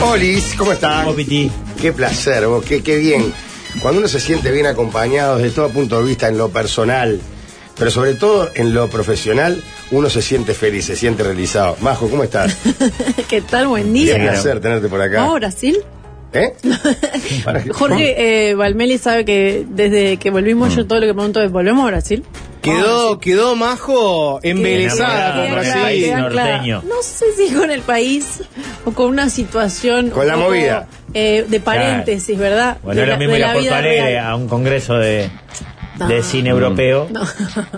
Polis, ¿cómo están? ¿Cómo, Piti? Qué placer, vos, qué, qué bien. Cuando uno se siente bien acompañado desde todo punto de vista en lo personal, pero sobre todo en lo profesional, uno se siente feliz, se siente realizado. Majo, ¿cómo estás? ¿Qué tal? Buen Qué día. placer tenerte por acá. ¿Vamos a Brasil? ¿Eh? Para que- Jorge eh, Valmeli sabe que desde que volvimos Mm. yo todo lo que pregunto es ¿volvemos a Brasil? Ah, Quedó, quedó Majo Queda embelesada con Quedó enamorada, claro, Brasil. queda- queda claro. norteño. No sé si con el país o con una situación... Con un la poco, movida. eh, de paréntesis, ¿verdad? Bueno, de es lo la- mismo de ir la a Porto vida Alegre real. Ah. a un congreso de, No. de cine europeo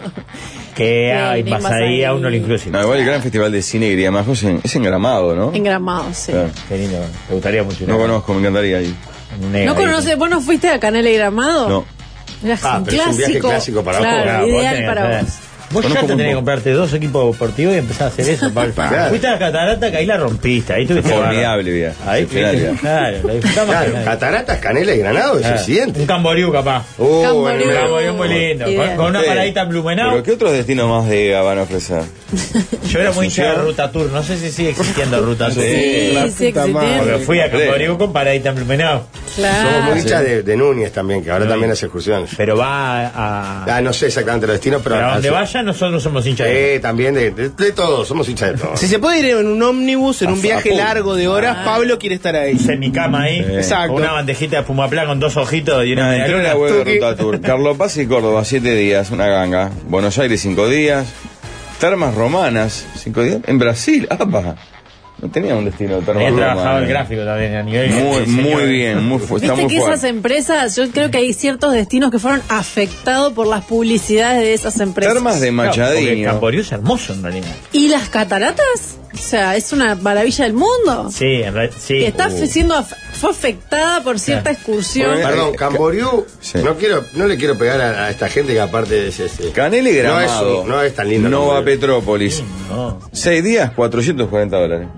que ay, ni vas vas ahí a ahí. uno inclusive. No, Ah, igual el gran festival de cine que iría Majo es en, es en Gramado, ¿no? Engramado, sí. Claro. Qué lindo, te gustaría mucho. ir a- No conozco, me encantaría ir. un negro ¿No ahí. conoces? ¿Vos no fuiste a Canela y Gramado? No. Era Ah, un pero es clásico. un viaje clásico para vos, claro, claro, vos ideal tenés que para hacer- vos. Vos ya Conozco te muy tenés que poco. comprarte dos equipos deportivos y empezar a hacer eso, Pablo. Claro. Fuiste a la catarata que ahí la rompiste, ahí tuviste. Formidable viaje, Ahí excepcional tuviste- viaje. Claro, lo disfrutamos. Claro, cataratas, canela y granado, es Ah. Un suficiente. camboriú capaz. Oh, Camboriú. Un en- camboriú muy lindo. Con, Ideal. con una Uh, Sí. paradita en Blumenau. ¿Pero qué otros destinos más de Ega van a ofrecer? Yo era muy hincha de Asunción. Ruta Tour, no sé si sigue existiendo Ruta Tour. Sí, la sí, puta madre. excelente. Porque fui a Camboriú con paradita en Blumenau. Somos Claro. muy hinchas de, de Núñez también, que ahora también hace excursiones. Pero va a. Ah, no sé exactamente los destinos, pero... pero a donde hace- vaya, nosotros somos hinchas. de- Eh, también de, de, de todos, somos hinchas de todos. Si se puede ir en un ómnibus, en A- un viaje a Pum. largo de horas, Pablo quiere estar ahí. Semicama ahí. Exacto. Con Una bandejita de pumaplá con dos ojitos y una. Nada, entró en la medallona. web de Ruta Tour. Carlos Paz y Córdoba, siete días, una ganga. Buenos Aires, cinco días. Termas Romanas, cinco días. En Brasil, apa. No tenía un destino de Termas Había trabajado el Romanas. gráfico también a nivel. Muy, de diseño. muy bien, muy, fu- Pues está Viste muy que esas fuerte. empresas, yo creo que hay ciertos destinos que fueron afectados por las publicidades de esas empresas. Termas de Claro, porque Machadinho. Camboriú es hermoso en realidad. ¿Y las cataratas? O sea, es una maravilla del mundo. Sí, en realidad. Sí. Que está Uh. siendo af- fue afectada por cierta excursión. Bueno, Perdón, Camboriú, Sí. no quiero, no le quiero pegar a, a esta gente que aparte es ese. Canela y No es Gramado. un- no es tan lindo Nova Camboriú. Petrópolis. No. Seis días, 440 dólares.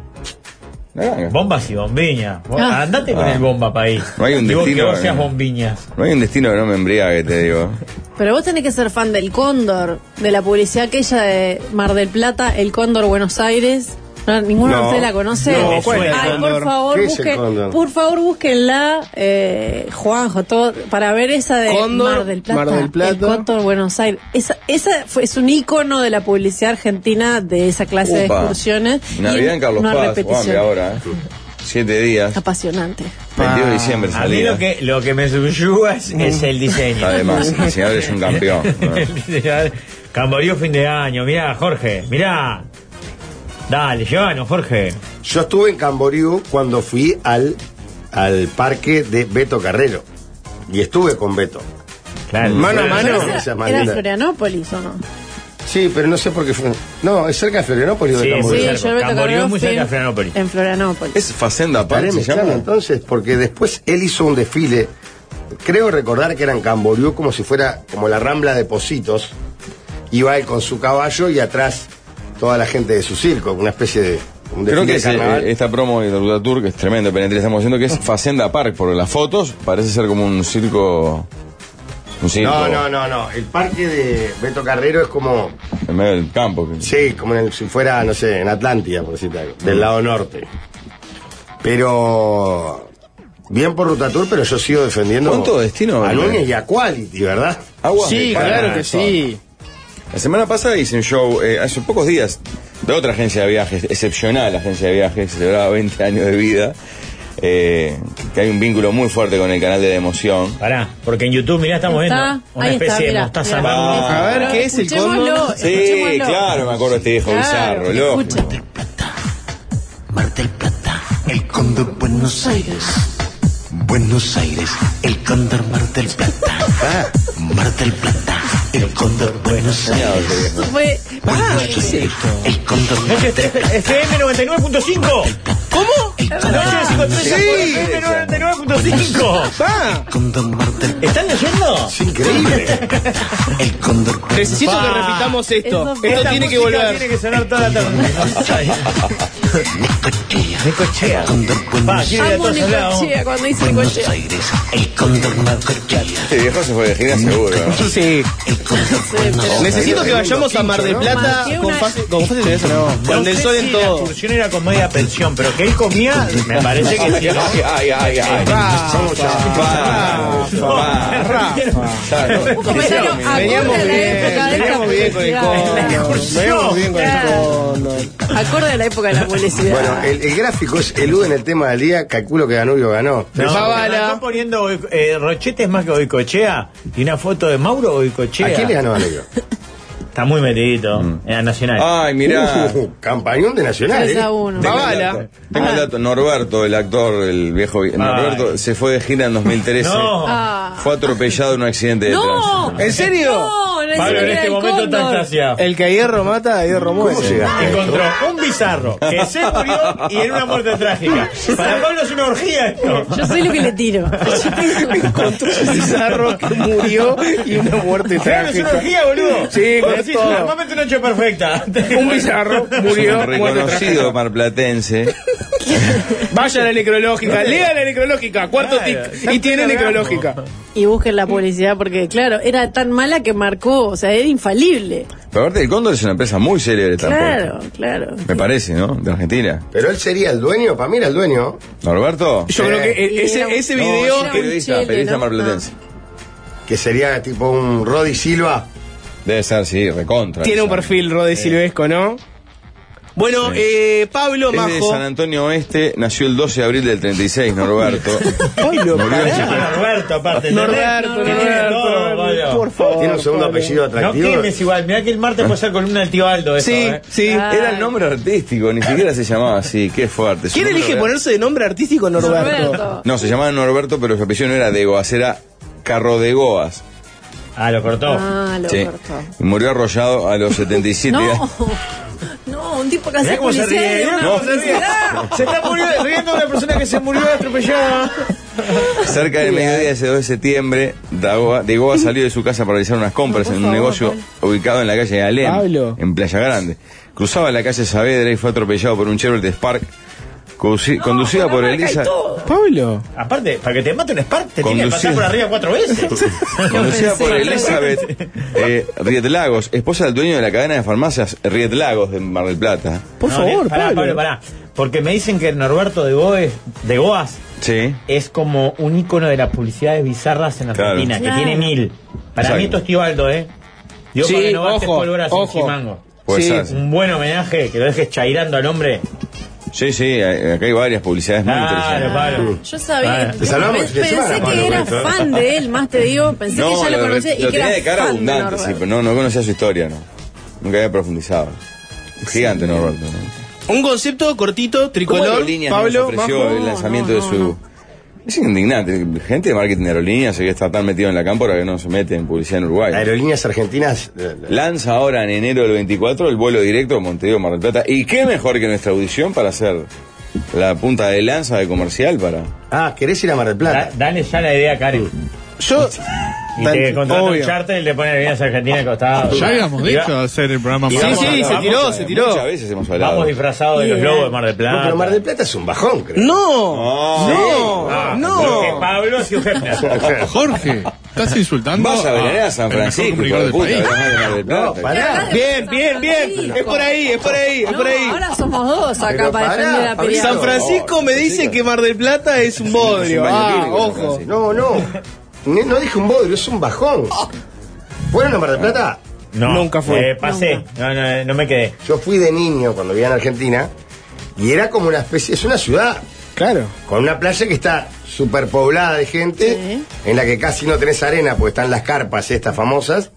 Una ganga. Bombas y bombiñas. Vos- Ah. Andate con Ah. el bomba país. No hay un y vos que destino, vos seas eh. bombiñas. No hay un destino que no me embriague, te digo. Pero vos tenés que ser fan del Cóndor, de la publicidad aquella de Mar del Plata, el Cóndor Buenos Aires. No, ninguno No. de ustedes la conoce. No, ¿cuál es el Ay, Cóndor? por favor, ¿Qué es el busquen, Cóndor? por favor, búsquenla, eh, Juanjo, todo, para ver esa de Cóndor, Mar del Plata. Mar del Plata. El Cóndor Buenos Aires. Esa, esa fue, es un ícono de la publicidad argentina de esa clase de Upa. excursiones. Navidad Y en Carlos una Paz, repetición. guame ahora. ¿eh? Siete días, Apasionante. 22 de diciembre Ah. A mí salida. lo que, lo que me subyuga es, es el diseño. Además, el diseñador es un campeón. El diseñador. Camboriú fin de año. Mirá, Jorge, mirá. Dale, llévanos, Jorge. Yo estuve en Camboriú cuando fui al, al parque de Beto Carrero. Y estuve con Beto. Claro. Mano a Pero mano. esa- Esa es más Era linda. Florianópolis, ¿o no? Sí, pero no sé por qué fue. No, es cerca de Florianópolis o Sí, de Muy Sí, Camboriú. cerca. yo el Beto Camboriú Carrero muy fui cerca de Florianópolis. En Florianópolis. ¿Es Facenda Park Estaré se mezclando llama? entonces, porque después él hizo un desfile. Creo recordar que era en Camboriú como si fuera como la rambla de Positos. Iba él con su caballo y atrás toda la gente de su circo, una especie de. Un desfile Creo que de es, carnaval. eh, esta promo de Ruta Tour, que es tremendo, penetre, estamos haciendo, que es Facenda Park, porque las fotos parece ser como un circo. Un circo. No, no, no, no. El parque de Beto Carrero es como, En medio del campo. que- sí, como en el- si fuera, no sé, en Atlántida, por decirte algo, del lado norte. Pero, bien por Ruta Tour, pero yo sigo defendiendo ¿Cuánto destino, a hombre? Núñez y a Quality, ¿verdad? Aguas Sí, de claro que Paraná, son. sí. La semana pasada hice un show, eh, hace pocos días, de otra agencia de viajes, excepcional agencia de viajes, celebraba 20 años de vida, eh, que hay un vínculo muy fuerte con el canal de la emoción. Pará, porque en YouTube, mirá, estamos Está, viendo una ahí especie está, de mirá, mostaza mirá. magnífica. A ver, ¿qué es el Escuchémoslo, cóndor? Sí, escuchémoslo. claro, me acuerdo de este viejo Claro, bizarro, loco. escuchen. Mar del Plata, el cóndor Buenos Aires. Buenos Aires, el cóndor Mar del Plata. Mar del Plata, el cóndor Buenos Aires. Eso fue- Buenos Aires, el cóndor Mar Noche FM 99.5. ¿Cómo? Noche de psicoterapia por FM 99.5. Pa, Cóndor Mar del ¿Están leyendo? Es increíble. el cóndor necesito Pa. que repitamos esto. Eso fue- Esto Esta tiene que música volver. Tiene que sonar toda la tarde. Necochea, Necochea. cóndor Pa, Buenos quiero ir a Amo todos lados. Nicochea cuando dice Buenos Nicochea. Aires, el cóndor Necochea, Este viejo se fue de gira seguro. Sí. el cóndor Buenos Aires. Necesito que vayamos a Mar del Plata Marqué con una- fácil, con fácil de eso, no. Con No el sé sol en si La todo. excursión era con media pensión, pero que él comía, me parece que sí, ¿no? Ay, ay, ay, ay. Vamos ya. Rafa, Rafa. Claro. Un comentario acorde Veníamos a la bien, época de la veníamos bien con el publicidad. cóndor. Veníamos bien con el cóndor. Acorde a la época de la publicidad. Bueno, el, el gráfico es eluden el tema del día, calculo que Danubio ganó. No, Zabala. están poniendo eh, rochetes más que Oicochea y una foto de Mauro Oicochea. ¿A quién le ganó Danubio? Está muy metidito en la Nacional. Ay, mirá. Uh, campañón de Nacional. Tres eh. a uno. Tengo el Zavala. dato. Tengo el dato. Norberto, el actor, el viejo. Norberto se fue de gira en 2013. No. Ah. Fue atropellado en un accidente de tránsito. ¡No! ¿En serio? No, no es Pablo, en el este del momento está cóndor. extasiado. El que a hierro mata, a hierro muere. ¿Cómo llegaste? Encontró un bizarro que se murió y en una muerte trágica. Para Pablo es una orgía esto. Yo soy lo que le tiro. Encontró un bizarro que murió y una muerte Claro, es una trágica. orgía, boludo. Sí, con Decís, todo. armame una noche perfecta. Un bizarro murió. Un muerte trágica. reconocido marplatense. Vaya a la necrológica, lea la necrológica, cuarto Claro, tic, y tiene necrológica. Y busquen la publicidad porque, claro, era tan mala que marcó, o sea, era infalible. Pero aparte, el Cóndor es una empresa muy célebre Claro, tampoco. claro. Me parece, ¿no? De Argentina. Pero él sería el dueño, para mí era el dueño. Norberto. Yo Sí. creo que Y e- era un- ese, ese No, video. era un que- periodista, chile, periodista ¿no? Ah. marplatense. Que sería tipo un Roddy Silva. Debe ser, sí, recontra. Tiene un perfil Rode Eh, Silvesco, ¿no? Bueno, eh, Pablo Es de San Majo. Antonio Oeste, nació el 12 de abril del 36, Norberto. Pablo, Murió en Chicago. Norberto, aparte. Norberto, Que tiene todo, Norberto, Pablo. por favor. Tiene un segundo Pablo. apellido No atractivo. quemes igual, mirá que el martes puede ser columna del tío Aldo. Eso, Sí, eh. sí. Ah. Era el nombre artístico, ni siquiera se llamaba así, qué fuerte. Su ¿Quién nombre elige era- ponerse de nombre artístico Norberto? Norberto. No, se llamaba Norberto, pero su apellido no era de Goas, era Carro de Goas. Ah, lo cortó. Ah, lo Sí. cortó. Y murió arrollado a los 77 No, años. no, un tipo que Mirá hace cómo se publicidad. ríe. de mirá una No. cómo se ríe. publicidad. Se está muriendo, riendo una persona que se murió atropellada. Cerca del mediodía de ese 2 de septiembre, Dagoa- de Goa salió de su casa para realizar unas compras en un negocio ubicado en la calle Alem, Pablo. en Playa Grande. Cruzaba la calle Saavedra y fue atropellado por un Chevrolet Spark, conduci- conducida Con por la marca y Elisa. todo. Pablo. Aparte, para que te mate un Spark, te tiene que Conducido. pasar por arriba cuatro veces. Conducida Pensé. por Elizabeth eh, Rietlagos, esposa del dueño de la cadena de farmacias Rietlagos de Mar del Plata. Por No, favor, bien, pará, Pablo. Pablo, pará. Porque me dicen que Norberto de, Goes, de Goas Sí. es como un ícono de las publicidades bizarras en Claro. Argentina, que Claro. tiene mil. Para Exacto. mí esto es Tío Aldo, ¿eh? Yo Sí, para que no gastes ojo, pólvora sin ojo. chimango. Puede Sí. ser. Un buen homenaje, que lo dejes chairando al hombre. Sí, sí, a- acá hay varias publicidades muy Claro, interesantes. Pablo. Yo Ah, sabía. Te Pe- salvamos el fin de pensé semana, Pablo, que era esto, ¿eh? fan de él, más te digo. Pensé que ya lo, lo, conocía lo y que era tenía de cara fan de abundante, sí, Norberto. pero no, no conocía su historia, no. Nunca había profundizado. Gigante, Norberto. ¿no? Un concepto cortito, ¿Cómo tricolor. Aerolíneas Pablo, nos ofreció Majo. el lanzamiento no, de su... Es indignante, gente de marketing de aerolíneas, que está tan metido en la cámpora que no se mete en publicidad en Uruguay. Aerolíneas argentinas. eh, eh, Lanza ahora en enero del 24 el vuelo directo a Montevideo Mar del Plata. Y qué mejor que nuestra audición para hacer la punta de lanza de comercial para. Ah, ¿querés ir a Mar Da- del Plata? dale ya la idea a Karen. Yo. Y te contrata un Obvio. charter y le pone Aerolíneas Argentinas al costado. Ya habíamos Y va- dicho hacer el programa Sí, para- sí, se Vamos tiró, a- se tiró. Muchas veces hemos hablado. Vamos disfrazados de los Bien. globos de Mar del No, Plata. pero Mar del Plata es un bajón, creo. No. No. Ah, lo que No. Pablo es Jorge, estás insultando. Vas a venir a el San mejor Francisco, hijo comunicador de del puta, país. verás más de Mar del No, Plata. pará. Bien, bien, bien. Es por ahí, es por ahí, es No, por ahí. ahora somos dos acá Pero para pará, defender a Fabricio. Periano. San Francisco me dice que Mar del Plata es un Es un bodrio. baño Ah, químico, San ojo. Francisco. No, no. Ni- No dije un bodrio, es un bajón. ¿Fueron a Mar del Plata? No, Nunca fue. eh, pasé. No, no, no me quedé. Yo fui de niño cuando vivía en Argentina y era como una especie, es una ciudad Claro. con una playa que está superpoblada de gente, en la que casi no tenés arena porque están las carpas estas famosas.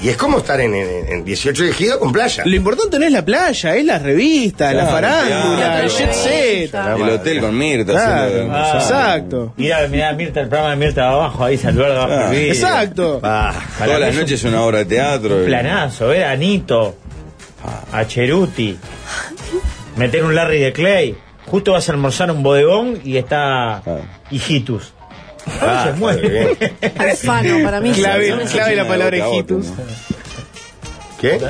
Y es como estar en, en- en 18 de Ejido con playa. Lo importante no es la playa, es las revistas, la Claro, farándula, claro. el jet set. Claro. El hotel con Mirta. Claro. haciendo- Ah. Exacto. Ir a mirar a Mirta, el programa de Mirta abajo, ahí saludar de abajo. Ah, del vidrio. Exacto. Ah, Todas las noches es una obra de teatro. Un Planazo, ver a Nito, Ah. a Cheruti, meter un Larry de Clay. Justo vas a almorzar en un bodegón y Ah. está Hijitus. ah, se mueve. qué bien. Alfano, para mí. Clave, Una clave oficina la de palabra boca a boca, hijitus. ¿no? ¿Qué?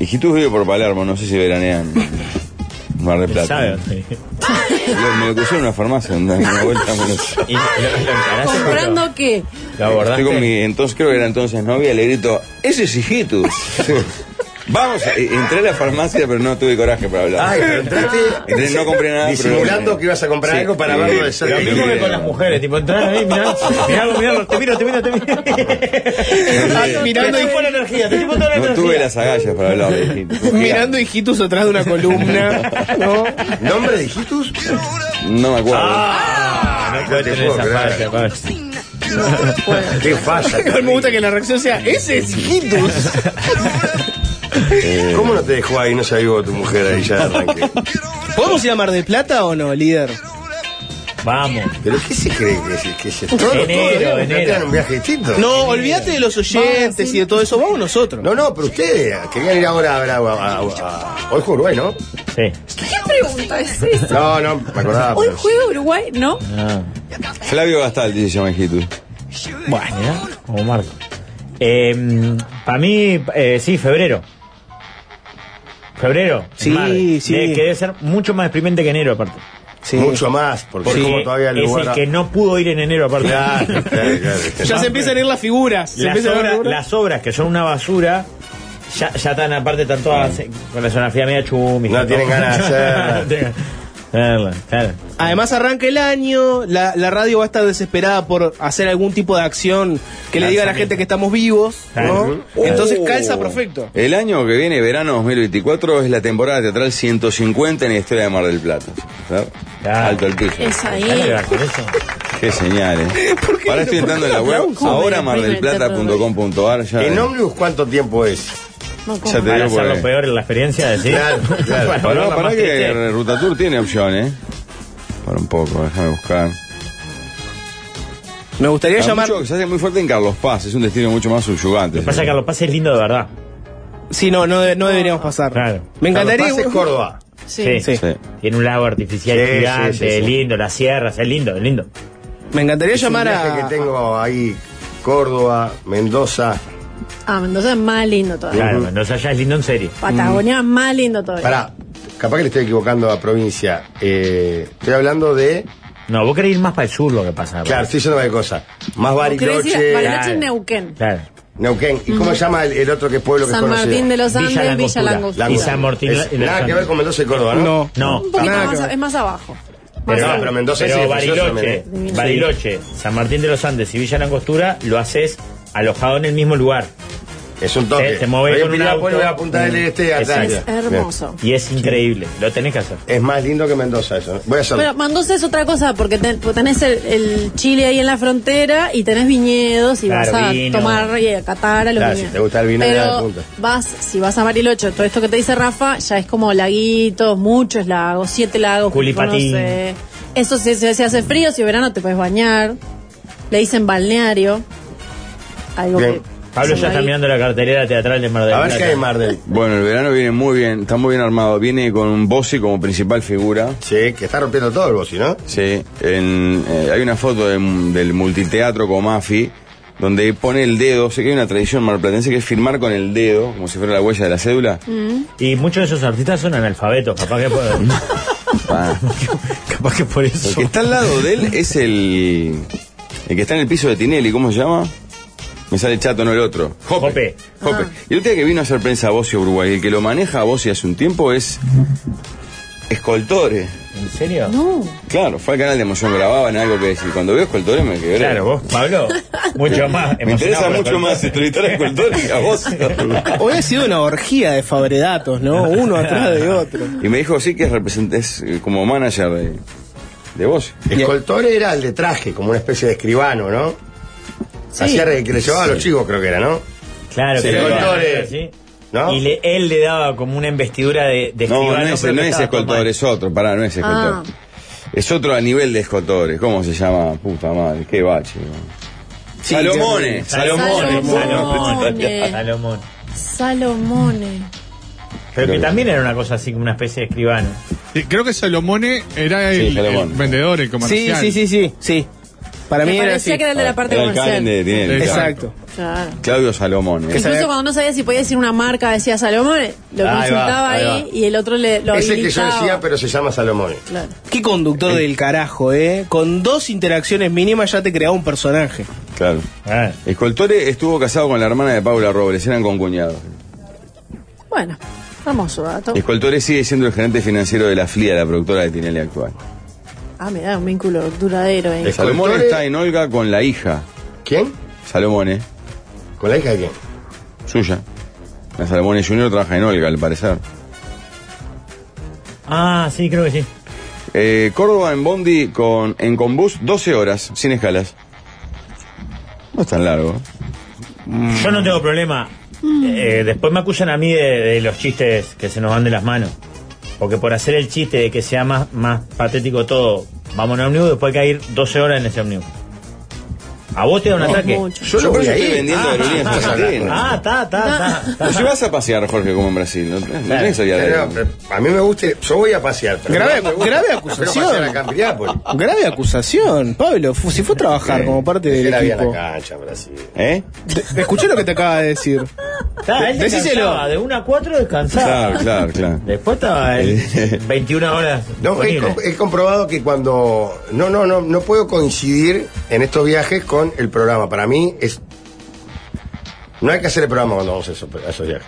Hijitus vive por Palermo, no sé si veranean. Mar del Plata. ¿Sabes? Lo- Me lo pusieron en una farmacia, una, una vuelta. me lo- Y lo, lo encaraste, ¿Comprando qué? pero Lo abordaste. Estoy con mi, entonces creo que era entonces novia, le grito, ese es hijitus. Vamos, a- entré a la farmacia, pero no tuve coraje para hablar. Ay, pero entraste Entré, no compré nada. pero- disimulando que ibas a comprar Sí, algo para eh, verlo de cerca. eh, Lo mismo que con las mujeres, tipo, entrar ahí, mirá, mirá, mirá, te miro, te miro, te miro. Ay, mirando y la energía, te tipo toda la No energía. tuve las agallas para hablar de Egipto. Mirando hijitos atrás de una columna, ¿no? ¿Nombre de Hitus? No me acuerdo. Ah, no puede te tener puedo esa creer. falla, Pablo. ¿Qué falla? Me gusta que la reacción sea, ese es hijitos. ¿Cómo no te dejó ahí? No se avivó tu mujer ahí ya de arranque. ¿Podemos ir a Mar del Plata o no, líder? Vamos. ¿Pero qué se cree que es? Que es todos, todos los Enero, días me enero. plantean un viaje distinto. No, olvídate de los oyentes y de todo eso, vamos nosotros. No, no, pero ustedes querían ir ahora a, a- a- a- a- Hoy juega Uruguay, ¿no? Sí. ¿Qué pregunta es esa? No, no, me acordaba. Hoy pero- juega Uruguay, ¿no? Ah. Flavio Gastaldi se llama Egipto. Bueno, mirá, como Marco. para mí, eh, sí, febrero. Febrero. Sí, mar. sí. De- que debe ser mucho más exprimente que enero, aparte. Sí. Mucho más, porque Porque como todavía el es lugar. el que no pudo ir en enero, aparte. Ah. Claro, claro, claro. Ya se empiezan a ir las figuras. Se las, empiezan a ir obras, figuras. las obras que son una basura ya, ya están aparte están todas eh, con la sonografía media chumi No tienen ganas de hacerla. No tienen ganas de hacerla, claro. Además arranca el año, la, la radio va a estar desesperada por hacer algún tipo de acción que le diga a la gente que estamos vivos, ¿no? Ujú. Entonces Oh. calza perfecto. El año que viene, verano 2024, es la temporada teatral 150 en la historia de Mar del Plata. ¿verdad? Claro. Alto el piso. Es Dale, ahí. va, con eso. Qué señales. Ahora estoy entrando en la web. aplauso? Ahora Joder, el primer mardelplata.com.ar. Ya, ¿En ómnibus cuánto tiempo es? No, ya te para digo hacer lo porque... peor en la experiencia decir pues. Claro, claro. Para Pará, volverla pará más triste. que Ruta Tour tiene opción, ¿eh? Para un poco, déjame buscar. Me gustaría Hay llamar. mucho que se hace muy fuerte en Carlos Paz, es un destino mucho más subyugante. Lo que pasa es que Carlos Paz es lindo de verdad Sí, no, no, de- no deberíamos pasar. Claro. Me encantaría. Carlos Paz es Córdoba. sí. Sí. Sí. tiene un lago artificial Sí, gigante sí, sí, sí. lindo las sierras es lindo es lindo Me encantaría Es un llamar viaje a. que tengo ahí Córdoba, Mendoza. Ah, Mendoza es más lindo todavía. claro no allá es lindo en serio Patagonia es más lindo todavía. Mm. Pará, capaz que le estoy equivocando a provincia. Eh, estoy hablando de. no vos querés ir más para el sur lo que pasa Claro, estoy diciendo varias cosas. Más ¿Querés ir a Bariloche, Bariloche claro. y Neuquén? claro Neuquén. ¿Y cómo se llama el, el otro que pueblo que es San conocido? Martín de los Andes, Villa, Langostura. y San Martín Es- y los nada que Andes. ver con Mendoza y Córdoba, ¿no? No. no Un poquito Nada más, que a- ver. es más abajo. Pero, No, pero Mendoza pero sí es precioso Bariloche, también. ¿eh? Bariloche, San Martín de los Andes y Villa Langostura lo haces alojado en el mismo lugar. Es un toque. Te- te movés Voy a con un Pilar, auto. voy a Punta del Este, Es- atrás. es Hermoso. Y es increíble. Lo tenés que hacer. Es más lindo que Mendoza eso. ¿no? Voy a hacerlo. Pero Mendoza es otra cosa porque ten- porque tenés el, el Chile ahí en la frontera y tenés viñedos y Claro, vas a vino. tomar y a catar a los Claro, viñedos. si te gusta el vino, Pero ya de punta. vas, si vas a Bariloche, todo esto que te dice Rafa, ya es como laguitos, muchos lagos, siete lagos. que Culipatín. conoce. Eso si, si- si hace frío, si verano te puedes bañar. Le dicen balneario. Algo Bien. que... Pablo son ya está ahí. mirando la cartelera teatral de Mar del a ver Plata. qué hay en Mar del. Bueno, el verano viene muy bien, está muy bien armado. Viene con un Bossi como principal figura. Sí, que está rompiendo todo el boci, ¿no? Sí, en, eh, hay una foto de- del multiteatro Comafi donde pone el dedo, sé que hay una tradición marplatense que es firmar con el dedo, como si fuera la huella de la cédula. Y muchos de esos artistas son analfabetos. Capaz que por, Ah, capaz que por el eso. que está al lado de él es el el que está en el piso de Tinelli, ¿cómo se llama? Me sale chato, no el otro. Jope. Jope. Y el día que vino a hacer prensa a Bossi a Uruguay, el que lo maneja a Bossi hace un tiempo es Escoltore. ¿En serio? No. Claro, fue al canal de emoción, grababan algo que decir. Cuando veo Escoltore me quebré. Claro, vos, Pablo, mucho más. Me interesa emocionado por mucho todo. más entrevistar a Escoltore que a Bossi. Hoy ha sido una orgía de fabredatos, ¿no? Uno atrás de otro. Y me dijo, sí, que es, represent- es eh, como manager de, de Bossi. Escoltore era el de traje, como una especie de escribano, ¿no? Sí. Hacía re- que le llevaba a los chicos, creo que era, ¿no? Claro, Sí, que doctores. era, ¿sí? ¿No? Y le- él le daba como una investidura de, de No, escribano, no es, pero no que es estaba todo Escoltore, mal. es otro, pará, no es Escoltore. Es otro a nivel de Escoltore, ¿cómo se llama? Puta madre, qué bache. Sí, Salomones, Salomones. Salomón. Salomone. Salomón. Salomone. Pero que también era una cosa así como una especie de escribano. Sí, Creo que Salomone era el, Sí, Salomone. el vendedor, el Sí, comercial. sí, sí, sí, sí. Para mí Me era parecía así. que era el de la parte Era el comercial. Karen de Tinelli, claro. Exacto. Claro. Claudio ¿eh? Salomone. Que Incluso sabe- cuando no sabía si podía decir una marca, decía Salomón, lo Ahí consultaba va, ahí ahí, va. y el otro le, lo es el que yo habilitaba. decía, pero se llama Salomón. Claro. Qué conductor del carajo, ¿eh? Con dos interacciones mínimas ya te creaba un personaje. Claro. Ah, Escoltore estuvo casado con la hermana de Paula Robles, eran concuñados. Bueno, hermoso dato. Escoltores sigue siendo el gerente financiero de la FLIA, la productora de Tinelli actual. Ah, mirá, un vínculo duradero. ¿eh? Salomón Escoltores- está en Olga con la hija. ¿Quién? Salomone, ¿Con la hija de quién? suya. La Salomone Junior trabaja en Olga, al parecer. Ah, sí, creo que sí. Eh, Córdoba en Bondi con, en Combus, 12 horas, sin escalas. No es tan largo. Yo no tengo problema. Eh, después me acusan a mí de, de los chistes que se nos van de las manos. Porque por hacer el chiste de que sea más, más patético todo, vamos en ómnibus, después hay que ir 12 horas en ese ómnibus. ¿A vos te da un ataque? Mucho. Yo Yo no por voy eso a estoy ir. vendiendo aerolíneas Ah, argentinas. Ah, está, está, está. No llevas a pasear, Jorge, como en Brasil. No, no tenés que salir a la Ah. Pero, aerolínea. pero a mí me gusta, ir- yo voy a pasear. pero Grave- no me gusta. grave Prefiero acusación. pasear acá en Piriápolis. Grave acusación, Pablo. Fu- Si fue a trabajar como parte del Prefiero ir a la equipo. cancha, Brasil. ¿Eh? Te- Escuché lo que te acaba de decir. Está, él Decíselo. descansaba, de 1 a 4 descansaba. Claro, claro, claro. Después estaba el 21 horas. No, he, disponible. co- he comprobado que cuando. No, no, no, no puedo coincidir en estos viajes con el programa. Para mí es. No hay que hacer el programa cuando vamos a esos, a esos viajes.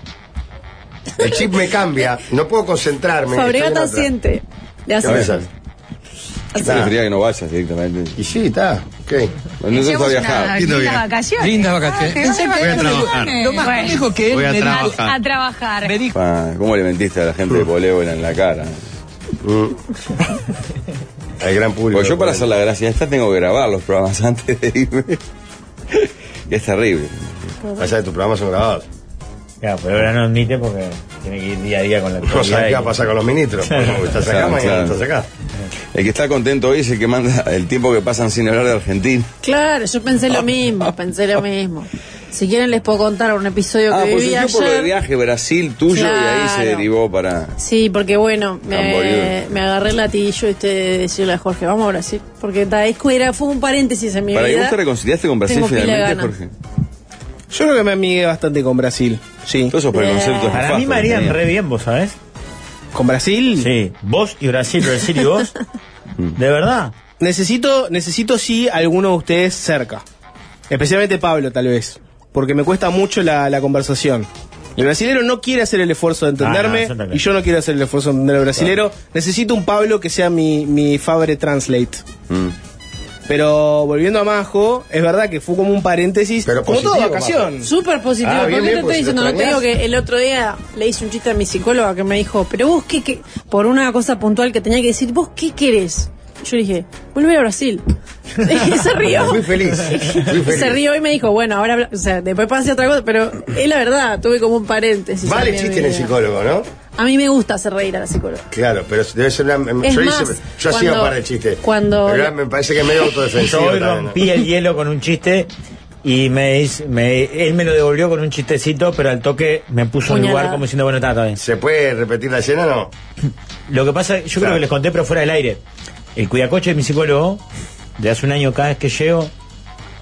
El chip me cambia, no puedo concentrarme. Fabregata estoy en otra. siente. Le hace. A veces. Yo preferiría que no vayas directamente. Y sí, está. Ok. No necesitas viajar. Ah, Lindas viaje. vacaciones. Lindas vacaciones. Ah, que Voy a trabajar. Lo más Bueno. complejo que él Voy a me dijo- trabajar. A trabajar. me dijo Pa, Ah, ¿Cómo le mentiste a la gente de voleibol en la cara? Al gran público. Pues yo para hacer la gracia esta tengo que grabar los programas antes de irme. Y es terrible. Pasa que tus programas son grabados. Claro, pero ahora no admite porque tiene que ir día a día con la No sabes qué va a y- pasar con los ministros. Porque estás acá, Claro, mañana claro. estás acá. El que está contento hoy es el que manda el tiempo que pasan sin hablar de Argentina. Claro, yo pensé lo mismo, pensé lo mismo. Si quieren les puedo contar un episodio Ah, que pues viví surgió por lo de ayer. viaje Brasil tuyo y ahí se Claro. derivó para. Sí, porque bueno, me, Camboriú. me agarré el latillo este de decirle a Jorge, vamos a Brasil. Porque Taesco era, fue un paréntesis en mi ¿Para que vida. vos te reconciliaste con Brasil Tengo pila de finalmente, ganas. Jorge? Yo creo que me amigué bastante con Brasil. Sí. Todos esos preconceptos. Para mí nefastos me que harían tenía. re bien, vos sabés. ¿Con Brasil? Sí, vos y Brasil, Brasil y vos. De verdad. Necesito, necesito sí alguno de ustedes cerca. Especialmente Pablo, tal vez. Porque me cuesta mucho la, la conversación. El brasilero no quiere hacer el esfuerzo de Ah, no, entenderme eso está claro. y yo no quiero hacer el esfuerzo de entender al brasilero. Necesito un Pablo que sea mi, mi Fabre Translate. Mm. Pero volviendo a Majo, es verdad que fue como un paréntesis. Pero como toda positivo, vacación. Súper positivo. Ah, ¿Por bien, qué bien, te pues, estoy diciendo? lo No te digo extrañás. que el otro día le hice un chiste a mi psicóloga que me dijo, pero vos qué, qué- por una cosa puntual que tenía que decir, vos qué querés. Yo le dije, volver a Brasil. Y se rió. Fui feliz. Fui feliz. Se rió y me dijo, bueno, ahora, habla- o sea, después pasé a otra cosa, pero es la verdad, tuve como un paréntesis. Vale también mi chiste en el vida. psicólogo, ¿no? A mí me gusta hacer reír a la psicóloga. Claro, pero debe ser una. Es yo más, hice, yo hacía un cuando- par de chistes. cuando- Pero ahora me parece que es medio Yo autodefensivo. hoy también, ¿no? rompí el hielo con un chiste y me, hiz- me- él me lo devolvió con un chistecito, pero al toque me puso en lugar Puñalada. como diciendo, bueno, está, está bien. ¿Se puede repetir la escena o no? Lo que pasa, yo creo Claro. que les conté, pero fuera del aire. El cuidacoche de mi psicólogo, de hace un año, cada vez que llego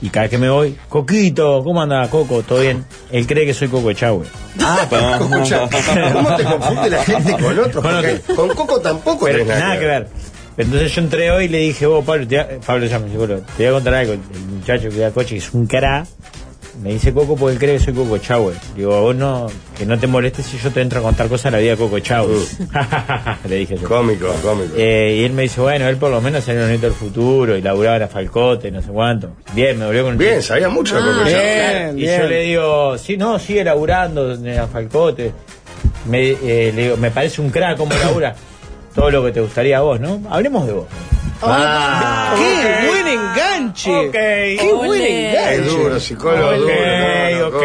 y cada vez que me voy, Coquito, ¿cómo anda Coco? ¿Todo bien? Él cree que soy Coco Chagüe. Ah, escucha, ¿cómo te confunde la gente con otros? Con Porque Con Coco tampoco Pero tenés nada, que ver. Entonces yo entré hoy y le dije, vos, Pablo, te, voy a- Pablo llama mi psicólogo, te voy a contar algo. El muchacho que da coche, que es un cara, me dice Coco porque él cree que soy Coco Chávez. Digo, "A vos no, que no te molestes si yo te entro a contar cosas de la vida de Coco Chávez. le dije yo. Uh. Cómico, cómico. Eh, y él me dice, bueno, él por lo menos salió en Neto del Futuro y laburaba en la Falcote, no sé cuánto. Bien, me volvió con un Bien, chiste. sabía mucho de Coco Ah, Chao. bien, Y yo bien. le digo, sí, no, sigue laburando en la Falcote. Me, eh, le digo, me parece un crack como labura. Todo lo que te gustaría a vos, ¿no? Hablemos de vos. Ah. Ah, ¡Qué buen enganche! Ok. ¡Qué Ole. buen enganche! Es duro, psicólogo Ok, duro. no, no, ok, Coco.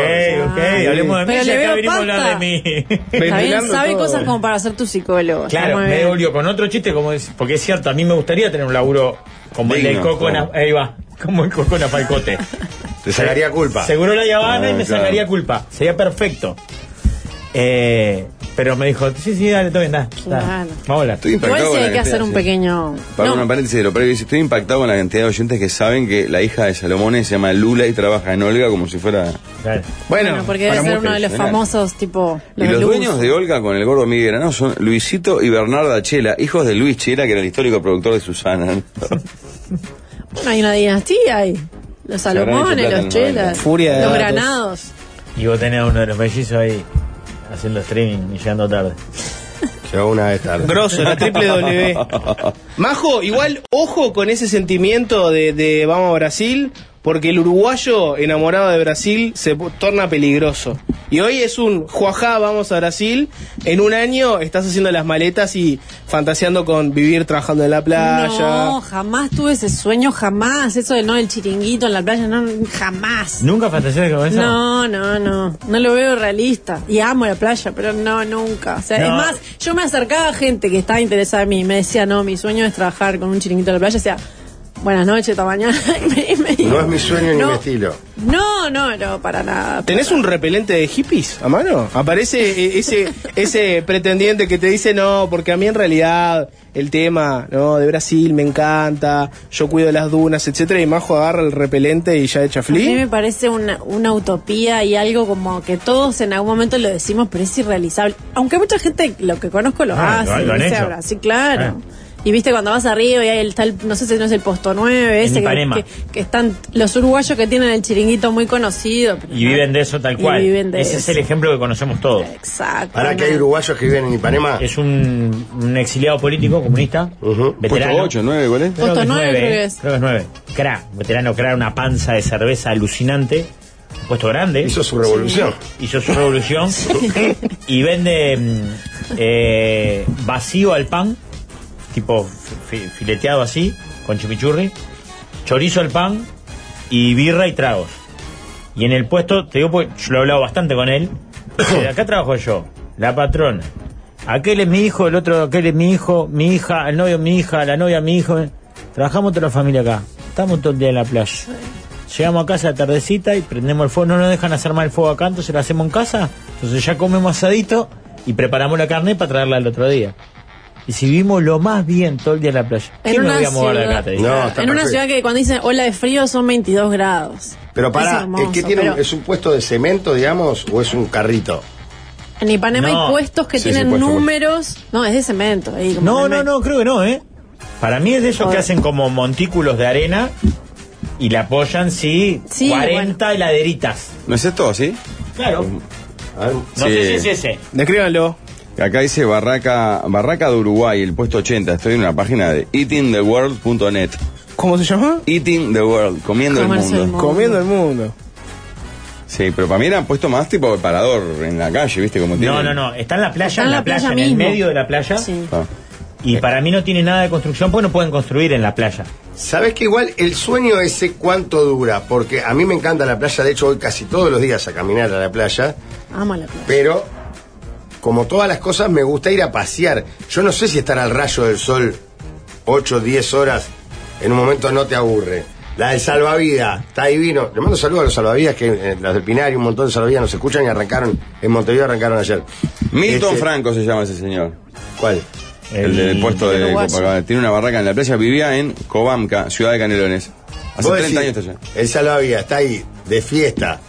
ok. Hablemos de mí, Pero ya le acá veo venimos a pasta. hablar de mí. Está bien, Ventilando sabe todo. cosas como para ser tu psicólogo. Está claro, muy me bien. devolvió con otro chiste, como es, porque es cierto, a mí me gustaría tener un laburo como el del Digno, Coco en claro. la- ahí va, como el Coco en la Falcote. Te sacaría culpa. Seguro la Habana Ah, y me claro. sacaría culpa. Sería perfecto. Eh, pero me dijo, sí, sí, dale, todo bien, da, da. Claro. Vamos a hablar. Estoy Ah, Igual sí impactado. con la hay que cantidad, hacer un sí. pequeño... Para No, una paréntesis de lo previo, dice, estoy impactado con la cantidad de oyentes que saben que la hija de Salomón se llama Lula y trabaja en Olga como si fuera. Claro. Bueno, bueno, porque debe para ser mucho. uno de los profesional. famosos, tipo... y los Luz. dueños de Olga con el gordo Miguel no son Luisito y Bernarda Chela, hijos de Luis Chela, que era el histórico productor de Susana. ¿no? Bueno, hay una dinastía ahí. Los habrán hecho Salomones, los plata en los noventa. Chelas, Furia de los datos. Granados. Y vos tenés a uno de los mellizos ahí. haciendo streaming y llegando tarde. Llegó una vez tarde. Grosso, la triple W. Majo, igual, ojo con ese sentimiento de, de vamos a Brasil, porque el uruguayo enamorado de Brasil se pu- torna peligroso. Y hoy es un juajá, vamos a Brasil. En un año estás haciendo las maletas y fantaseando con vivir trabajando en la playa. No, jamás tuve ese sueño, jamás. Eso de no el chiringuito en la playa, no, jamás. ¿Nunca fantaseaste con eso? No, no, no. No lo veo realista. Y amo la playa, pero no, nunca. O sea, No. es más, yo me acercaba a gente que estaba interesada en mí y me decía, no, mi sueño es trabajar con un chiringuito en la playa. O sea, buenas noches, hasta mañana. Y me- y me- No es mi sueño ni No. mi estilo. No, no, no, para nada. ¿Tenés un repelente de hippies a mano? Aparece eh, ese, ese pretendiente que te dice, no, porque a mí en realidad el tema no de Brasil me encanta, yo cuido las dunas, etcétera Y Majo agarra el repelente y ya echa A mí flip. me parece una, una utopía y algo como que todos en algún momento lo decimos, pero es irrealizable. Aunque mucha gente, lo que conozco, lo Ah, lo- hace. lo han irse a hecho. Brasil, claro. Ah. Y viste, cuando vas arriba y ahí está el, no sé si no es el posto 9, ese que, Ipanema. que- que están los uruguayos que tienen el chiringuito muy conocido. pero Y no. viven de eso tal Y cual. viven de Ese es eso. el ejemplo que conocemos todos. Exacto. ¿Para no. que hay uruguayos que viven en Ipanema? Es un, un exiliado político comunista, Ujú. Puesto veterano. 8, 9, ¿cuál es? Creo Puesto que es nueve, nueve, creo que eh. es. Creo que es nueve. Cra, veterano, cra, una panza de cerveza alucinante. un Puesto grande. Hizo su revolución. hizo su revolución y vende mm, eh, vacío al pan, tipo fi- fi- fileteado así, con chimichurri, chorizo al pan y birra y tragos. Y en el puesto, te digo, porque yo lo he hablado bastante con él, dice, acá trabajo yo, la patrona. Aquel es mi hijo, el otro, aquel es mi hijo, mi hija, el novio, mi hija, la novia, mi hijo. Trabajamos toda la familia acá. Estamos todo el día en la playa. Llegamos a casa a la tardecita y prendemos el fuego. No nos dejan hacer más el fuego acá, entonces lo hacemos en casa. Entonces ya comemos asadito y preparamos la carne para traerla al otro día. Y si vimos lo más bien todo el día en la playa. En ¿Quién nos una voy a mover de acá? Te ciudad- Ah, dice. No, está en una perfecto. ciudad que cuando dicen ola de frío son 22 grados. Pero Es para, hermoso, ¿qué tiene? pero- ¿Es un puesto de cemento, digamos, o es un carrito? En Ipanema No. hay puestos que Sí, sí, tienen puesto, puesto. números. No, es de cemento. ahí, como No, en no, el- no, creo que no, ¿eh? Para mí es de ellos que Joder. hacen como montículos de arena y la apoyan, sí, Sí, 40 heladeritas. ¿No es esto así? Claro. A ver, No Sí. sé si es ese. Descríbanlo. Acá dice Barraca, Barraca de Uruguay, el puesto 80. Estoy en una página de eatingtheworld.net. ¿Cómo se llama? Eating the world, comiendo el Comerse el mundo. mundo. Comiendo el mundo. Sí, pero para mí era puesto más tipo de parador en la calle, ¿viste? Como No, tienen. no, no. Está en la playa, Está en la, playa, en el mismo. medio de la playa. Sí. Ah. Y para mí no tiene nada de construcción porque no pueden construir en la playa. Sabes que igual el sueño ese cuánto dura, porque a mí me encanta la playa, de hecho voy casi todos los días a caminar a la playa, Amo la playa. pero como todas las cosas me gusta ir a pasear. Yo no sé si estar al rayo del sol 8 10 horas en un momento no te aburre. La del salvavidas, está divino. Le mando saludos a los salvavidas, que eh, los del Pinar y un montón de salvavidas nos escuchan y arrancaron, en Montevideo arrancaron ayer. Milton Este, Franco se llama ese señor. ¿Cuál? El, del puesto de uruguayo. Copacabana. Tiene una barraca en la playa, vivía en Cobamca, ciudad de Canelones. Hace Vos 30 años decís, está allá. El salvavidas está ahí, de fiesta.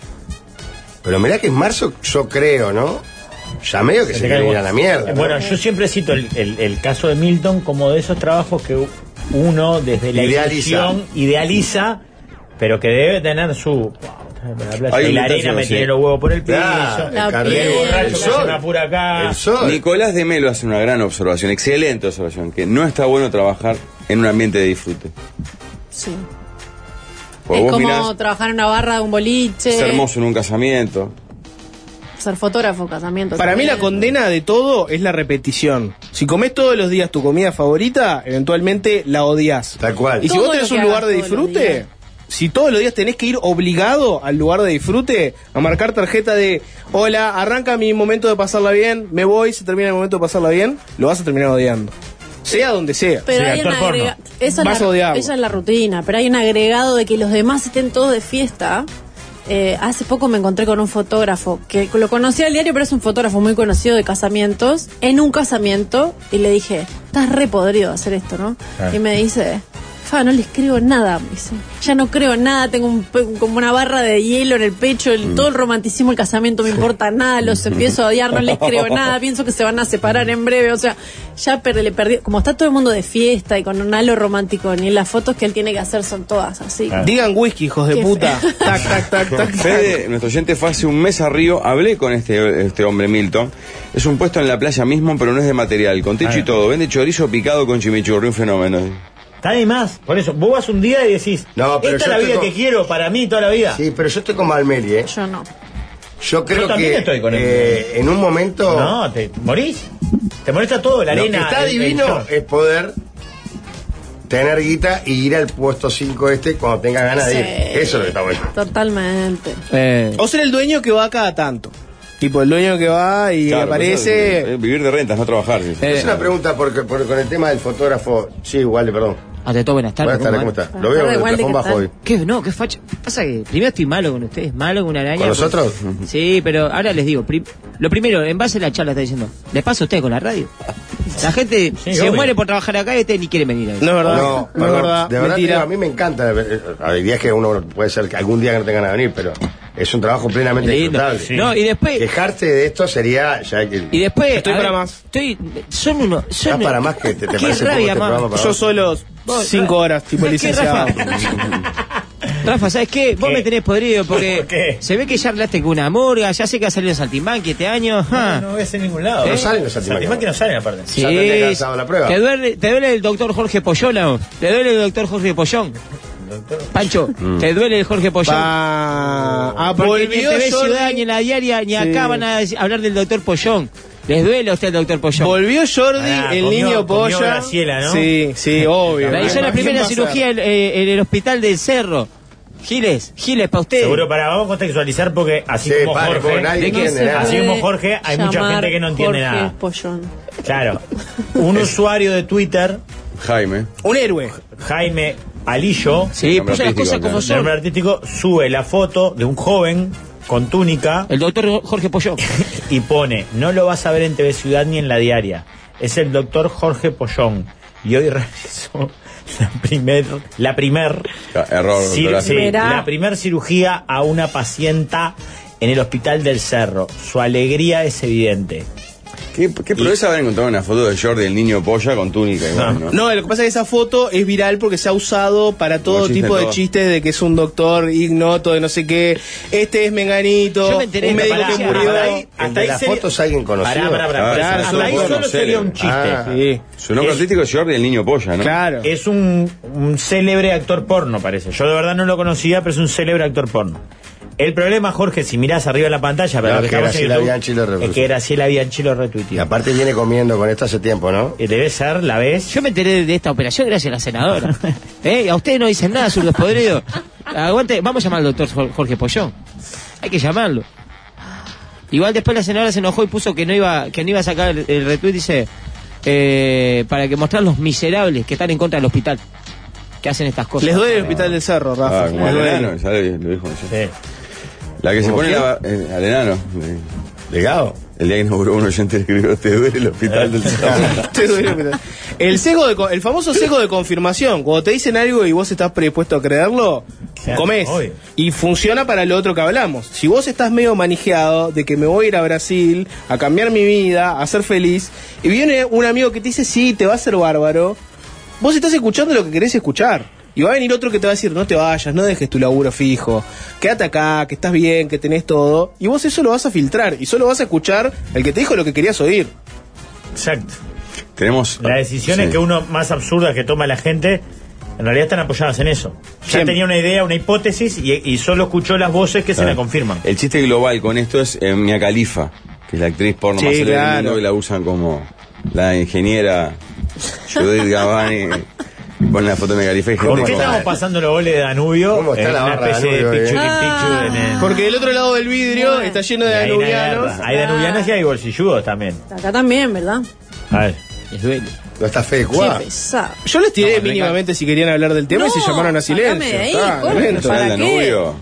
Pero mirá que en marzo, yo creo, ¿no? Ya medio que se, Te quiere cae ir a la mierda. ¿no? Bueno, yo siempre cito el, el- el caso de Milton como de esos trabajos que uno desde la Idealiza. ilusión idealiza, pero que debe tener su. wow, la playa, Hay y la arena limitaciones, me sí. tiene los huevos por el piso. Claro, La el carril, piel, el borracho el que hace sol, una pura acá. El sol. Nicolás de Melo hace una gran observación, excelente observación, que no está bueno trabajar en un ambiente de disfrute. Sí. Porque es Pues vos como mirás, trabajar en una barra de un boliche. es hermoso en un casamiento. Ser fotógrafo, casamiento. Para mí la también. condena de todo es la repetición. Si comes todos los días tu comida favorita, eventualmente la odias. Tal cual. Y si Todo vos lo tenés que un hagas lugar de todos los disfrute, días. si todos los días tenés que ir obligado al lugar de disfrute, a marcar tarjeta de, hola, arranca mi momento de pasarla bien, me voy, se termina el momento de pasarla bien, lo vas a terminar odiando. Sea donde sea. Pero Sí, hay actor un porno. agrega- esa, es Vas a la, odiarlo. esa es la rutina, pero hay un agregado de que los demás estén todos de fiesta. Eh, hace poco me encontré con un fotógrafo que lo conocía al diario, pero es un fotógrafo muy conocido de casamientos. En un casamiento, y le dije, estás re podrido de hacer esto, ¿no? Ah. Y me dice, Faba, no les creo nada. me dice. Ya no creo en nada, tengo un pe- como una barra de hielo en el pecho, el- todo el romanticismo, el casamiento, me importa nada, los empiezo a odiar, no les creo nada, pienso que se van a separar en breve, o sea, ya per- le perdí. Como está todo el mundo de fiesta y con un halo romántico, ni las fotos que él tiene que hacer son todas así. Ah. Digan whisky, hijos de Qué puta. Tac, tac, tac, tac. tac. Fede, nuestro oyente fue hace un mes a Río, hablé con este, este hombre Milton. Es un puesto en la playa mismo, pero no es de material, con techo y todo. Vende chorizo picado con chimichurri, un fenómeno. Está de más. Por eso, vos vas un día y decís, No, pero esta es yo la vida estoy con- que quiero para mí toda la vida. Sí, pero yo estoy con Valmeri, ¿eh? Yo no. Yo creo también que estoy con él. eh, en un momento No, te morís. Te molesta todo, la lo arena. que está el- el divino short. es poder tener guita y ir al puesto 5 este cuando tengas ganas de ir. Sí. Eso es lo que está bueno. Totalmente. O ser el dueño que va cada tanto. Tipo, el dueño Eh, que va y Claro, aparece. eh, Vivir de rentas, no trabajar. sí. Es una pregunta porque, porque con el tema del fotógrafo. Sí, igual, perdón. Ante todo, buenas tardes. Buenas tardes, ¿cómo van? está? Lo veo Buenas con el tardes, plafón bajo Walde, hoy. ¿Qué? No, qué facha. Pasa que primero estoy malo con ustedes, malo con una araña. ¿Con pues- nosotros? Sí, pero ahora les digo, pri- lo primero, en base a la charla está diciendo, les pasa a ustedes con la radio. La gente Sí, se obvio. muere por trabajar acá y ustedes ni quieren venir. No es verdad. No, No, no, es verdad. de verdad, Mentira. digo, a mí me encanta. eh, Hay días que uno puede ser que algún día que no tenga ganas de venir, pero es un trabajo plenamente Lindo. disfrutable. No, y después- Quejarte de esto sería ya que. Y después. Estoy a para más. Estoy, son unos. Son Ya para unos- más que te, te qué parece poco rabia, este ma. programa para Yo vos. solo Vos, cinco Ra- horas, tipo ¿Sabés qué, licenciado. Rafa, ¿sabes qué? Vos ¿Qué? me tenés podrido porque ¿Por qué? se ve que ya hablaste con una morga, ya sé que ha salido Saltimbanqui este año. ajá. No, no ves en ningún lado. No ¿eh? salen los Saltimbanqui. Saltimbanqui no salen aparte. Sí. Ya tendría que haber dado la prueba. ¿Te duele, te duele el doctor Jorge Pollón, ¿no? ¿Te duele el doctor Jorge Pollón? Pancho, Mm. ¿te duele el Jorge Pollón? Va. Ah, Porque volvió ni en TV Jordi- Ciudad, ni en la diaria, ni Sí. acá van a dec- hablar del doctor Pollón. ¿Les duele a usted el doctor Pollón? Volvió Jordi, Ah, el comió- niño comió polla. Graciela, ¿no? Sí, sí, obvio. La hizo la ¿Quién va primera a cirugía en, ser? eh, en el hospital del Cerro. Giles, Giles, para usted. Seguro, para, vamos a contextualizar porque así Sí, como para, porque Jorge. nadie ¿de qué entiende se nada. Así como Puede Jorge, hay mucha llamar gente que no entiende Jorge nada. Pollón. Claro. Un usuario de Twitter, Jaime. Un héroe. Jaime Alillo, Sí, Nombre puso las cosas artístico, como claro. su nombre son. artístico, sube la foto de un joven con túnica El doctor Jorge Pollón. y pone, no lo vas a ver en TV Ciudad ni en la diaria. Es el doctor Jorge Pollón. Y hoy realizó la primer, la primer Ah, Error. Sí, doctora. sí, Mirá. la primer cirugía a una pacienta en el hospital del Cerro. Su alegría es evidente. ¿Qué, qué proeza haber encontrado una foto de Jordi, el niño polla, con túnica igual, ¿no? No, lo que pasa es que esa foto es viral porque se ha usado para todo chiste tipo en de todo. chistes de que es un doctor ignoto, de no sé qué. Este es Menganito, Yo me enteré un de médico esta que parada. murió. Hasta ahí- El de hasta ahí las sería- fotos alguien conocido. Pará, pará, pará, Ah, pará. claro, Hasta ahí solo solo conocer. sería un chiste. Ah. Sí, Su nombre Es- artístico es Jordi, el niño polla, ¿no? claro. Es un, un célebre actor porno, parece. Yo de verdad no lo conocía, pero es un célebre actor porno. El problema, Jorge, si mirás arriba de la pantalla, para No, los que que estamos en Graciela YouTube, Bianchi lo es reproduce. que Graciela Bianchi lo Y retuiteó. aparte viene comiendo con esto hace tiempo, ¿no? Eh, Debe ser, la vez. Yo me enteré de esta operación gracias a la senadora. ¿Eh? A ustedes no dicen nada, zurdos podridos. Aguante, vamos a llamar al doctor Jo- Jorge Pollón. Hay que llamarlo. Igual después la senadora se enojó y puso que no iba, que no iba a sacar el, el retweet, dice, eh, para que mostrar los miserables que están en contra del hospital, que hacen estas cosas. Les doy el hospital del cerro, Rafa. Ah, como Les el doy. enano, ya lo, lo dijo. ya. Sí. La que se ¿Cómo pone qué? la, eh, al enano. eh, Legado. El día que inauguró un oyente le escribió, te duele el hospital Eh. del cerro. Te doy el hospital. El sesgo de co- el famoso sesgo de confirmación, cuando te dicen algo y vos estás predispuesto a creerlo, Claro, comés. obvio. Y funciona para lo otro que hablamos. Si vos estás medio manijeado de que me voy a ir a Brasil a cambiar mi vida, a ser feliz, y viene un amigo que te dice, "Sí, te va a ser bárbaro." Vos estás escuchando lo que querés escuchar. Y va a venir otro que te va a decir, "No te vayas, no dejes tu laburo fijo. Quédate acá, que estás bien, que tenés todo." Y vos eso lo vas a filtrar y solo vas a escuchar el que te dijo lo que querías oír. Exacto. Tenemos. Las decisiones sí. que uno más absurdas que toma la gente, en realidad están apoyadas en eso. Ya Siempre. tenía una idea, una hipótesis y, y solo escuchó las voces que se Ah. la confirman. El chiste global con esto es eh, Mia Khalifa, que es la actriz porno Sí, más célebre claro. del mundo, que la usan como la ingeniera Judith Gavani. Con la foto de Mia Khalifa y gente ¿Por qué como- estamos pasando los goles de Danubio? ¿Cómo está en la una barra de especie de Danubio, picture in eh? picture en el- Porque del otro lado del vidrio Bueno. está lleno Y de ahí no hay danubianos. guerra. Hay danubianos y hay bolsilludos también. Acá también, ¿verdad? A ver. Les duele. No Ah. está fe de Qué Cuba. pesado. Yo les tiré mínimamente Eh, si querían hablar del tema y No, se llamaron a sacame silencio. Ah, de ahí, Está, Jorge. ¿No tremendo. sale ¿Para el Danubio?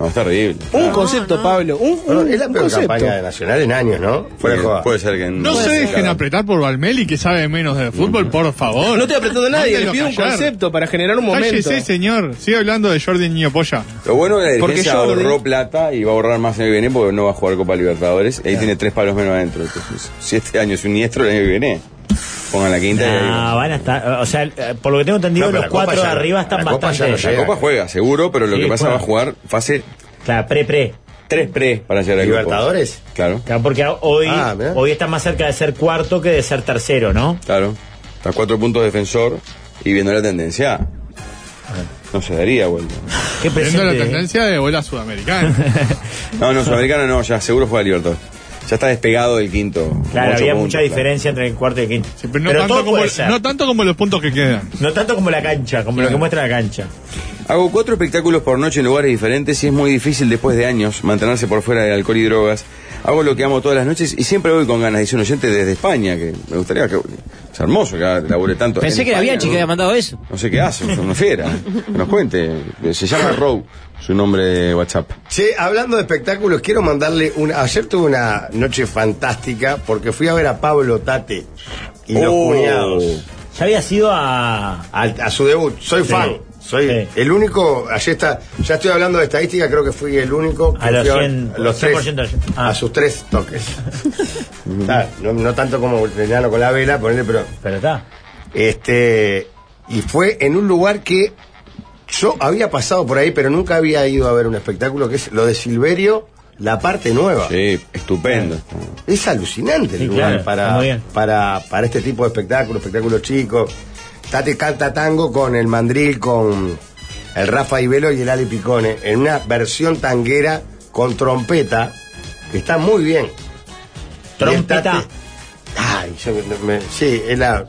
No, es terrible. Un No, concepto, no. Pablo. Un, un- Bueno, es la un peor concepto. campaña de Nacional en años, ¿no? Fuera de joda. puede ser que en- No se dejen Claro. apretar por Valmeli, que sabe menos de fútbol, por favor. No te apretó de nadie, le Mándelo pido un callar. concepto para generar un momento. Cállese, señor. Sigue hablando de Jordi Niño Polla. Lo bueno es que la Porque dirigencia yo- ahorró plata y va a ahorrar más el año que viene porque no va a jugar Copa Libertadores. Ahí tiene tres palos menos adentro. Entonces, si este año es un niestro, el año que viene pongan la quinta y ahí va. No, van a estar. O sea, eh, por lo que tengo entendido, No, pero los la Copa cuatro de ya- arriba están la Copa ya bastante. no La llega. Copa juega, seguro, pero lo Sí, que pasa juega. va a jugar fase Claro, pre-pre. 3 pre para llegar a grupos. ¿Libertadores? Claro, Claro, porque a- hoy, Ah, mirá. hoy está más cerca de ser cuarto que de ser tercero, ¿no? claro. A cuatro puntos defensor y viendo la tendencia. No se daría vuelta. Qué Viendo la presente, eh. tendencia de bola sudamericana. No, no, Sudamericana no, ya seguro juega Libertadores. Ya está despegado del quinto. Claro, Ocho había puntos, mucha claro. diferencia entre el cuarto y el quinto. Sí, pero pero no, tanto todo como, puede ser. no tanto como los puntos que quedan. No tanto como la cancha, como lo que muestra la cancha. Hago cuatro espectáculos por noche en lugares diferentes y es muy difícil después de años mantenerse por fuera de alcohol y drogas. Hago lo que amo todas las noches y siempre voy con ganas, dice un oyente desde España, que me gustaría que... Es hermoso que labure tanto. Pensé en que era España, Bianchi ¿no? que había mandado eso. No sé qué hace, es una fiera. Que nos cuente. Se llama Row, su nombre de WhatsApp. Che, hablando de espectáculos, quiero mandarle una. Ayer tuve una noche fantástica porque fui a ver a Pablo Tate y los Oh. cuñados. Ya había sido a. Al- a su debut. Soy Sí. fan. Soy Sí. el único. Allí está. Ya estoy hablando de estadística, creo que fui el único. que A los fui ver 100, a los 100% tres, ah. a sus tres toques. Ah, no, no tanto como el enano con la vela, ponele, pero. Pero está. Este. Y fue en un lugar que yo había pasado por ahí, pero nunca había ido a ver un espectáculo que es lo de Silverio, la parte nueva. Sí, estupendo. Es alucinante el Sí, lugar claro, está muy para, bien. para, para este tipo de espectáculos, espectáculos chicos. Tate canta tango con el mandril, con el Rafa Ibelo y el Ali Picone, en una versión tanguera con trompeta, que está muy bien. Trompeta. Y el Tate- Ay, yo me- me- sí, es la.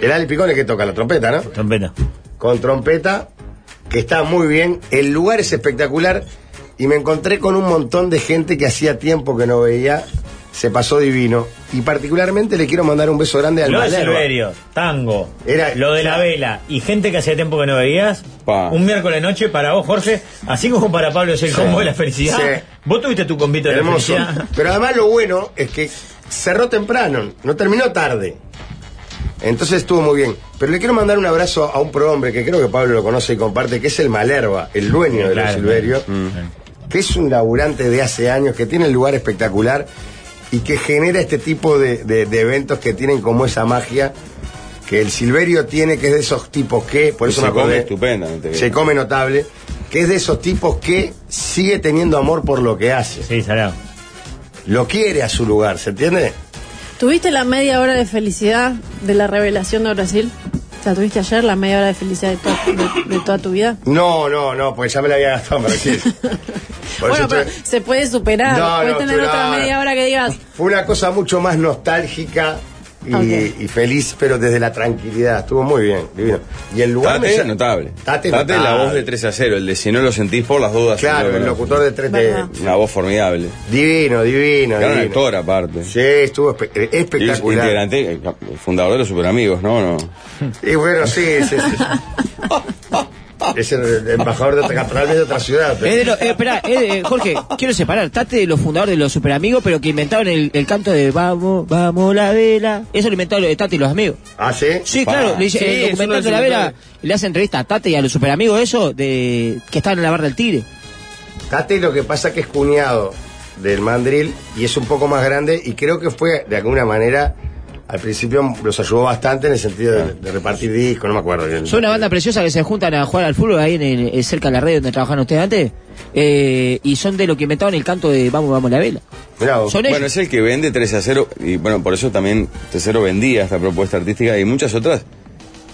El Ali Picone que toca la trompeta, ¿no? Trompeta. con trompeta, que está muy bien. El lugar es espectacular y me encontré con un montón de gente que hacía tiempo que no veía. Se pasó divino. Y particularmente le quiero mandar un beso grande al Lo de Malerba. Silverio, tango, Era- lo de la vela y gente que hacía tiempo que no veías. Pa. Un miércoles noche para vos, Jorge, así como para Pablo es el combo de la felicidad. Sí. Vos tuviste tu convito de la Hermoso. felicidad. Pero además lo bueno es que cerró temprano, no terminó tarde. Entonces estuvo muy bien. Pero le quiero mandar un abrazo a un prohombre que creo que Pablo lo conoce y comparte, que es el Malerba, el dueño de Claro. Mm. los Silverio. Mm. que es un laburante de hace años, que tiene el lugar espectacular y que genera este tipo de, de- de eventos que tienen como esa magia que el Silverio tiene, que es de esos tipos que, por Y eso se me acordé, come estupendamente bien. se come notable, que es de esos tipos que sigue teniendo amor por lo que hace, Sí, salado. lo quiere a su lugar, ¿se entiende? ¿Tuviste la media hora de felicidad de la revelación de Brasil? ¿La tuviste ayer, la media hora de felicidad de, toda- de- de toda tu vida? No, no, no, porque ya me la había gastado para decir. Por bueno, eso pero estoy- se puede superar. No, Puedes no, tener tú- otra no. media hora que digas, Fue una cosa mucho más nostálgica y, Ok. y feliz, pero desde la tranquilidad. Estuvo muy bien, divino. Y el lugar Tate, me- notable. Tate, la notable. voz de 3 a 0, el de si no lo sentís por las dudas. Claro, el locutor de 3 Verdad. Una voz formidable. Divino, divino. Gran divino. actor aparte. Sí, estuvo espe- eh, Y es espectacular. integrante, eh, fundador de los superamigos, ¿no? no. Y bueno, sí, es, es, es el embajador de otra capital de otra ciudad. pero- Es de lo- eh, esperá, es de- eh, Jorge, quiero separar. Tate de los fundadores de los superamigos, pero que inventaron el, el canto de Vamos, vamos la vela. Eso lo inventaron eh, Tate y los amigos. Ah, sí. Sí, Pa. claro. Le, Sí, el es uno de documental los de la vela inventores. le hace entrevista a Tate y a los superamigos, eso, de que estaban en la barra del tigre. Tate lo que pasa que es cuñado del mandril y es un poco más grande y creo que fue de alguna manera al principio los ayudó bastante en el sentido de, de repartir discos, no me acuerdo. bien. Son una banda preciosa que se juntan a jugar al fútbol ahí en el- eh, cerca de la red donde trabajaban ustedes antes. eh, y son de lo que inventaron el canto de Vamos, vamos la vela. Mirá vos. Son ellos. Bueno, es el que vende 3 a 0 y bueno, por eso también 3 a 0 vendía esta propuesta artística y muchas otras.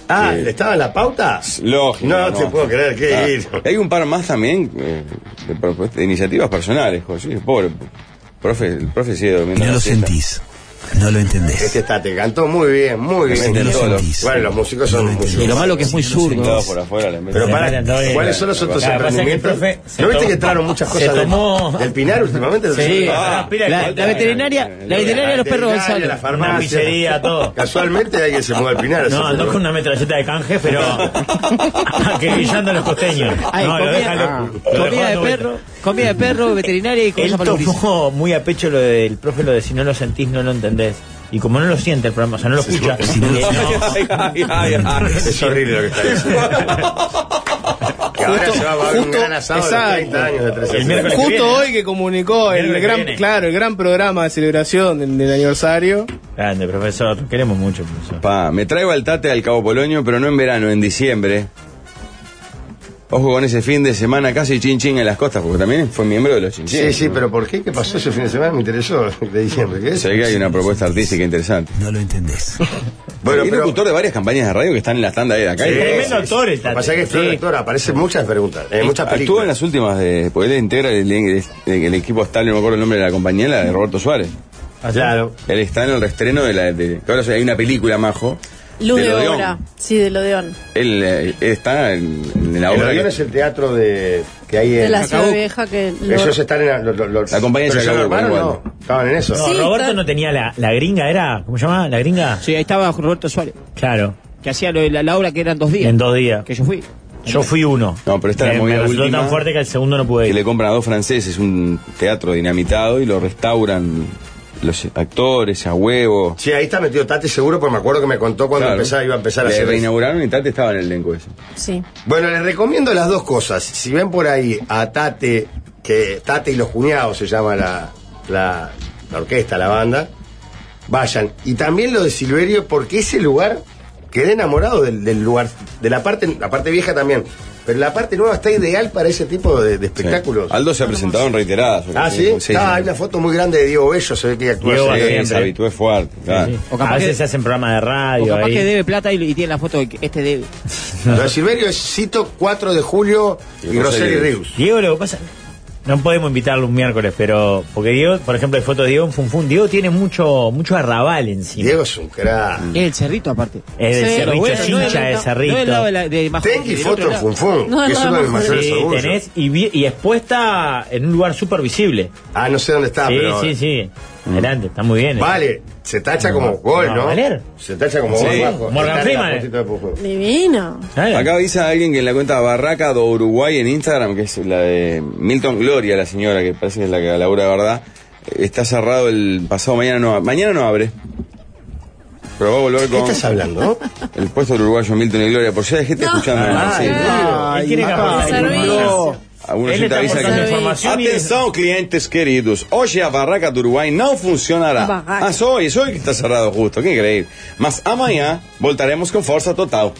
Ah, Sí. ¿le estaba en la pauta? Lógico. No, te puedo creer, qué Ah, lindo. Hay un par más también eh, de, propuestas- de iniciativas personales, José. Pobre. Profe, el profe sigue durmiendo. No la lo siesta. sentís. No lo entendés. Este está, te cantó muy bien, muy bien. Entendí todo lo- Bueno, los músicos son músicos. Y lo malo que es muy zurdo. Todo por afuera les meten. Pero para, Meten todo bien. ¿cuáles son los otros Claro, pasa que el emprendimientos? profe se ¿No viste tomó- que entraron muchas se cosas del- tomó- del Pinar últimamente? Sí, Ah, aspira que- La, la veterinaria, la veterinaria de los perros veterinaria, Gonzalo. La farmacia. Una pizzería, todo. Casualmente hay que se mueve al Pinar. No, eso, andó pero- con una metralleta de canje, pero acribillando a los costeños. Ay, no, lo deja Ah. comida, loco. Lo dejó comida de dando vuelta. perro, comida de perro, veterinaria y Él cosas para los gurises. tomó muy a pecho lo del profe, lo de si no lo sentís, no lo entendés. Y como no lo siente el programa, o sea, no lo escucha. eh, no. Ay, ay, ay, ay. Es horrible lo que está diciendo. Que ahora Justo- se va a pagar un justo- gran asado de exacto. 30 años de El 13. miércoles que Justo viene, ¿no? hoy que comunicó Miércoles el que gran, viene. claro, el gran programa de celebración del, del aniversario. Grande, profesor. lo Queremos mucho, profesor. Pa, me traigo al Tate al Cabo Polonio, pero no en verano, en diciembre. Ojo con ese fin de semana casi chin chin en las costas, porque también fue miembro de los chin chin. Sí, sí, pero ¿por qué? ¿Qué pasó ese fin de semana? Me interesó de diciembre. ¿Qué es? Se ve que hay una propuesta artística interesante. No lo entendés. Bueno, Bueno, es pero- locutor de varias campañas de radio que están en la tanda de acá. Sí, Tremendo sí, actor sí. el Tate. Lo que pasa es que es flor de Sí. actor, aparece en muchas preguntas, en muchas Actúa en películas. las últimas de. Porque él integra el, el- el equipo estable, no me acuerdo el nombre de la compañía, la de Roberto Suárez. Ah, Claro. Él está en el restreno de la. De, que ahora hay una película, majo. Luz del de Odeón. obra. Sí, del Odeón. Él, eh, está en, en la El obra. Odeón que- es el teatro de, que hay De en la ciudad Chacabuco. vieja que. lo- Ellos están en la, lo- lo- lo- La compañía de ¿Pero son Chacabuco, hermanos, igual. no? Estaban en eso. No, Sí, Roberto está- no tenía la, la gringa, ¿era? ¿Cómo se llamaba? ¿La gringa? Sí, ahí estaba Roberto Suárez, Claro. que hacía lo de la, la obra que eran dos días. En dos días. Que yo fui. Yo fui uno. No, pero esta me, era la movida me resultó última. tan fuerte que al segundo no pude que ir. le compran a dos franceses un teatro dinamitado y lo restauran los actores a huevo. Sí, ahí está metido Tati seguro, porque me acuerdo que me contó cuando Claro. empezaba, iba a empezar a Le hacer eso. reinauguraron y Tate estaba en el elenco ese. Sí. Bueno, les recomiendo las dos cosas. Si ven por ahí a Tate, que Tate y los cuñados se llama la, la, la orquesta, la banda, vayan. Y también lo de Silverio, porque ese lugar, quedé enamorado del, del lugar, de la parte, la parte vieja también. Pero la parte nueva está ideal para ese tipo de, de espectáculos. Ah, Sí. Aldo se ha presentado en reiteradas. Ah, sí, Sí, Ah, hay una foto muy grande de Diego Bello, se ve que actúa. Diego ese- Bello. se habitué fuerte. claro. Sí. O capaz A veces que- se hacen programas de O radio. capaz ahí. que debe plata y, y tiene la foto de que este debe. Lo de Silverio es Cito 4 de julio y, Y Roseli Roseli Rius. Diego, lo que pasa. No podemos invitarlo un miércoles, pero. Porque Diego, por ejemplo, hay fotos de Diego en Funfun. Diego tiene mucho mucho arrabal encima. Diego es un crack. Es el cerrito aparte. Es de Sí, cerrito, bueno, es no hincha es- de no- cerrito. No del lado de, la, de Majorque, Tengo y del foto otro en lado. Fun Fun, No, que es no, uno de mis no, mayores Sí, orgullos. tenés y, vi- y expuesta en un lugar súper visible. Ah, no sé dónde está, sí, pero. Mm. sí, sí. Adelante, está muy bien. eh. Vale, se tacha como gol, no, ¿no? valer. Se tacha como Sí. gol bajo. Morgan Está en la Freeman, ¿eh? fotito de Pujol. Divino. Claro. Acá avisa alguien que en la cuenta Barraca do Uruguay en Instagram, que es la de Milton Gloria, la señora, que parece que es la que labura de verdad, eh, está cerrado el pasado mañana. no Mañana no abre. Pero va a volver ¿Qué con estás hablando? el puesto del uruguayo Milton y Gloria. Por si hay gente No. escuchando. Ah, Sí. no. Él tiene que aportar servicio. información. Algunos Él te está avisa que- aportando información y- Atención, clientes queridos. Hoy a Barraca de Uruguay no funcionará. Barraca. Ah, hoy, es hoy que está cerrado justo. Qué increíble. Mas mañana voltaremos con fuerza total.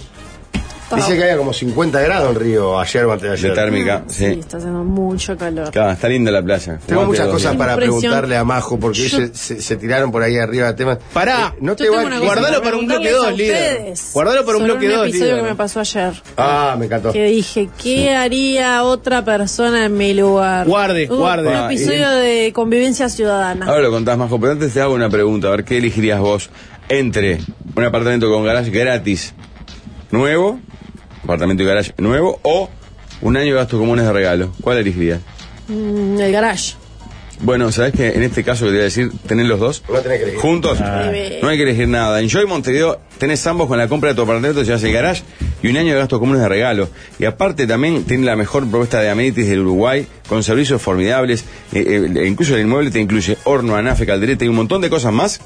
Dice que había como 50 grados en Río ayer o antes de De ayer. térmica. Sí, Sí. está haciendo mucho calor. Claro, está linda la playa. Tengo Fumate muchas dos cosas mil. para Impresión. preguntarle a Majo porque Yo- ellos se, se tiraron por ahí arriba de temas. Pará. Eh, no Yo te tengo va- una cosa Guardalo para un bloque preguntarles a 2, líder. ustedes. Guardalo para un Sobre bloque un 2, episodio líder. que me pasó ayer. Ah, me encantó. Que dije, ¿qué haría otra persona en mi lugar? Guarde, Un- guarde. Un Ah, episodio de convivencia ciudadana. Ahora lo contás, Majo, pero antes te hago una pregunta. A ver, ¿qué elegirías vos entre un apartamento con garage gratis nuevo, apartamento y garage nuevo, o un año de gastos comunes de regalo? ¿Cuál elegirías? Mm, el garage. Bueno, sabes que en este caso que te voy a decir, tenés los dos No tenés que elegir. juntos. No hay que elegir nada. En Joy Montevideo tenés ambos con la compra de tu apartamento, llevas el garage y un año de gastos comunes de regalo. Y aparte también tiene la mejor propuesta de amenities del Uruguay, con servicios formidables. Eh, eh, incluso el inmueble te incluye horno, anafe, caldereta y un montón de cosas más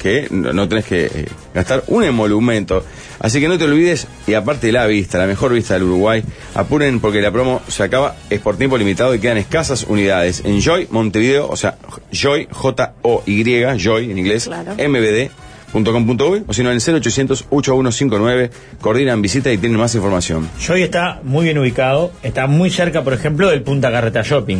que no, no tenés que eh, gastar un emolumento. Así que no te olvides, y aparte la vista, la mejor vista del Uruguay, apuren porque la promo se acaba, es por tiempo limitado y quedan escasas unidades. En Joy Montevideo, o sea, Joy, J-O-Y, Joy en inglés, Claro. mbd.com.ar .com.uy o si no en el 0800-8159 coordinan visita y tienen más información. Joy está muy bien ubicado, está muy cerca, por ejemplo, del Punta Carreta Shopping.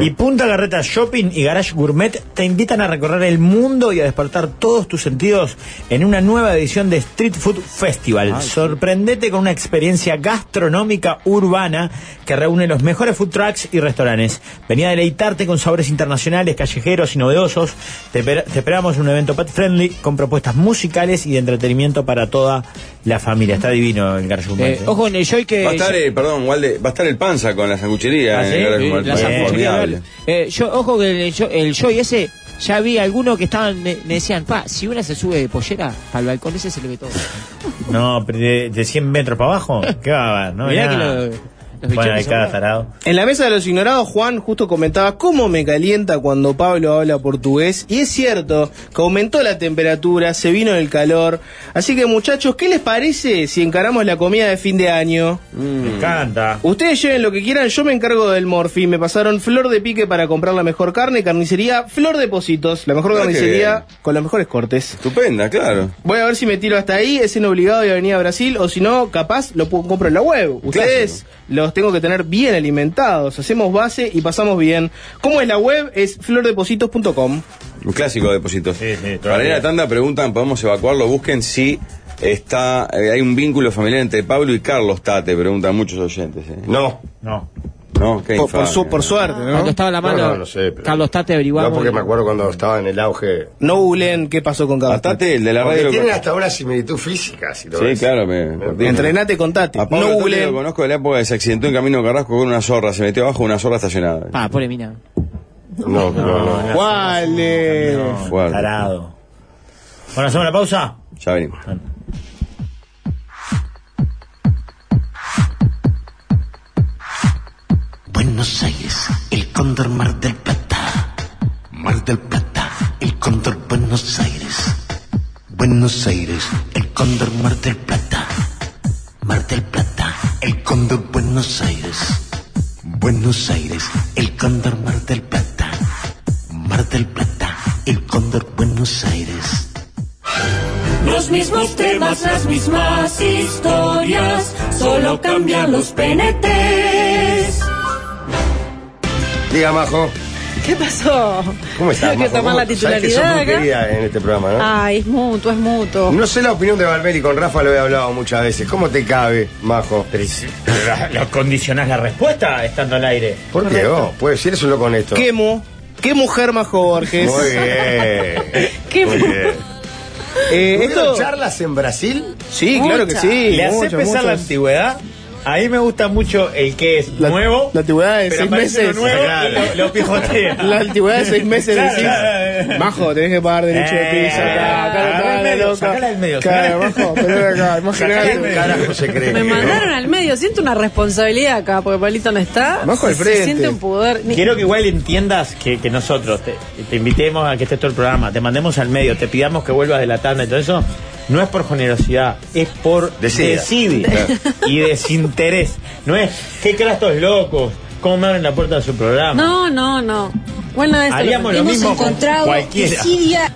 Y Punta Carreta Shopping y Garage Gourmet te invitan a recorrer el mundo y a despertar todos tus sentidos en una nueva edición de Street Food Festival. Sorprendete con una experiencia gastronómica urbana que reúne los mejores food trucks y restaurantes. Vení a deleitarte con sabores internacionales, callejeros y novedosos. Te, per- te esperamos en un evento pet friendly con propuestas musicales y de entretenimiento para toda la familia. Está divino el Garage Gourmet. Eh, ¿eh? ojo en el Joy que. Va a estar, eh, perdón, Walde, va a estar el panza con la sanguchería ¿Ah, en sí? el horario Sí, comercial. La Bien. sanguchería Formidable. Gol. Eh, yo, ojo que el, yo- el Joy ese, ya vi algunos que estaban, me, me decían, pa, si una se sube de pollera, para el balcón ese se le ve todo. No, pero de, de 100 metros para abajo, ¿qué va a haber? No, Mirá hay que nada. lo- los Bueno, bichotes hay son cada bravos. tarado. En la mesa de los ignorados, Juan justo comentaba cómo me calienta cuando Pablo habla portugués. Y es cierto que aumentó la temperatura, se vino el calor. Así que muchachos, ¿qué les parece si encaramos la comida de fin de año? Mm. Me encanta. Ustedes lleven lo que quieran, yo me encargo del morfi. Me pasaron flor de pique para comprar la mejor carne, carnicería, flor de positos, la mejor Ah, qué carnicería bien. con los mejores cortes. Estupenda, claro. Voy a ver si me tiro hasta ahí, es en obligado y avenida Brasil, o si no, capaz lo pu- compro en la web. Ustedes los tengo que tener bien alimentados, hacemos base y pasamos bien. ¿Cómo es la web? Es flordepositos.com. Un clásico de depósitos. Sí, sí, todavía. Para ir a la tanda preguntan, ¿podemos evacuarlo? Busquen si está eh, hay un vínculo familiar entre Pablo y Carlos Tate, preguntan muchos oyentes. eh. No, No. No, qué Por, por infamia. su- por suerte, Cuando ¿no? estaba la No, mano, no, no sé, pero- Carlos Tate no averiguamos. porque me acuerdo cuando estaba en el auge. No googleen qué pasó con A cada Tate, el de la Porque radio. tienen lo- hasta una similitud física, si lo Sí, ves. claro, me- Pero- Entrenate con Tate. A No Pablo Tate lo googleen. conozco de la época que se accidentó en Camino Carrasco con una zorra, se metió abajo de una zorra estacionada. Pa, pobre mina. No, no, no. ¿Cuál es? No, Fuerte. tarado. Bueno, hacemos la pausa. Ya venimos. Buenos Aires, el cóndor Mar del Plata. Mar del Plata, el cóndor Buenos Aires. Buenos Aires, el cóndor Mar del Plata. Mar del Plata, el cóndor Buenos Aires. Buenos Aires, el cóndor Mar del Plata. Mar del Plata, el cóndor Buenos Aires. Los mismos temas, las mismas historias, solo cambian los penetes. Diga, Majo, ¿Qué pasó? ¿cómo estás, Tengo que Majo? tomar la ¿Cómo- sabés que sos titularidad muy acá. Ah. querida en este programa, ¿no? Ay, es mutuo, es mutuo. No sé la opinión de Valverde y con Rafa lo he hablado muchas veces. ¿Cómo te cabe, Majo? Pero si- pero la- ¿Lo condicionás la respuesta estando al aire? ¿Por qué vos? Pues si eres un loco honesto. Quemo. ¿Qué mujer más Borges? Muy bien. Qué Muy mu- bien. Eh, ¿Tuvieron esto... charlas en Brasil? Sí, claro que sí. ¿Le hace muchas, pesar la muchas. antigüedad? A mí me gusta mucho el que es La- nuevo. La antigüedad de pero seis aparece meses. uno nuevo y lo, lo pijotea. La antigüedad de seis meses Claro, decís, claro, claro. Majo, tenés que pagar derecho de Eh, piso acá, acá sacala no te del hagas medio, loca. sacala del medio, Claro, sacala del Majo, tenés acá, ¿Qué imaginate. carajo se cree? Me que- mandaron al medio, siento una responsabilidad acá, porque Pablito no está. Bajo al Se- frente. Se siente un poder. Ni- Quiero que igual entiendas que, que nosotros te, te invitemos a que estés todo el programa, te mandemos al medio, te pidamos que vuelvas de la tanda y todo eso, no es por generosidad, es por Desidia. desidia y desinterés. No es, qué crastos locos, cómo me abren la puerta de su programa. No, no, no. Bueno, eso Haríamos lo hemos mismo con encontrado cualquiera. desidia.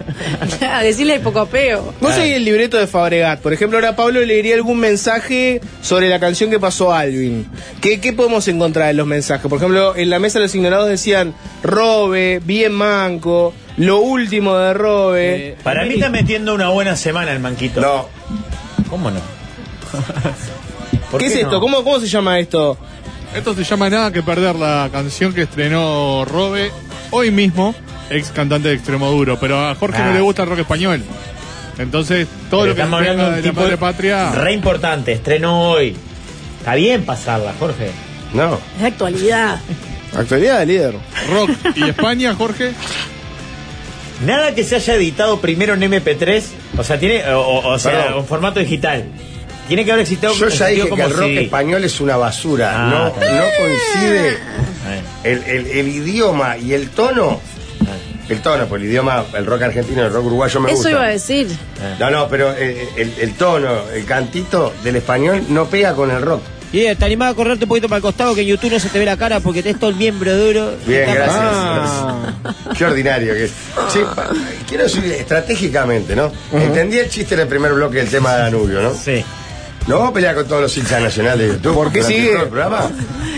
A decirle poco apeo. Vos seguís el libreto de Fabregat. Por ejemplo, ahora Pablo le diría algún mensaje sobre la canción que pasó Alvin. ¿Qué, ¿Qué podemos encontrar en los mensajes? Por ejemplo, en la mesa los ignorados decían Robe, bien manco, lo último de Robe. Eh, Para mí está metiendo una buena semana el manquito. No, ¿Cómo no? ¿Por ¿Qué, es no? esto? ¿Cómo, ¿Cómo se llama esto? Esto se llama Nada que Perder, la canción que estrenó Robe hoy mismo, ex cantante de Extremo Duro. Pero a Jorge Ah. no le gusta el rock español. Entonces, todo Pero lo que estamos se hablando de trata un de la tipo madre patria. re importante, estrenó hoy. Está bien pasarla, Jorge. no. Es de actualidad. Actualidad de líder. Rock y España, Jorge. Nada que se haya editado primero en MP3, o sea, tiene, o, o- o sea, Perdón. en formato digital. Tiene que haber existido Yo ya existido dije que el rock CD. español es una basura. Ah, no, está bien. no coincide Eh, el, el- el idioma y el tono. El tono, pues el idioma, el rock argentino, el rock uruguayo me Eso gusta. iba a decir. eh, No, no, pero eh, el, el tono, el cantito del español no pega con el rock. Y ella, te animaba a correrte un poquito para el costado que en YouTube no se te ve la cara porque tenés todo el miembro duro. Bien, Está- gracias. Ah. Qué ordinario que es. Sí, Ah. pa- quiero decir estratégicamente, ¿no? Entendí el chiste en el primer bloque del tema de Danubio, ¿no? Sí. No vamos a pelear con todos los hinchas nacionales de YouTube. ¿Por qué sigue? El programa?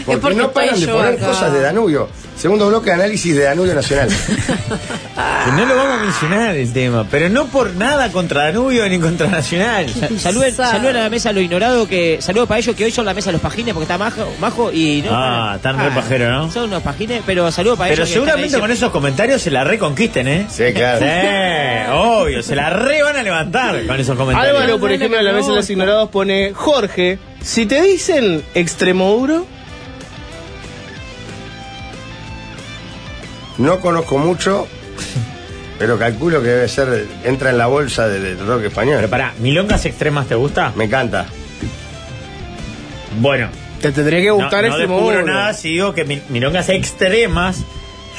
Porque, porque no estoy paran de yo poner acá. cosas de Danubio. Segundo bloque de análisis de Danubio Nacional. Que no lo vamos a mencionar el tema, pero no por nada contra Danubio ni contra Nacional. Sa- Saluden, Pisado. saluden a la mesa a lo ignorado que. Saludos para ellos que hoy son la mesa de los pajines porque está majo, majo y no. Ah, están re pajero, ¿no? Son unos pajines, pero saludos para Pero ellos. que están seguramente ahí con esos comentarios se la reconquisten, ¿eh? Sí, claro. Sí, obvio, se la re van a levantar con esos comentarios. Álvaro, por ejemplo, en la mesa de los ignorados pone Jorge, si te dicen Extremoduro, No conozco mucho, pero calculo que debe ser. Entra en la bolsa del del rock Pero español. pará, ¿milongas extremas te gusta? Me encanta. Bueno, te tendría que no, gustar este no descubro Extremoduro. nada si digo que mi- milongas extremas,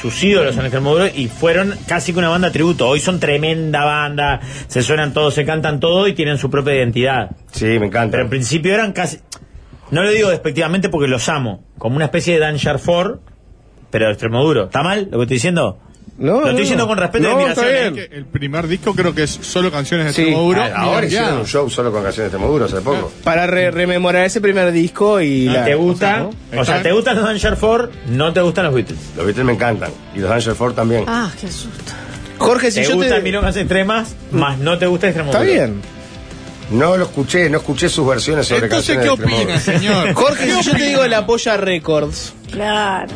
sus ídolos son Extremoduro y fueron casi que una banda tributo. Hoy son tremenda banda, se suenan todos, se cantan todo y tienen su propia identidad. Sí, me encanta. Pero en principio eran casi. No lo digo despectivamente porque los amo. Como una especie de Dan Sharford, pero de Extremoduro. ¿Está mal lo que estoy diciendo? No, lo no. estoy diciendo con respeto y No, está admiración. ¿eh? Ah, bien. El primer disco creo que es solo canciones de Sí. Extremo Duro. Ahora Mirá, hicieron un show solo con canciones de Moduro hace poco. Para re- rememorar ese primer disco y... No la- ¿Te gusta? o sea, O sea, ¿te gustan los Dan Sharford? No te gustan los Beatles. Los Beatles me encantan. Y los Angel Ford también. Ah, qué susto. ¿no? Jorge, si te yo gustan te... milongas extremas, más no te gusta Extremoduro. Está bien. No lo escuché, no escuché sus versiones sobre Entonces, canciones ¿qué de Extremoduro. opina, señor? Jorge, ¿Qué si yo te opina? digo la polla Records. Claro.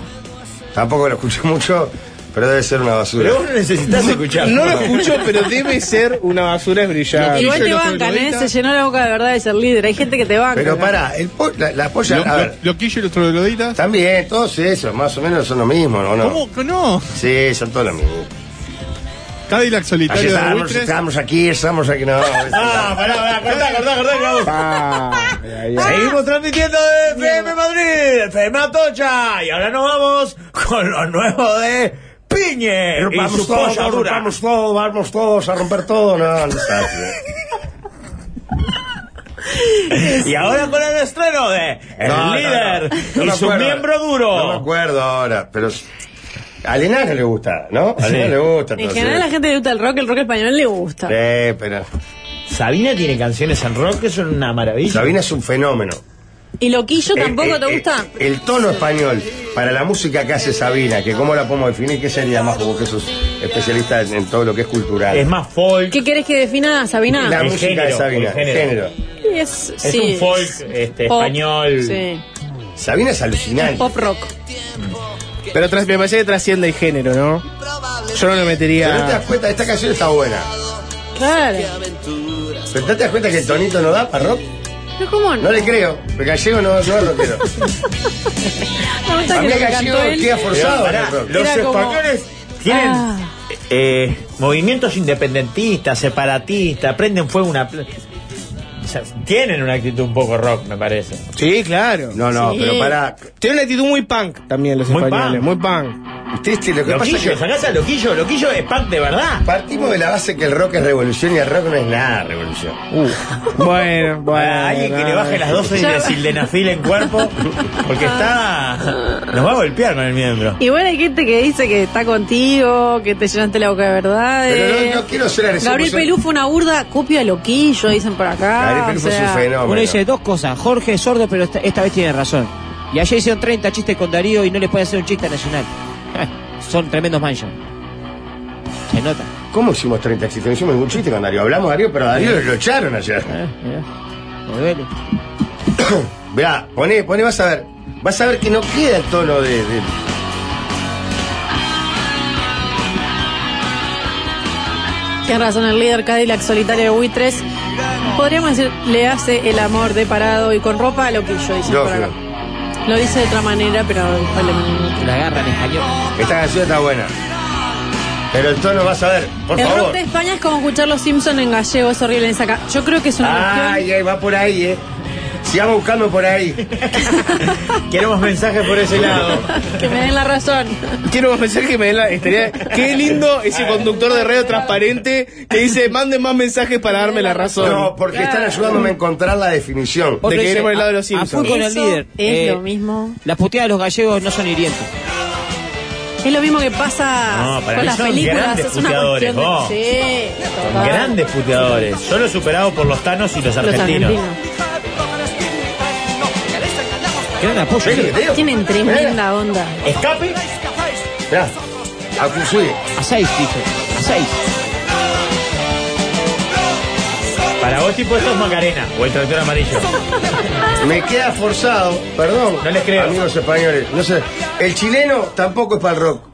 Tampoco lo escuché mucho, pero debe ser una basura. Pero vos no necesitas escuchar. No lo escucho, pero debe ser una basura es Ah, brillante. Lo Igual yo te no soy bancan, ¿eh? periodista. Se llenó la boca de verdad de ser líder. Hay gente que te banca. Pero acá. para, el po- la, la polla, Lo- a lo- ver, Loquillo y los trogloditas. también, todos esos, más o menos son lo mismo, ¿no? no? ¿Cómo que no? Sí, son todos lo mismo. Cadillac Allí solitario de estamos, buitres. estamos aquí, estamos aquí, no. Ah, pará, pará, cortá, cortá, cortá, que vamos. Ah, Seguimos transmitiendo de FM Madrid, FM Atocha. Y ahora nos vamos con lo nuevo de Piñe. Eh, Y Vamos su todos, polla dura. vamos todos, vamos todos a romper todo, no, no está bien. Y ahora con el estreno de El No, no, Líder no. No y me su acuerdo. miembro No me duro. acuerdo ahora, pero. A Lenano le gusta, ¿no? A Sí. Lenano le gusta. En todo, general, sí. la gente le gusta el rock, el rock español le gusta. Sí, pero. Sabina tiene canciones en rock que son una maravilla. Sabina es un fenómeno. ¿Y Loquillo tampoco Eh, eh, te gusta? eh, el tono español para la música que hace Sabina, que cómo la podemos definir, ¿qué sería más? Porque sos especialista en, en todo lo que es cultural. Es más folk. ¿Qué querés que defina, Sabina? la el música de género, Sabina, el el género. género. Es, Es sí, un folk es este, pop, español. Sí. Sabina es alucinante. Pop rock. Pero tras- me parece que trasciende el género, ¿no? Yo no lo Pero no te das metería. cuenta, esta canción está buena. Claro. Pero no te das cuenta que el tonito no da para rock. Pero ¿cómo no? No le creo, porque Gallego no, no es rockero. Me gusta A que mí lo que Gallego cantó él. queda forzado. en Pará, el rock. los Era como- españoles tienen Ah. eh, movimientos independentistas, separatistas, prenden fuego una... pla- O sea, tienen una actitud un poco rock, me parece. Sí, claro. No, no, Sí. pero para. Tiene una actitud muy punk también los Muy españoles, punk. muy punk. Triste, lo que pasa es Loquillo, que sacás a Loquillo, Loquillo es punk de verdad. partimos de la base que el rock es revolución y el rock no es nada revolución. Bueno, bueno. Ah, Para alguien que le baje las 12 Ya. de sildenafil en cuerpo, porque está. Nos va a golpear con el miembro. Igual hay gente que dice que está contigo, que te llenaste la boca de verdad. Pero no, no quiero ser agresivo. Gabriel soy- Pelú fue una burda copia de Loquillo, dicen por acá. Gabriel Pelú Ah, o fue sea, un fenómeno. Uno dice dos cosas. Jorge es sordo, pero esta, esta vez tiene razón. Y ayer hicieron 30 chistes con Darío y no le puede hacer un chiste a nacional. Son tremendos manchas. Se nota. ¿Cómo hicimos 30 chistes? No hicimos ningún chiste con Darío. Hablamos de Darío, pero a Darío lo echaron ayer. ¿eh? Mirá. Me duele. Mirá, poné, poné, vas a ver. Vas a ver que no queda el tono de. de- Tienes razón, el líder Cadillac solitario de Buitres. Podríamos decir, le hace el amor de parado y con ropa a Loquillo, dicen por Lógico. acá. Lo dice de otra manera, pero vale, Que La agarran en español. Esta canción está buena. Pero el tono vas a ver, por El rock favor. de España es como escuchar los Simpsons en gallego, es horrible. en esa ca- Yo creo que es una Ay, cuestión- ay, va por ahí, eh. Sigamos buscando por ahí. Queremos mensajes por ese lado. Que me den la razón. Quiero más mensajes que me den la estaría- Qué lindo ese conductor de radio transparente que dice, manden más mensajes para darme la razón. No, porque están ayudándome a encontrar la definición. Te Otro dice, queremos del lado de a- los a Simpsons. full con el Eso líder. es Eh, lo mismo. Las puteadas de los gallegos no son hirientes. Es lo mismo que pasa No, para con mí las son películas. grandes Es una puteadores, cuestión de- vos. Sí, total. Grandes puteadores. Solo superados por los tanos y los Los argentinos. argentinos. Gran apoyo. ¿Ves lo que te digo? Tienen Eh, tremenda onda. Escape. Mirá, a Kusui. A seis, dijo. A seis. Para vos, tipo, esto es Macarena o el tractor amarillo. Me queda forzado, perdón. No les creo. Amigos españoles, no sé. El chileno tampoco es para el rock.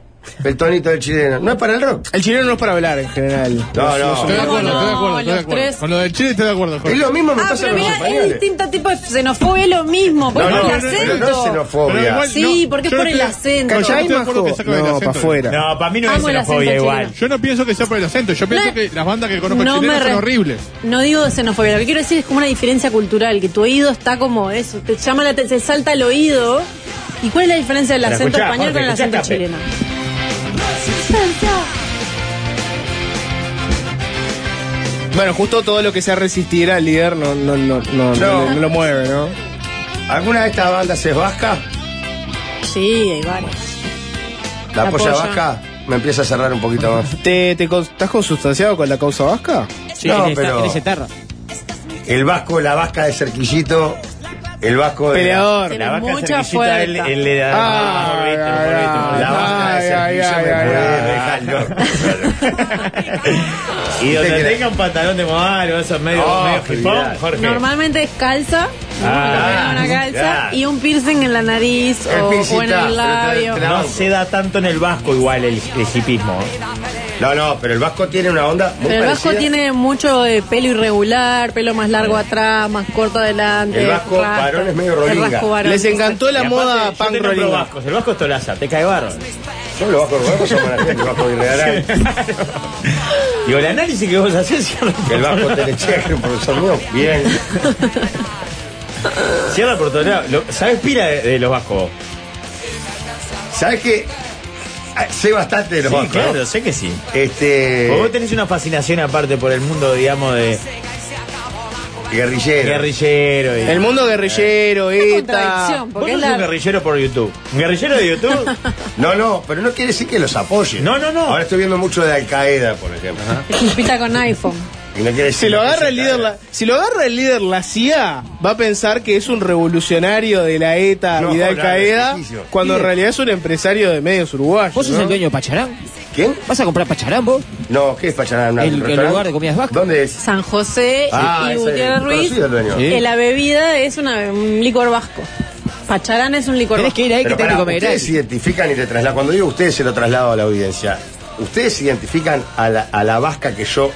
El tonito del chileno. No es para el rock. El chileno no es para hablar en general. No, no. Estoy de acuerdo, estoy de no, acuerdo, estoy de los tres. acuerdo. Con lo del Chile estoy de acuerdo, Es Jorge. lo mismo me Ah, pasa pero con los mira, es españoles. distinto tipo de xenofobia, es lo mismo. Porque No, no, es el no, pero no es acento. Pero xenofobia. igual, Sí, no, porque es yo no por el estoy- acento. Yo no estoy ¿Cachai, de acuerdo que majo? sacan el No, acento. para afuera. No, para mí no Amo el es acento xenofobia igual. chileno. Yo no pienso que sea por el acento, yo pienso No. que las bandas que conozco chilenas re- son horribles. No digo de xenofobia, lo que quiero decir es como una diferencia cultural, que tu oído está como eso, te llama la te, se salta el oído. ¿Y cuál es la diferencia del Pero acento escuchá, español Jorge, con el acento escuchá, Cape. chileno? Bueno, justo todo lo que sea resistir al líder no, no, no, no, no No. le- no lo mueve, ¿no? ¿Alguna de estas bandas es vasca? Sí, hay varias. La, La polla polla. vasca me empieza a cerrar un poquito más. ¿Te, te con- estás consustanciado con la causa vasca? Sí, No, en esta- pero- en ese tarra. El vasco, la vasca de cerquillito. El vasco de. Peleador. Tiene La vaca mucha cerquillita, él, fuerza. él le da. Ah, Morbito, ay, morbito, morbito. La vasca de Ay, cerquillito ay, me ay, puede dejar loco. Y ¿Usted donde cree? tenga un pantalón de modal o eso medio, Oh, medio hipón, olvidate. Jorge. Normalmente es calza, ¿no? Ah, una calza claro. y un piercing en la nariz El o, o en piercingita, pero el labio. te la- te No se da tanto en el vasco igual el, el hipismo. ¿eh? No, no, pero el vasco tiene una onda muy Pero el vasco parecida. tiene mucho de pelo irregular, pelo más largo atrás, más corto adelante. El vasco rasta. varón es medio El rolinga. vasco varón. Les encantó la Y aparte, moda yo punk te nombro rolling. vascos. El vasco es Tolaza, te cae barro. Yo lo vasco, los vascos son buena gente, el vasco de Villarreal. Digo, el análisis que vos hacés cierra, El vasco telecheque, un profesor mío. Bien. cierra por todos lados. Lo- ¿Sabés pila de, de los vascos? vos? ¿Sabes qué? Ah, Sé bastante de los Sí, vascos. ¿no? claro, sé que sí. Este. Vos tenés una fascinación aparte por el mundo, digamos, de Guerrillero. guerrillero. Y... El mundo guerrillero, Eh, eh. ETA. contradicción, Vos porque no es sos un la... guerrillero por YouTube. ¿Un guerrillero de YouTube? No, no, pero no quiere decir que los apoye. No, no, no. Ahora estoy viendo mucho de Al Qaeda, por ejemplo. Chupita con iPhone. Y no quiere Si decir lo que agarra sea el líder, Qaeda. la, si lo agarra el líder la CIA, va a pensar que es un revolucionario de la ETA No, y de Al no, Qaeda, no, no, no, no. cuando en realidad es un empresario de medios uruguayos. ¿Vos sos ¿no? el dueño de Pacharán? ¿Quién? ¿Vas a comprar Pacharán vos? Eh, No, ¿qué es Pachaná? ¿Un El- el restaurante? lugar de comidas vascas. ¿Dónde es? San José Ah, y ese es Gutiérrez Ruiz. conocido el dueño. Sí. que la bebida es una- un licor vasco. Pacharán es un licor Tenés vasco. que ir ahí que Pero tenés pará, que comer ustedes gratis. se identifican y te trasladan. Cuando digo ustedes, se lo traslado a la audiencia. Ustedes se identifican a la, a la vasca que yo.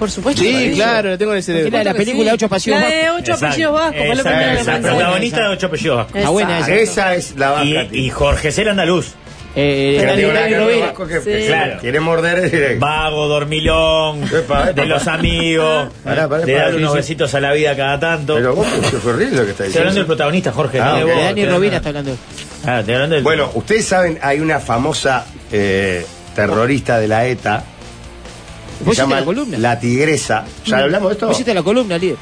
Por supuesto. que Sí, claro, lo tengo en el Que la de cerebro. la película sí. Ocho Pasiones La de Vascos. ocho Exacto. apellidos vascos. fue lo Exacto, primero que exacto. pensé. Protagonista de ocho apellidos vascos. Ah, buena esa. Esa es la vasca. Y, tío. y Jorge Cel Andaluz. Eh, Que no Dani- tengo nada Dani que ver con Rovira. vasco que- Sí. que- Claro. Quiere morder. eh, Vago, dormilón, Epa, epa. de los amigos, Ah, Pará, pará, de pará, dar unos sí, sí. besitos a la vida cada tanto. Pero vos, qué horrible lo que está Estoy hablando del diciendo. protagonista, Jorge, Ah, no de ok. vos. De Dani Estoy Rovira hablando- está hablando. Ah, estoy hablando del- Bueno, ustedes saben, hay una famosa eh, terrorista de la ETA. que Vos hiciste se llama la columna. La tigresa. ¿Ya hablamos de esto? Vos hiciste la columna, líder.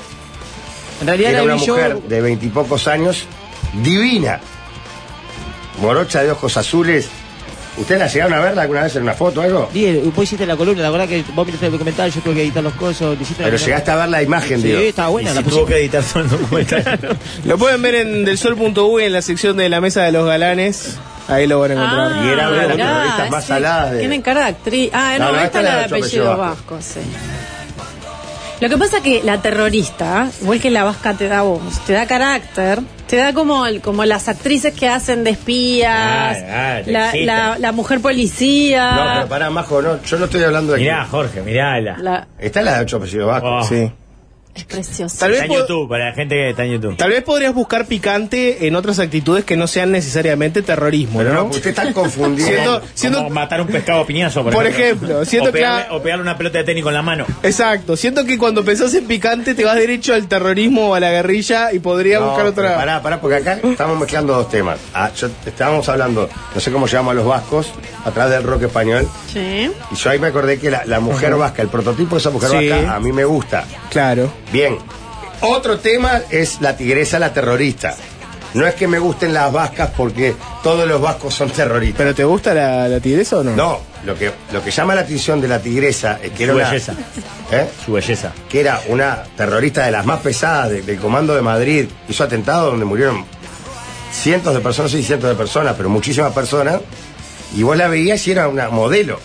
En realidad Era la una vi yo. mujer de veintipocos años, divina. Morocha de ojos azules. ¿Ustedes la llegaron a verla alguna vez en una foto o algo? Líder, vos hiciste la columna, la verdad que vos miraste el documental, yo tuve que editar los cosas. Pero llegaste a ver la imagen, Sí, digo. estaba Y buena si la tuvo pusiste. que editar su documental. Lo pueden ver en delsol.uy en la sección de la mesa de los galanes. Ahí lo van a encontrar. Ah, Y era una de las mirá, terroristas más sí. saladas de- Tienen cara de actriz. Ah, No, no, no, esta esta es es la de la de Ocho apellido Apellidos vasco, sí. Lo que pasa es que la terrorista, igual que la vasca te da voz, te da carácter, te da como, el- como las actrices que hacen de espías, Ah, ah, te la, excita. la- la mujer policía. No, pero pará, Majo, no, yo no estoy hablando de... mirá, Jorge, mirá. La... la- Está la de ocho apellidos vascos. Oh. Sí. Es precioso. Tal vez, Está en pod- YouTube, para la gente que está en YouTube. tal vez podrías buscar picante en otras actitudes que no sean necesariamente terrorismo, Pero ¿no? no, usted está confundido. Siendo- siendo- Como matar un pescado a piñazo, por, Por ejemplo, siento o pegarle, que la- o pegarle una pelota de tenis con la mano. Exacto, siento que cuando pensás en picante te vas derecho al terrorismo o a la guerrilla y podría No, buscar otra. pero Pará, pará, porque acá estamos mezclando dos temas. Ah, yo- estábamos hablando, no sé cómo llamamos a los vascos, atrás del rock español. Sí. Y yo ahí me acordé que la, la mujer vasca, el prototipo de esa mujer Sí. vasca, a mí me gusta. Claro. Bien. Otro tema es la tigresa, la terrorista. No es que me gusten las vascas porque todos los vascos son terroristas. ¿Pero te gusta la, la tigresa o no? No, lo que, lo que llama la atención de la tigresa es que era Su una- belleza. ¿Eh? Su belleza. que era una terrorista de las más pesadas de- del Comando de Madrid, hizo atentado donde murieron cientos de personas, sí, cientos de personas, pero muchísimas personas, y vos la veías y era una modelo.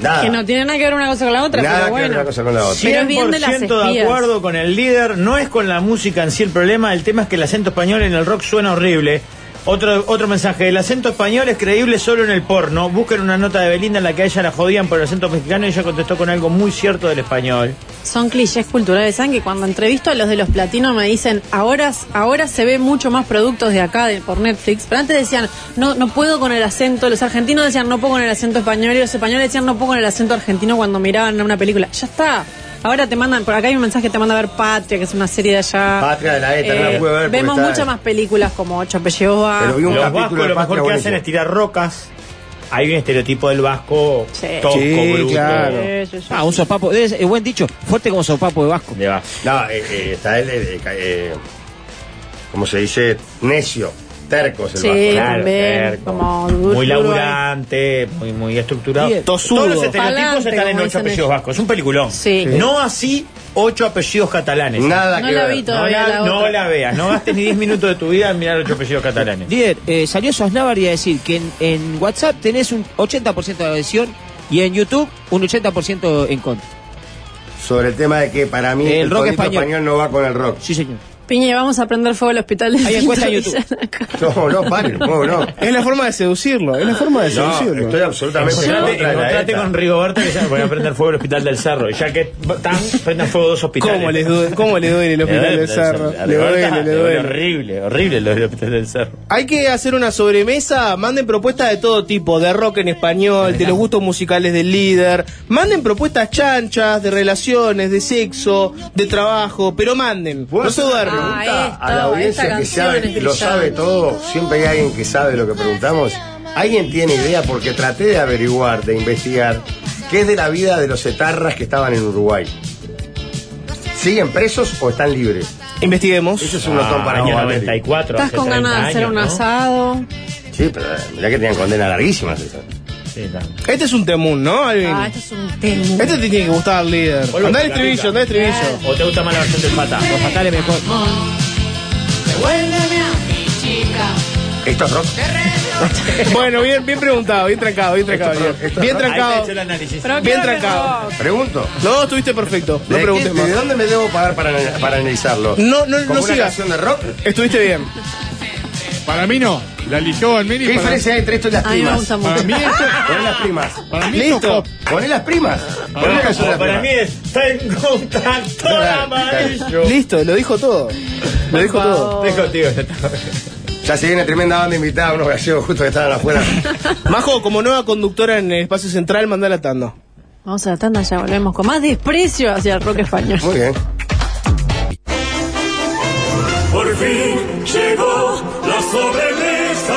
Nada. Que no tiene nada que ver una cosa con la otra, Ah. nada pero que ver bueno. una cosa con la otra. Pero es bien de las 100% de espías. acuerdo con el líder. No es con la música en sí el problema. El tema es que el acento español en el rock suena horrible. Otro, otro mensaje, el acento español es creíble solo en el porno. Busquen una nota de Belinda en la que a ella la jodían por el acento mexicano y ella contestó con algo muy cierto del español. Son clichés culturales. Saben que cuando entrevisto a los de los platinos me dicen, ahora, ahora se ve mucho más productos de acá de- por Netflix. Pero antes decían, no, no puedo con el acento. Los argentinos decían, no puedo con el acento español. Y los españoles decían, no puedo con el acento argentino cuando miraban una película. Ya está. Ahora te mandan, por acá hay un mensaje que te manda a ver Patria, que es una serie de allá. Eh, Patria de la ETA, no la pude ver porque Vemos está- muchas más películas como Ocho Apellidos Vascos. Pero vi un Los capítulo vascos de lo mejor Patria que hacen buenísimo. es tirar rocas. Hay un estereotipo del vasco Sí. tosco, Sí, bruto. claro. Sí, sí, sí. Ah, un sopapo, es es buen dicho, fuerte como sopapo de vasco. De vasco. No, eh, eh, está él, eh, ca- eh, como se dice, necio, terco es el Sí, vasco. claro. también, como duro, muy duro laburante, muy, muy estructurado. Bien. Tosudo. Todos los estereotipos Palante, están en como ocho dicen apellidos ellos. vascos. Es un peliculón. Sí. No así ocho apellidos catalanes. Nada No que la ver. vi No, Todavía la, la no otra. la veas, no gastes ni 10 minutos de tu vida en mirar ocho apellidos catalanes. Líder, eh, salió Sosnavari a decir que en, en WhatsApp tenés un 80% de adhesión y en YouTube un 80% en contra. Sobre el tema de que para mí El el, rock rock español. español. no va con el rock. Sí, señor. Piñe, vamos a prender fuego al hospital de Hay encuesta en Pinto YouTube. Villana acá. No, no, paren, no, no. Es la forma de seducirlo, es la forma de No, seducirlo. estoy absolutamente en Encontrate, contra de la encontrate ETA. con Rigoberta que ya voy a prender fuego el hospital del cerro. Y ya que están, prendan fuego dos hospitales. ¿Cómo, les duele, ¿Cómo le duele el hospital del cerro? A Le Rigoberta duele, le duele. Horrible, horrible lo del hospital del cerro. Hay que hacer una sobremesa, manden propuestas de todo tipo, de rock en español, de los gustos musicales del líder, manden propuestas chanchas, de relaciones, de sexo, de trabajo, pero manden, no se duerman. Ah, Pregunta a la esta audiencia que canción sabe, es lo sabe brillante. todo, siempre hay alguien que sabe lo que preguntamos. ¿Alguien tiene idea? Porque traté de averiguar, de investigar, qué es de la vida de los etarras que estaban en Uruguay. ¿Siguen presos o están libres? Investiguemos. Eso es un notón para Ah, año Juan 94, Estás hace con 30 ganas de hacer años, un ¿no? asado. América. Sí, pero eh, mirá que tenían condenas larguísimas. esas. Sí, está. Este es un temún, ¿no, Alvin? Ah, esto es un tema. Este te tiene que gustar al líder. Vuelvo Andá el con la estribillo, pica. andá el estribillo. ¿O te gusta más la versión del pata? Los fatales mejor. Esto es rock. Bueno, bien, bien preguntado, bien trancado, bien trancado. Esto- Bien, esto- bien Ahí trancado. te he hecho el análisis. Pero Bien creo que trancado. no. Pregunto. No, estuviste perfecto. No ¿De, qué- preguntes más. de dónde me debo pagar para, ana- para analizarlo? No, no, ¿Como no una sigas. canción de rock? Estuviste bien. Para mí no. La eligió en ¿Qué mini. Para, diferencia hay entre esto y las A mí me primas? gusta para mucho. mí esto. Poné las primas. Para mí esto Listo. cop- Poné las primas. Poné la canción de Para, para las primas. mí es Tengo un tractor Dale, amarillo. Listo, lo dijo todo. Lo dijo todo. Estoy contigo. Ya se viene tremenda banda invitada, unos gallegos justo que estaban afuera. Majo, como nueva conductora en el espacio central, mandá la tanda. Vamos a la tanda, ya volvemos con más desprecio hacia el rock español. Muy bien. Por fin llegó la sobremesa.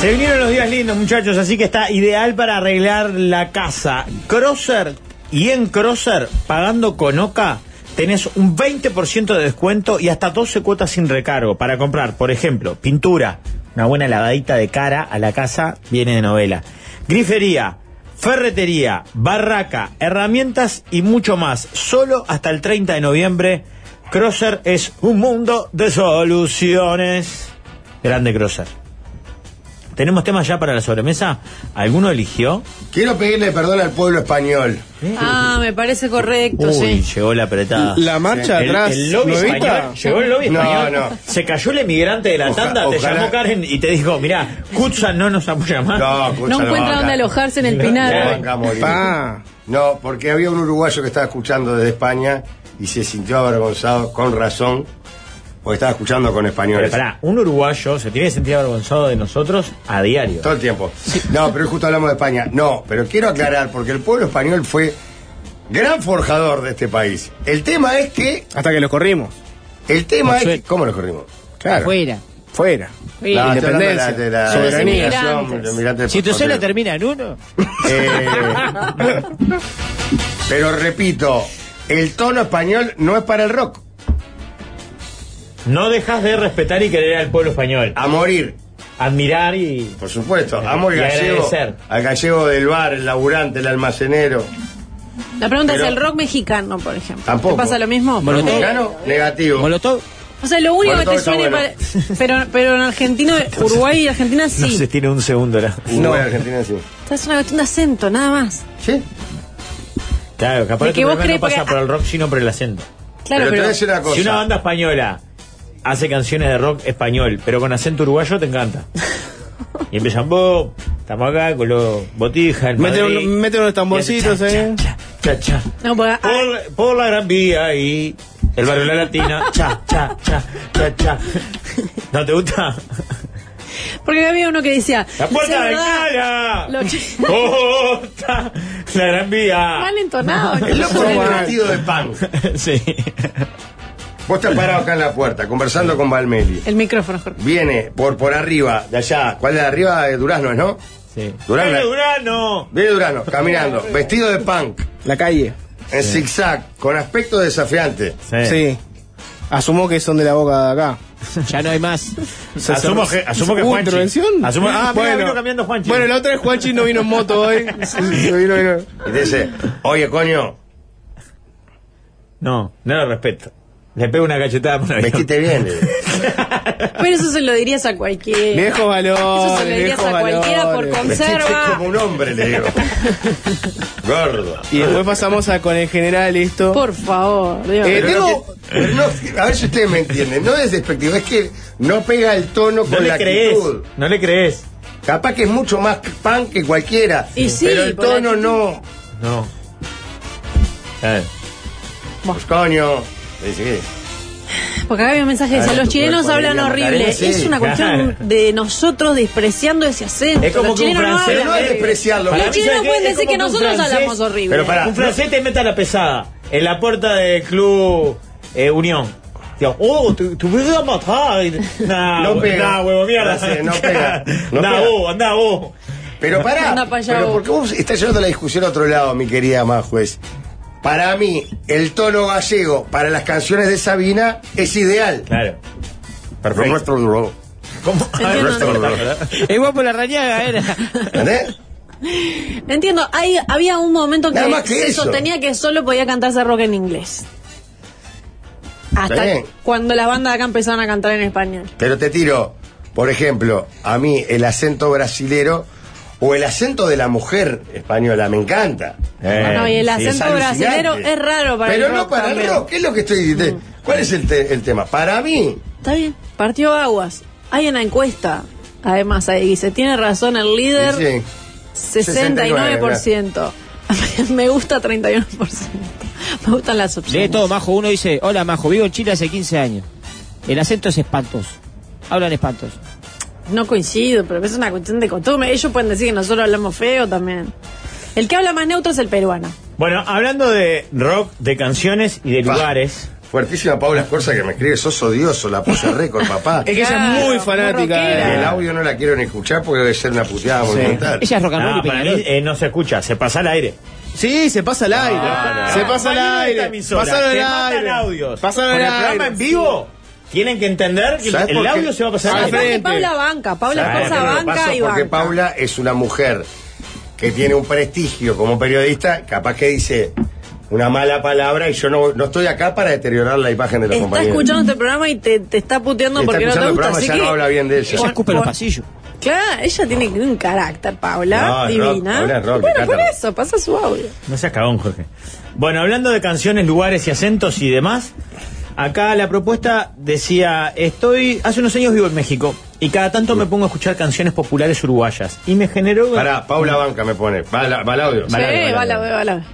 Se vinieron los días lindos, muchachos, así que está ideal para arreglar la casa. Crosser y en Crosser, pagando con Oca, tenés un 20% de descuento y hasta 12 cuotas sin recargo para comprar, por ejemplo, pintura, una buena lavadita de cara a la casa, viene de novela. Grifería, ferretería, barraca, herramientas y mucho más, solo hasta el 30 de noviembre. Crosser es un mundo de soluciones. Grande Crosser. ¿Tenemos temas ya para la sobremesa? ¿Alguno eligió? Quiero pedirle perdón al pueblo español. Ah, me parece correcto, Uy, sí. llegó la apretada. La marcha El- atrás. El lobby ¿no viste? español. Llegó el lobby No, español. no. Se cayó el emigrante de la Oja- tanda, te ojalá- llamó Karen y te dijo, mirá, Kutsa no nos apoya más. No, escucha, No la encuentra banca. dónde alojarse en el Eh, La Pinar. banca a morir. Pa. No, porque había un uruguayo que estaba escuchando desde España y se sintió avergonzado con razón, porque estaba escuchando con Pero españoles. pará, un uruguayo se tiene que sentir avergonzado de nosotros a diario. Todo el tiempo. No, pero hoy justo hablamos de España. No, pero quiero aclarar, porque el pueblo español fue gran forjador de este país. El tema es que. Hasta que los corrimos. El tema es que- Suelta. ¿Cómo lo corrimos? Claro. Fuera. Fuera. Sí, No, estoy hablando de la- independencia, de la- soberanía. de la inmigración, Inmigrantes. los inmigrantes Si tu por- solo por- termina en uno, Eh, pero repito, el tono español no es para el rock. No dejas de respetar y querer al pueblo español. A morir, Admirar y. por supuesto. Amo al Y gallego. agradecer. Al gallego del bar, el laburante, el almacenero. La pregunta Pero- es el rock mexicano, por ejemplo. Tampoco. ¿Te pasa lo mismo? Eh, Molotov. Mexicano, negativo. Molotov. O sea, lo único Bueno, todo que te está suene bueno. para- Pero, pero en Argentina, Uruguay y Argentina No se sí. tiene un segundo ahora. No, en Argentina sí. Es una cuestión de acento, nada más. Sí. Claro, capaz De que que tu vos problema no crees pasa porque- por el rock, sino por el acento. Claro, pero, te voy pero. a decir una cosa. Si una banda española hace canciones de rock español, pero con acento uruguayo, te encanta. Y empiezan, vos, estamos acá con los botijas, el Mete, Madrid". un- mete unos tamborcitos eh. eh. Cha, ahí. cha, cha, cha, cha. Oh, No, porque- ah. Por, la- por la Gran Vía y el barrio La Latina. Cha, cha, cha, cha, cha. ¿No te gusta? Porque había uno que decía. ¡La puerta "Sí, de verdad". cara! Lo- ¡Puta! ¡La Gran Vía! Mal entonado. El loco Ah, Bueno, tiene un vestido de pan. Sí. Vos estás parado acá en la puerta, conversando con Valmeli. El micrófono, Jorge. Viene por por arriba, de allá. ¿Cuál de arriba? Eh, Durazno, es, ¿no? sí. Durán- ¡Eh, Durano! Viene Durano, caminando, vestido de punk, La calle. en zigzag, con aspecto desafiante. Sí. Sí. Asumo que son de la boca de acá. Ya no hay más. Se Asumo cerró- que, asumo que Uy, Juanchi. intervención. Asumo- ah, bueno, vino cambiando Juanchi. Bueno, la otra es Juanchi no vino en moto hoy. Sí, sí, vino, vino. Y te dice, oye, coño, No, no lo respeto. Le pego una cachetada por la vestite bien. le digo. Pero eso se lo dirías a cualquiera. Viejo Eso valor. se lo dirías a cualquiera por Vestite como conserva. un hombre, le digo. Gordo. Y después pasamos a con el general esto. Por favor, Dios. Eh, Pero no tengo- que- pero no- a ver si ustedes me entienden. No es despectivo, es que no pega el No tono con la le crees. actitud. No le crees. Capaz que es mucho más pan que cualquiera. Y sí, pero el por la tono actitud. no. No. Eh, Pues coño. Le dice, ¿qué? Porque acá había mensajes que Claro, decían, los tu chilenos cuerpo hablan diría horrible. Macarena, sí, es una cuestión claro. de nosotros despreciando ese acento. Es como los que un chilenos no francés Pero hablan no es horrible. despreciarlo. Para Los mí, chilenos ¿sabes qué? pueden Es decir como que que un nosotros francés- hablamos horrible. Pero pará. Un francés te mete a la pesada en la puerta del club eh, Unión. Digo, oh, te, te voy a matar. Nah, No hue- pega. nah, Ah, huevo, mierda. No sé, no pega. No Andá pega. vos, andá vos. Pero pará, Anda pa' allá pero vos. porque vos estás llevando la discusión a otro lado, mi querida Majuez. Para mí, el tono gallego para las canciones de Sabina es ideal. Claro. Perfecto. Nuestro duro. ¿Cómo? Entiendo. Nuestro duro. Es guapo la rañaga, era. ¿Entendés? Entiendo, hay, había un momento Nada que, más que se eso. sostenía que solo podía cantarse rock en inglés. Está Hasta bien. cuando las bandas de acá empezaron a cantar en español. Pero te tiro, por ejemplo, a mí el acento brasilero o el acento de la mujer española, me encanta. Eh, no, y el Es acento alucinante. brasilero es raro para Pero el no rock para el también. Mm. rock, ¿qué es lo que estoy diciendo? ¿Cuál es el, te- el tema? Para mí, Está bien, partió aguas. Hay una encuesta, además, ahí dice, tiene razón el líder, sí, 69%. Me gusta 31%. Me gustan las Lee opciones. todo, Majo. Uno dice, hola, Majo, vivo en Chile hace 15 años. El acento es espantoso. Hablan espantos. No coincido, pero es una cuestión de costumbre. Ellos pueden decir que nosotros hablamos feo también. El que habla más neutro es el peruano. Bueno, hablando de rock, de canciones y de Pa. lugares. Fuertísima Paula Escorza que me escribe, sos odioso, la puse récord, papá. Es que ella es Claro, muy muy fanática. rockera. de- El audio no la quiero ni escuchar porque debe ser una puteada monumental. Ella es rock and roll Ah, y para Peñarol. mí eh, no se escucha, se pasa al aire. Ah, Sí, se pasa al aire. se pasa al Mañana esta aire. emisora Pasaron te al mandan aire. audios. Pasaron Con al el programa aire. en vivo. Tienen que entender que el, ¿Sabes por el qué? audio se va a pasar Al al aire. frente. Aparte, Paula banca, Paula Claro, Escorza Pero lo paso banca y porque banca. Paula es una mujer que tiene un prestigio como periodista, capaz que dice, una mala palabra y yo no, no estoy acá para deteriorar la imagen de la Está compañía. escuchando este programa y te, te está puteando Está porque no te escuchando el gusta. programa, Así ya que, no habla bien de ella. Pon- Ella ocupa los pon- pasillos. Claro, ella tiene un carácter, Paula, No, es rock, divina. Paula es rock, bueno, me por encanta. eso, pasa su audio. No seas cagón, Jorge. Bueno, hablando de canciones, lugares y acentos y demás, acá la propuesta decía, estoy, hace unos años vivo en México y cada tanto me pongo a escuchar canciones populares uruguayas y me generó... Pará, Paula Banca me pone. Va la- va el audio. Vale, sí, vale, vale, vale. vale, vale.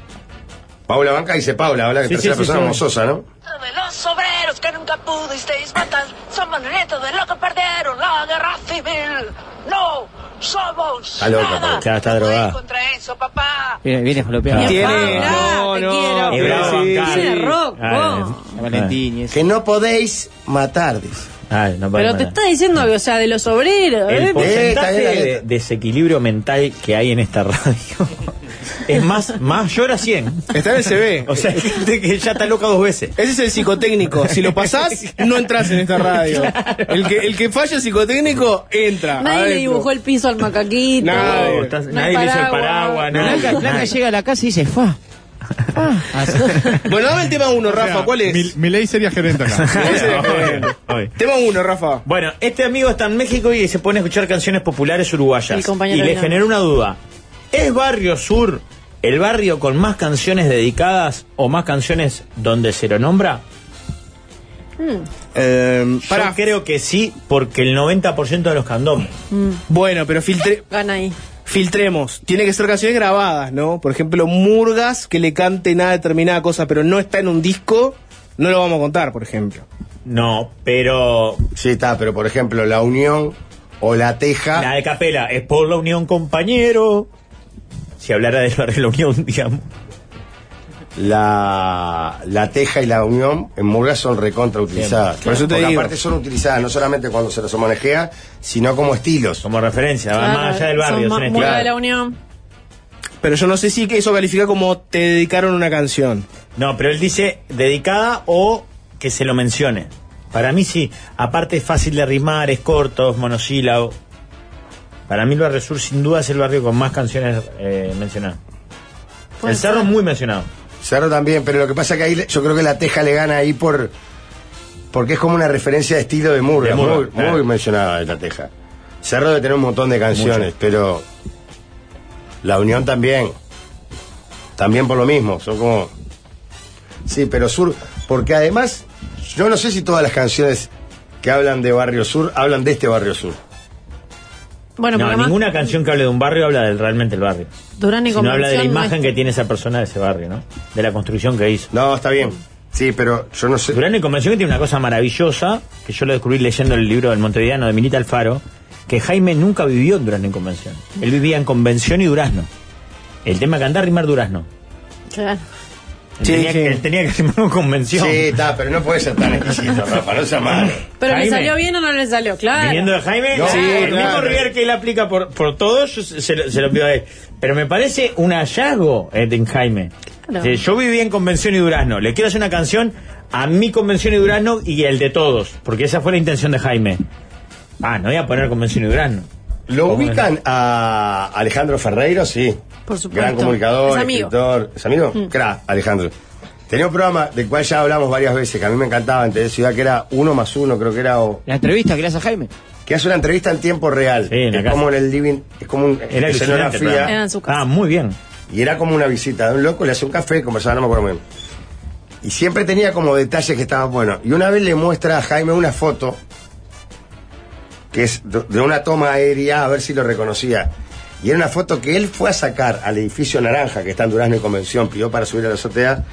Paula Banca dice Paula, habla de Sí, tercera sí, sí, persona sí. como Sosa, ¿no? De los obreros que nunca pudisteis matar, somos nietos de los que perdieron la guerra civil. No somos Está loca, Paula. nada. Ya está No drogada. hay contra eso, papá. Viene, viene jalopeado. Bien, Tiene- Paula, no, te no, quiero. es bravo, sí, Banca. sí. Tiene rock, Ah, vos. La Valentín y eso. Que no podéis matar, dice. Ay, no Pero para te nada. está diciendo, o sea, de los obreros. El ¿eh? porcentaje está bien, de desequilibrio mental que hay en esta radio es más, mayor a 100. Está en el CV. O sea, hay gente que ya está loca dos veces. Ese es el psicotécnico. Si lo pasás, no entras en esta radio. El que, el que falla el psicotécnico, entra. Nadie le adentro. dibujó el piso al macaquito. Nadie. Oh, estás- No hay nadie le hizo el paraguas. paraguas, nada. Blanca, Blanca llega a la casa y dice, fa. fa". Así. Bueno, dame el tema uno, O sea, Rafa. ¿Cuál es? Mi, mi ley sería gerente acá. Obvio, obvio. Tema uno, Rafa. Bueno, este amigo está en México y se pone a escuchar canciones populares uruguayas. El compañero Y le Dinamo. generó una duda. ¿Es Barrio Sur el barrio con más canciones dedicadas o más canciones donde se lo nombra? "Mm, Em, Pará. Yo creo que sí, porque el 90% de los candombes. mm". Bueno, pero filtre- Gana ahí. filtremos. Tiene que ser canciones grabadas, ¿no? Por ejemplo, Murgas, que le cante nada determinada cosa, pero no está en un disco, no lo vamos a contar, por ejemplo. No, pero Sí, está, pero por ejemplo, La Unión o La Teja. la de Capela es por la unión, compañero. Si hablara del barrio de la unión, digamos. la, la teja y la unión en Murgas son recontra utilizadas. Por eso te Porque digo. aparte son utilizadas no solamente cuando se las homonejea, sino como estilos. Como referencia, va Claro, más allá del son barrio. es un ma- estilo. muy de la unión. Pero yo no sé si que eso califica como te dedicaron una canción. No, pero él dice dedicada o que se lo mencione. Para mí sí. Aparte es fácil de rimar, es corto, es monosílabo. Para mí el Barrio Sur sin duda es el barrio con más canciones eh, mencionadas. Puede El Cerro es muy mencionado. Cerro también, pero lo que pasa que ahí le- yo creo que la teja le gana ahí por porque es como una referencia de estilo de De Murgas, Murgas, muy, claro. muy mencionada es la teja. Cerro debe tener un montón de canciones, pero la unión también. También por lo mismo, son como Sí, pero Sur, porque además yo no sé si todas las canciones que hablan de Barrio Sur hablan de este Barrio Sur. Bueno, No, pero además, ninguna canción que hable de un barrio habla del realmente el barrio. Durán y Si no habla de la Convención no imagen es- que tiene esa persona de ese barrio, ¿no? De la construcción que hizo. No, está bien. Sí, pero yo no sé. Durán y Convención que tiene una cosa maravillosa, que yo lo descubrí leyendo el libro del Montevideano de Milita Alfaro, que Jaime nunca vivió en Durán y Convención. Él vivía en Convención y Durazno. El tema que anda a rimar Durazno. Claro. Él, Sí, tenía, sí. él tenía que rimar con Convención. Sí, está, pero no puede ser tan exquisito, Rafa, no sea malo. Pero le Jaime. salió bien o no le salió, claro. Viniendo de Jaime, No, sí, sí, el claro. mismo River que él aplica por, por todo, yo se, se lo, se lo pido a él. Pero me parece un hallazgo eh, en Jaime. Claro. Sí, Yo vivía en Convención y Durazno. Le quiero hacer una canción a mi Convención y Durazno y el de todos, porque esa fue la intención de Jaime. Ah, no voy a poner Convención y Durazno. ¿Lo ¿Cómo ubican a Alejandro Ferreiro? Sí. Por supuesto. Gran comunicador, Es amigo. Mm. escritor. ¿Es amigo? Cra, Alejandro. Tenía un programa del cual ya hablamos varias veces, que a mí me encantaba en TV Ciudad, que era uno más uno, creo que era, o, La entrevista que le hace a Jaime. que hace una entrevista en tiempo real. Sí, en la es casa. como en el living, es como un- Era alucinante el programa. Era en su casa. Ah, muy bien. Y era como una visita de un loco, le hace un café, conversaba, no me acuerdo muy bien. Y siempre tenía como detalles que estaban buenos. Y una vez le muestra a Jaime una foto, que es de de una toma aérea, a ver si lo reconocía. Y era una foto que él fue a sacar al edificio Naranja, que está en Durazno y Convención, pidió para subir a la azotea,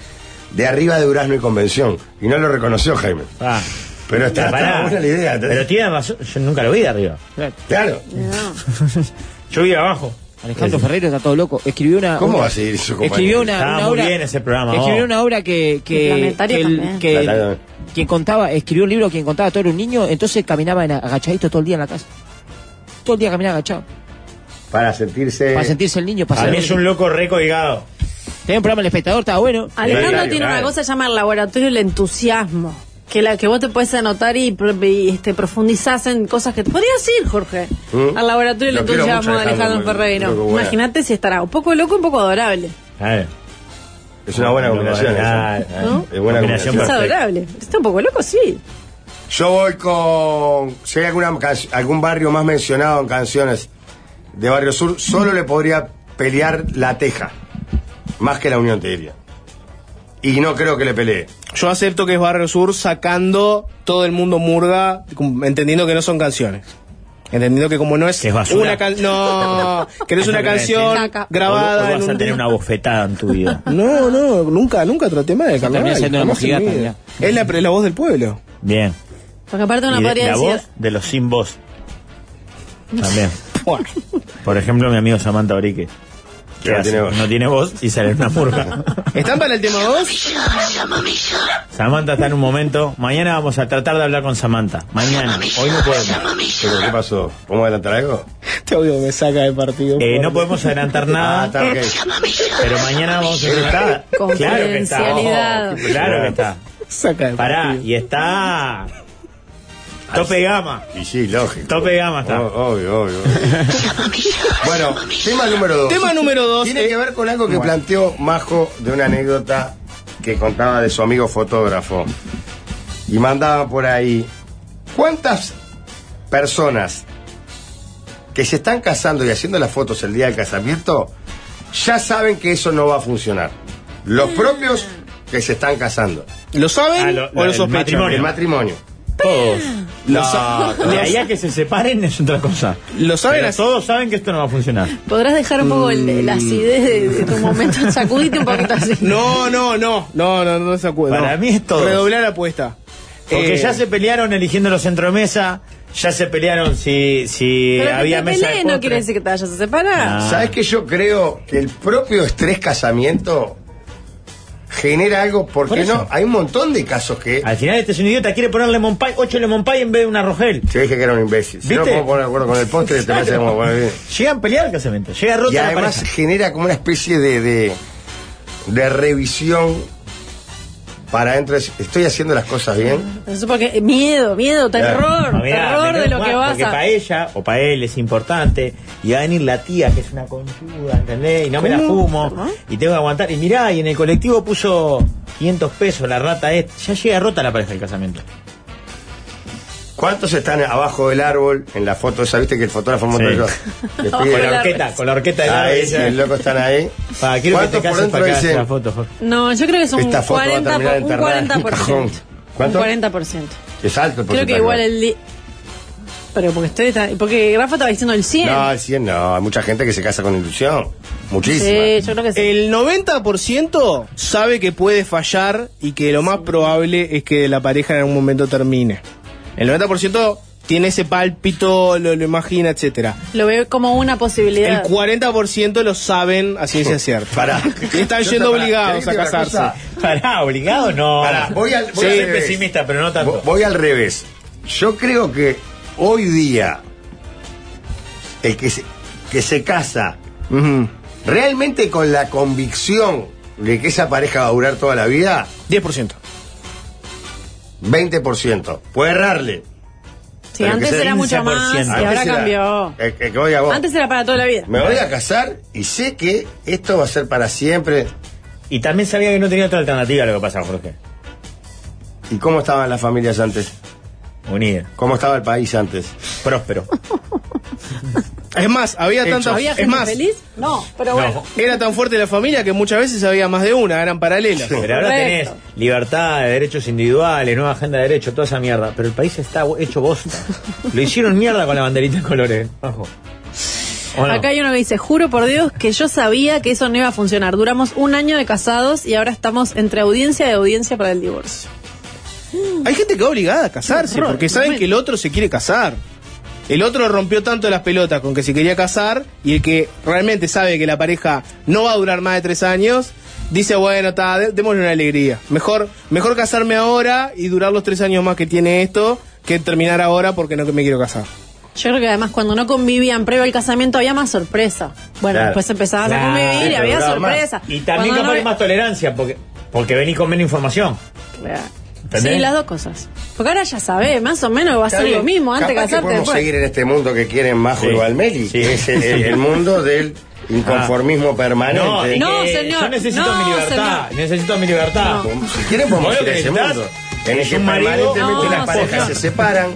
de arriba de Durazno y Convención. Y no lo reconoció Jaime. Ah. Pero está, Pará. está buena la idea. ¿entendés? Pero tiene razón, yo nunca lo vi de arriba. Claro. No. Yo vi abajo. Alejandro Ferreiro está todo loco. Escribió una. ¿Cómo una- va a seguir su compañero? Escribió una, Estaba una muy obra. bien ese programa, Escribió vos. una obra que. Y que, planetario que el- también. que el- Planetario. quien contaba. Escribió un libro quien contaba todo era un niño. Entonces caminaba en agachadito todo el día en la casa. Todo el día caminaba agachado. Para sentirse... Para sentirse el niño. Para A mí ser- es un loco recoigado. Tenía un programa El Espectador, estaba bueno. Alejandro Claro, tiene claro. una cosa llamada laboratorio del entusiasmo. Que la que vos te puedes anotar y, pro- y, este, profundizás en cosas que te podrías ir, Jorge, ¿Mm? al laboratorio del Lo quiero entusiasmo mucho, de Alejandro Alejandro, me- Ferreiro. creo que buena. Imagínate si estará un poco loco, un poco adorable. A ver. Es una buena No, combinación. ¿eh? nada, esa. ¿no? Es buena Combinación combinación. Es adorable. Está un poco loco, sí. Yo voy con. Si hay alguna can- algún barrio más mencionado en canciones de Barrio Sur, solo le podría pelear la Teja. Más que la Unión, te diría. Y no creo que le pelee. Yo acepto que es Barrio Sur sacando todo el mundo murga, com- entendiendo que no son canciones. Entendiendo que como no es, Que es basura. una canción. No, que no es Eso Ah. una quería decir. canción Saca. grabada. Hoy- hoy en vas a un- tener una bofetada en tu vida. No, no, nunca, nunca traté mal de carnaval. termina siendo una jamás en mi mojigata, vida. Es la, pre- la voz del pueblo. Bien. Porque aparte uno y de- podría la decir. voz de los sin voz. También. Por ejemplo, mi amigo Samantha Orique. Que no hace? tiene voz. no tiene voz y sale en una murga. ¿Están para el tema 2? Samantha está en un momento. Mañana vamos a tratar de hablar con Samantha. Mañana. Hoy no podemos. Pero, ¿Qué pasó? ¿Vamos a adelantar algo? Este audio me saca de partido. Eh, fuerte. no podemos adelantar Ah, nada, está ok. pero mañana vamos a Está. Claro que está. Confidencialidad. Claro que está. Saca de Pará, partido. Ah, y está. Tope gama. Y sí, lógico. Tope gama está. O- Obvio, obvio. bueno, tema número dos. Tema número eh, 2. Tiene que ver con algo que planteó Majo de una anécdota que contaba de su amigo fotógrafo. Y mandaba por ahí. ¿Cuántas personas que se están casando y haciendo las fotos el día del casamiento ya saben que eso no va a funcionar? Los propios que se están casando. Mm. ¿Lo saben Ah, lo- o lo el sospechan? matrimonio. El matrimonio. Todos. No, Ah, De ahí a que se separen es otra cosa. ¿Lo saben Pero así? todos saben que esto no va a funcionar. Podrás dejar un poco el, Mm. el acidez de, de tu momento. Sacudite un poquito así. No, no, no, no, no, no se acuerda. Para mí es todo. Redoblar la apuesta. Porque Eh, ya se pelearon eligiendo los centromesa, ya se pelearon si, si Pero que eh, había te mesa de peleen no postre. quiere decir que te vayas a separar. Ah. ¿Sabes que yo creo que el propio estrés casamiento genera algo? Porque Por eso. no, hay un montón de casos que. Al final este es un idiota, quiere poner lemon pie, 8 lemon pie en vez de una rogel. Yo dije que era un imbécil. Si ¿Viste? no puedo poner de acuerdo con el postre, te parece como poner bien. Llegan a pelear el casamiento, llega rota Y la además pareja. genera como una especie de, de, de revisión para adentro. de- ¿Estoy haciendo las cosas bien? Eso porque miedo, miedo, terror, No, mirá, terror menos de lo mal, que vas Porque para a. ella o para él es importante. Y va a venir la tía, que es una conchuda, ¿entendés? Y no me la ¿Cómo? fumo. Y tengo que aguantar. Y mirá, y en el colectivo puso 500 pesos la rata esta. Ya llega rota la pareja del casamiento. ¿Cuántos están abajo del árbol en la foto esa? ¿Viste que el fotógrafo montó Sí. yo? Le Abajo pide- Con la Claro. orqueta, con la orqueta de la Ahí, sí, el loco están ahí. Pa, quiero que te ¿Cuántos por cases dentro para que hagas dicen, la foto, Jorge. No, yo creo que son un Esta foto va a 40%. terminar un enterrada en un 40%. cajón. ¿Cuánto? Un 40%. Es alto el Creo que porcentaje. igual el. di- Pero porque estoy. tra- Porque Rafa estaba diciendo el 100. No, el 100 no. Hay mucha gente que se casa con ilusión. sí, Muchísima. yo creo que sí. El 90% sabe que puede fallar y que lo más probable es que la pareja en algún momento termine. El 90% tiene ese pálpito, lo, lo imagina, etcétera. Lo veo como una El posibilidad. 40% lo saben a ciencia cierta. Pará. Y están Yo yendo pará, obligados ¿querés a que te diga una casarse. cosa? Pará, obligado no. Pará, voy al- voy Sí, al soy revés. pesimista, pero no tanto. Vo- Voy al revés. Yo creo que hoy día el que se, que se casa realmente con la convicción de que esa pareja va a durar toda la vida, 10%. 20%. Puede errarle. Sí, Pero antes que sea era mucho más 15%. y Antes ahora era- cambió. eh, que- que voy a vos. Antes era para toda la vida. Me voy a casar y sé que esto va a ser para siempre. Y también sabía que no tenía otra alternativa a lo que pasaba, Jorge. ¿Y cómo estaban las familias antes? Unida. ¿Cómo estaba el país antes? Próspero. Es más, había Hechos. tantos. ¿Había Es gente más, feliz? No, pero No. bueno. era tan fuerte la familia que muchas veces había más de una, eran paralelas. Pero ahora tenés Correcto. libertad, derechos individuales, nueva agenda de derechos, toda esa mierda. Pero el país está hecho bosta. Lo hicieron mierda con la banderita de colores. Bajo. ¿O no? Acá hay uno que dice, juro por Dios que yo sabía que eso no iba a funcionar. Duramos un año de casados y ahora estamos entre audiencia y audiencia para el divorcio. Hay gente que va obligada a casarse Qué horror, porque saben tremendo. que el otro se quiere casar. El otro rompió tanto las pelotas con que se quería casar y el que realmente sabe que la pareja no va a durar más de tres años, dice, bueno, ta, dé- démosle una alegría. Mejor, mejor casarme ahora y durar los tres años más que tiene esto que terminar ahora porque no que me quiero casar. Yo creo que además cuando no convivían previo al casamiento había más sorpresa. Bueno, Claro. después empezaban Claro, Pues a convivir y pero había duraba más. sorpresa. Y también Cuando no capaz hay había- más tolerancia, porque, porque venís con menos información. Claro. ¿Entendés? Sí, las dos cosas. Porque ahora ya sabés, más o menos va a ser lo mismo antes de Capaz que casarte podemos después. seguir en este mundo que quieren Majo Sí. y Valmeli, Sí. que es el, el mundo del Inconformismo permanente. No, es No, que señor. Yo necesito No, mi libertad. señor. Necesito mi libertad. Como- Si quieren podemos Vos lo ir a que ese necesitas mundo. es En el que un marido- permanentemente No, las parejas señor. se separan.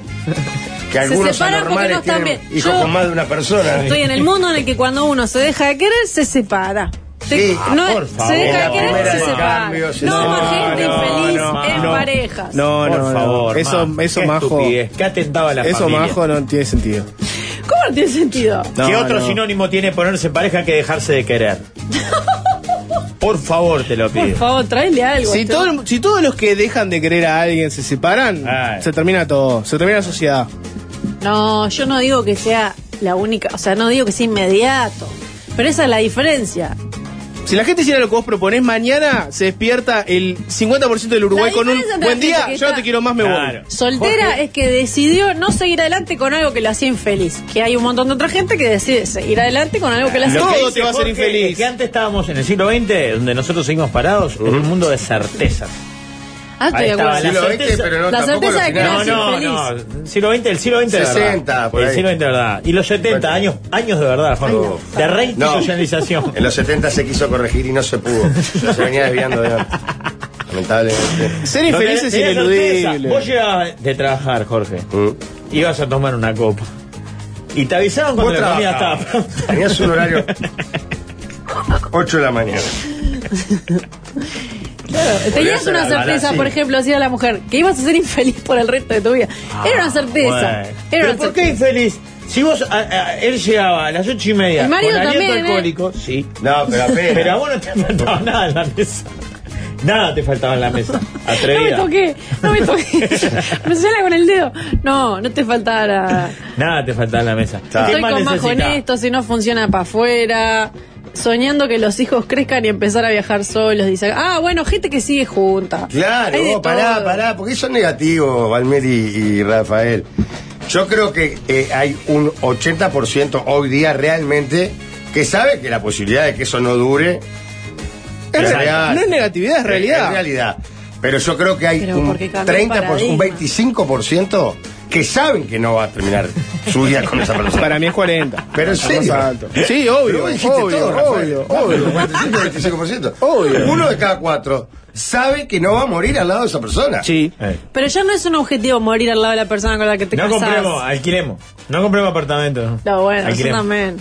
Que algunos separan porque anormales no están tienen bien. hijos Yo- con más de una persona. Estoy en el mundo en el que cuando uno se deja de querer, se separa. Te- Sí, por Ah, favor. se deja La de querer, primera se de separa. cambio, se no más separa. gente No, infeliz no, en no. parejas. No, no, Por no. favor. Eso, ma. eso Qué majo. estupidez, Qué atentado a la Eso familia. majo no tiene sentido. ¿Cómo no tiene sentido? ¿Qué No, otro no. sinónimo tiene ponerse en pareja que dejarse de querer? Por favor, te lo Por pido. favor, tráele algo. Si, este todo el- si todos los que dejan de querer a alguien se separan, Ay. se termina todo, se termina la sociedad. No, yo no digo que sea la única, o sea, no digo que sea inmediato. Pero esa es la diferencia. Si la gente hiciera lo que vos proponés, mañana se despierta el 50% del Uruguay La con un diferencia entre buen la día, gente que yo no está- te quiero más, me Claro. voy. Soltera es que decidió no seguir adelante con algo que la hacía infeliz. Que hay un montón de otra gente que decide seguir adelante con algo que la hacía Lo que Todo dice te va a hacer Jorge infeliz. es que antes estábamos en el siglo XX, donde nosotros seguimos parados, en un mundo de certezas. Ah, estoy Ahí de estaba acuerdo. la Siglo XX, certeza- pero no la tampoco certeza los de que finales. No, Gracias, no, feliz. no. El siglo XX, el siglo XX de 60 verdad. por El ahí. siglo XX de verdad. Y los 70, Bueno. años años de verdad, Juanjo. De reinstitucionalización. En los 70 se quiso corregir y no se pudo. Se venía desviando de antes. Lamentablemente. Ser No infeliz tenés- es tenés certeza. Vos ineludible. llegabas de trabajar, Jorge. Mm. Ibas a tomar una copa. Y te avisaban Vos cuando la comida trabajabas. estaba. Tenías un horario. 8 de la mañana. Claro, Tenías ser una al- al- certeza, sí. por ejemplo, decía la mujer, que ibas a ser infeliz por el resto de tu vida. Era una certeza. Ah, Bueno. Era ¿Pero una por qué certeza. infeliz? Si vos, a- a- él llegaba a las ocho y media El con marido aliento también, ¿eh? alcohólico, sí. No, pero apenas. Pero a vos no te faltaba nada en la mesa. Nada te faltaba en la mesa. No me Atrevida. toqué, no me toqué. me suena con el dedo. No, no te faltara. Nada te faltaba en la mesa. Estoy más con más necesitas? con esto, si no funciona para afuera. Soñando que los hijos crezcan y empezar a viajar solos. Dice, ah, bueno, gente que sigue junta. Claro, Hay de vos, pará, todo. pará, porque eso es negativo, Valmer y, y Rafael. Yo creo que eh, hay un 80% hoy día realmente que sabe que la posibilidad de que eso no dure Es es real. real. No es negatividad, es realidad. Es realidad. Pero yo creo que hay Pero un porque cambió el 30%, por- un paradigma. 25% que saben que no va a terminar su día con esa persona. Para mí es 40. Pero en serio. Más alto. Sí, obvio, Pero vos dijiste obvio, todo, Rafael. obvio, Vamos, obvio. 45, 25%. Obvio. Uno de cada cuatro sabe que no va a morir al lado de esa persona. Sí. Eh, Pero ya no es un objetivo morir al lado de la persona con la que te No casás. compremos, eh. alquilemos. No compremos apartamento. No, bueno, yo Alquilemos. también.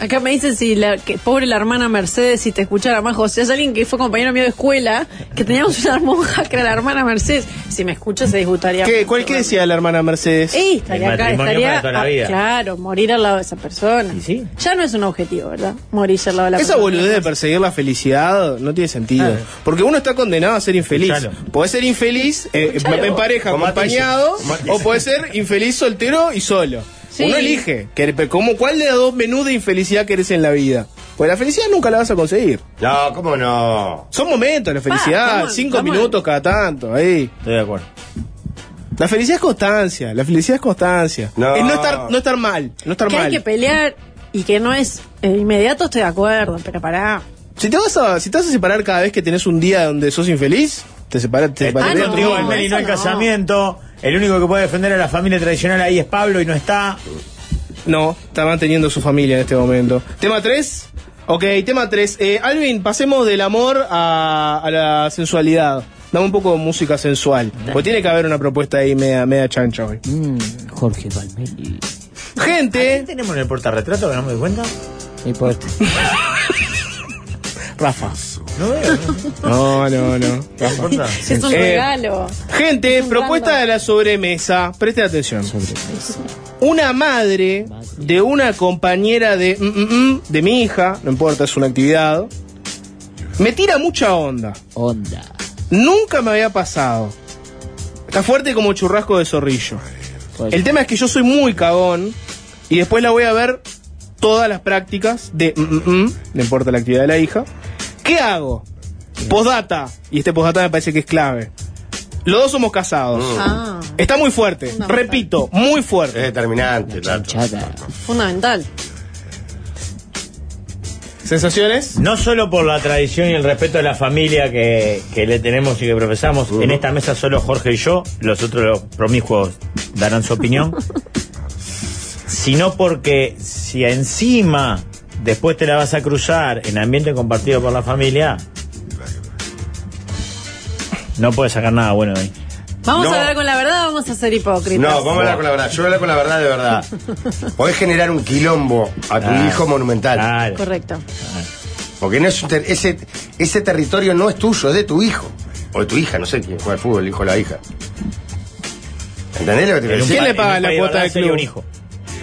Acá me dicen si la que, pobre la hermana Mercedes, si te escuchara más, José, es alguien que fue compañero mío de escuela, que teníamos una monja que era la hermana Mercedes. Si me escucha se disgustaría. ¿Qué, mucho, ¿Cuál que ¿no? decía la hermana Mercedes? Sí, estaría El acá, matrimonio estaría. para toda la ah, vida. Claro, morir al lado de esa persona. Y sí. Ya no es un objetivo, ¿verdad? Morir al lado de la Esa persona. boludez de perseguir la felicidad no tiene sentido. Porque uno está condenado a ser infeliz. Escuchalo. Podés ser infeliz eh, en pareja, Con acompañado, matices, con matices. o podés ser infeliz soltero y solo. Sí. Uno elige. que- pero ¿cómo, ¿Cuál de los dos menús de infelicidad querés en la vida? Pues la felicidad nunca la vas a conseguir. No, ¿cómo no? Son momentos la felicidad, come on, cinco come on. minutos cada tanto, ahí. Estoy de acuerdo. La felicidad es constancia, la felicidad es constancia. No. Es no estar, no estar mal, no estar Que hay mal. que pelear y que no es eh, inmediato, estoy de acuerdo, pero pará. Si te vas a, si te vas a separar cada vez que tenés un día donde sos infeliz, te separas, te separás. Ah, Estoy no, contigo, Valmeri, eso no hay no. casamiento. El único que puede defender a la familia tradicional ahí es Pablo y no está. No, está manteniendo su familia en este momento. Tema 3. Ok, tema 3. Eh, Alvin, pasemos del amor a, a la sensualidad. Dame un poco de música sensual. Pues tiene que haber una propuesta ahí media, media chancha hoy. Jorge Palmeri. ¿Qué Gente, tenemos en el portarretrato que no me doy cuenta? No importa. Rafa. No veo. ¿no? No, no, no. ¿Qué importa? Es un Eh, regalo. Gente, propuesta de la sobremesa. Preste atención. Una madre de una compañera de mm, mm, mm, de mi hija, no importa, es una actividad. Me tira mucha onda. Onda. Nunca me había pasado. Está fuerte como churrasco de zorrillo. Pues El tema es que yo soy muy cagón y después la voy a ver todas las prácticas de mm, mm, mm, no importa la actividad de la hija. ¿Qué hago? Postdata. Y este postdata me parece que es clave. Los dos somos casados. Mm. Ah, Está muy fuerte. Fundamental. Repito, muy Es fuerte. determinante, claro. Chata. fundamental. ¿Sensaciones? No solo por la tradición y el respeto a la familia que, que le tenemos y que profesamos, en esta mesa solo Jorge y yo, los otros los promiscuos darán su opinión, sino porque si encima después te la vas a cruzar en ambiente compartido por la familia, no puedes sacar nada bueno de ahí. ¿Vamos No. a hablar con la verdad o vamos a ser hipócritas? No, vamos a hablar con la verdad. Yo voy a hablar con la verdad de verdad. Podés generar un quilombo a tu Ah, Claro. hijo monumental. Correcto. Porque no es un ter- ese, ese territorio no es tuyo, es de tu hijo. O de tu hija, no sé quién juega al fútbol, el hijo o la hija. ¿Entendés lo que te quiero decir? ¿Quién le paga En un la país de cuota verdad del sería club? un hijo.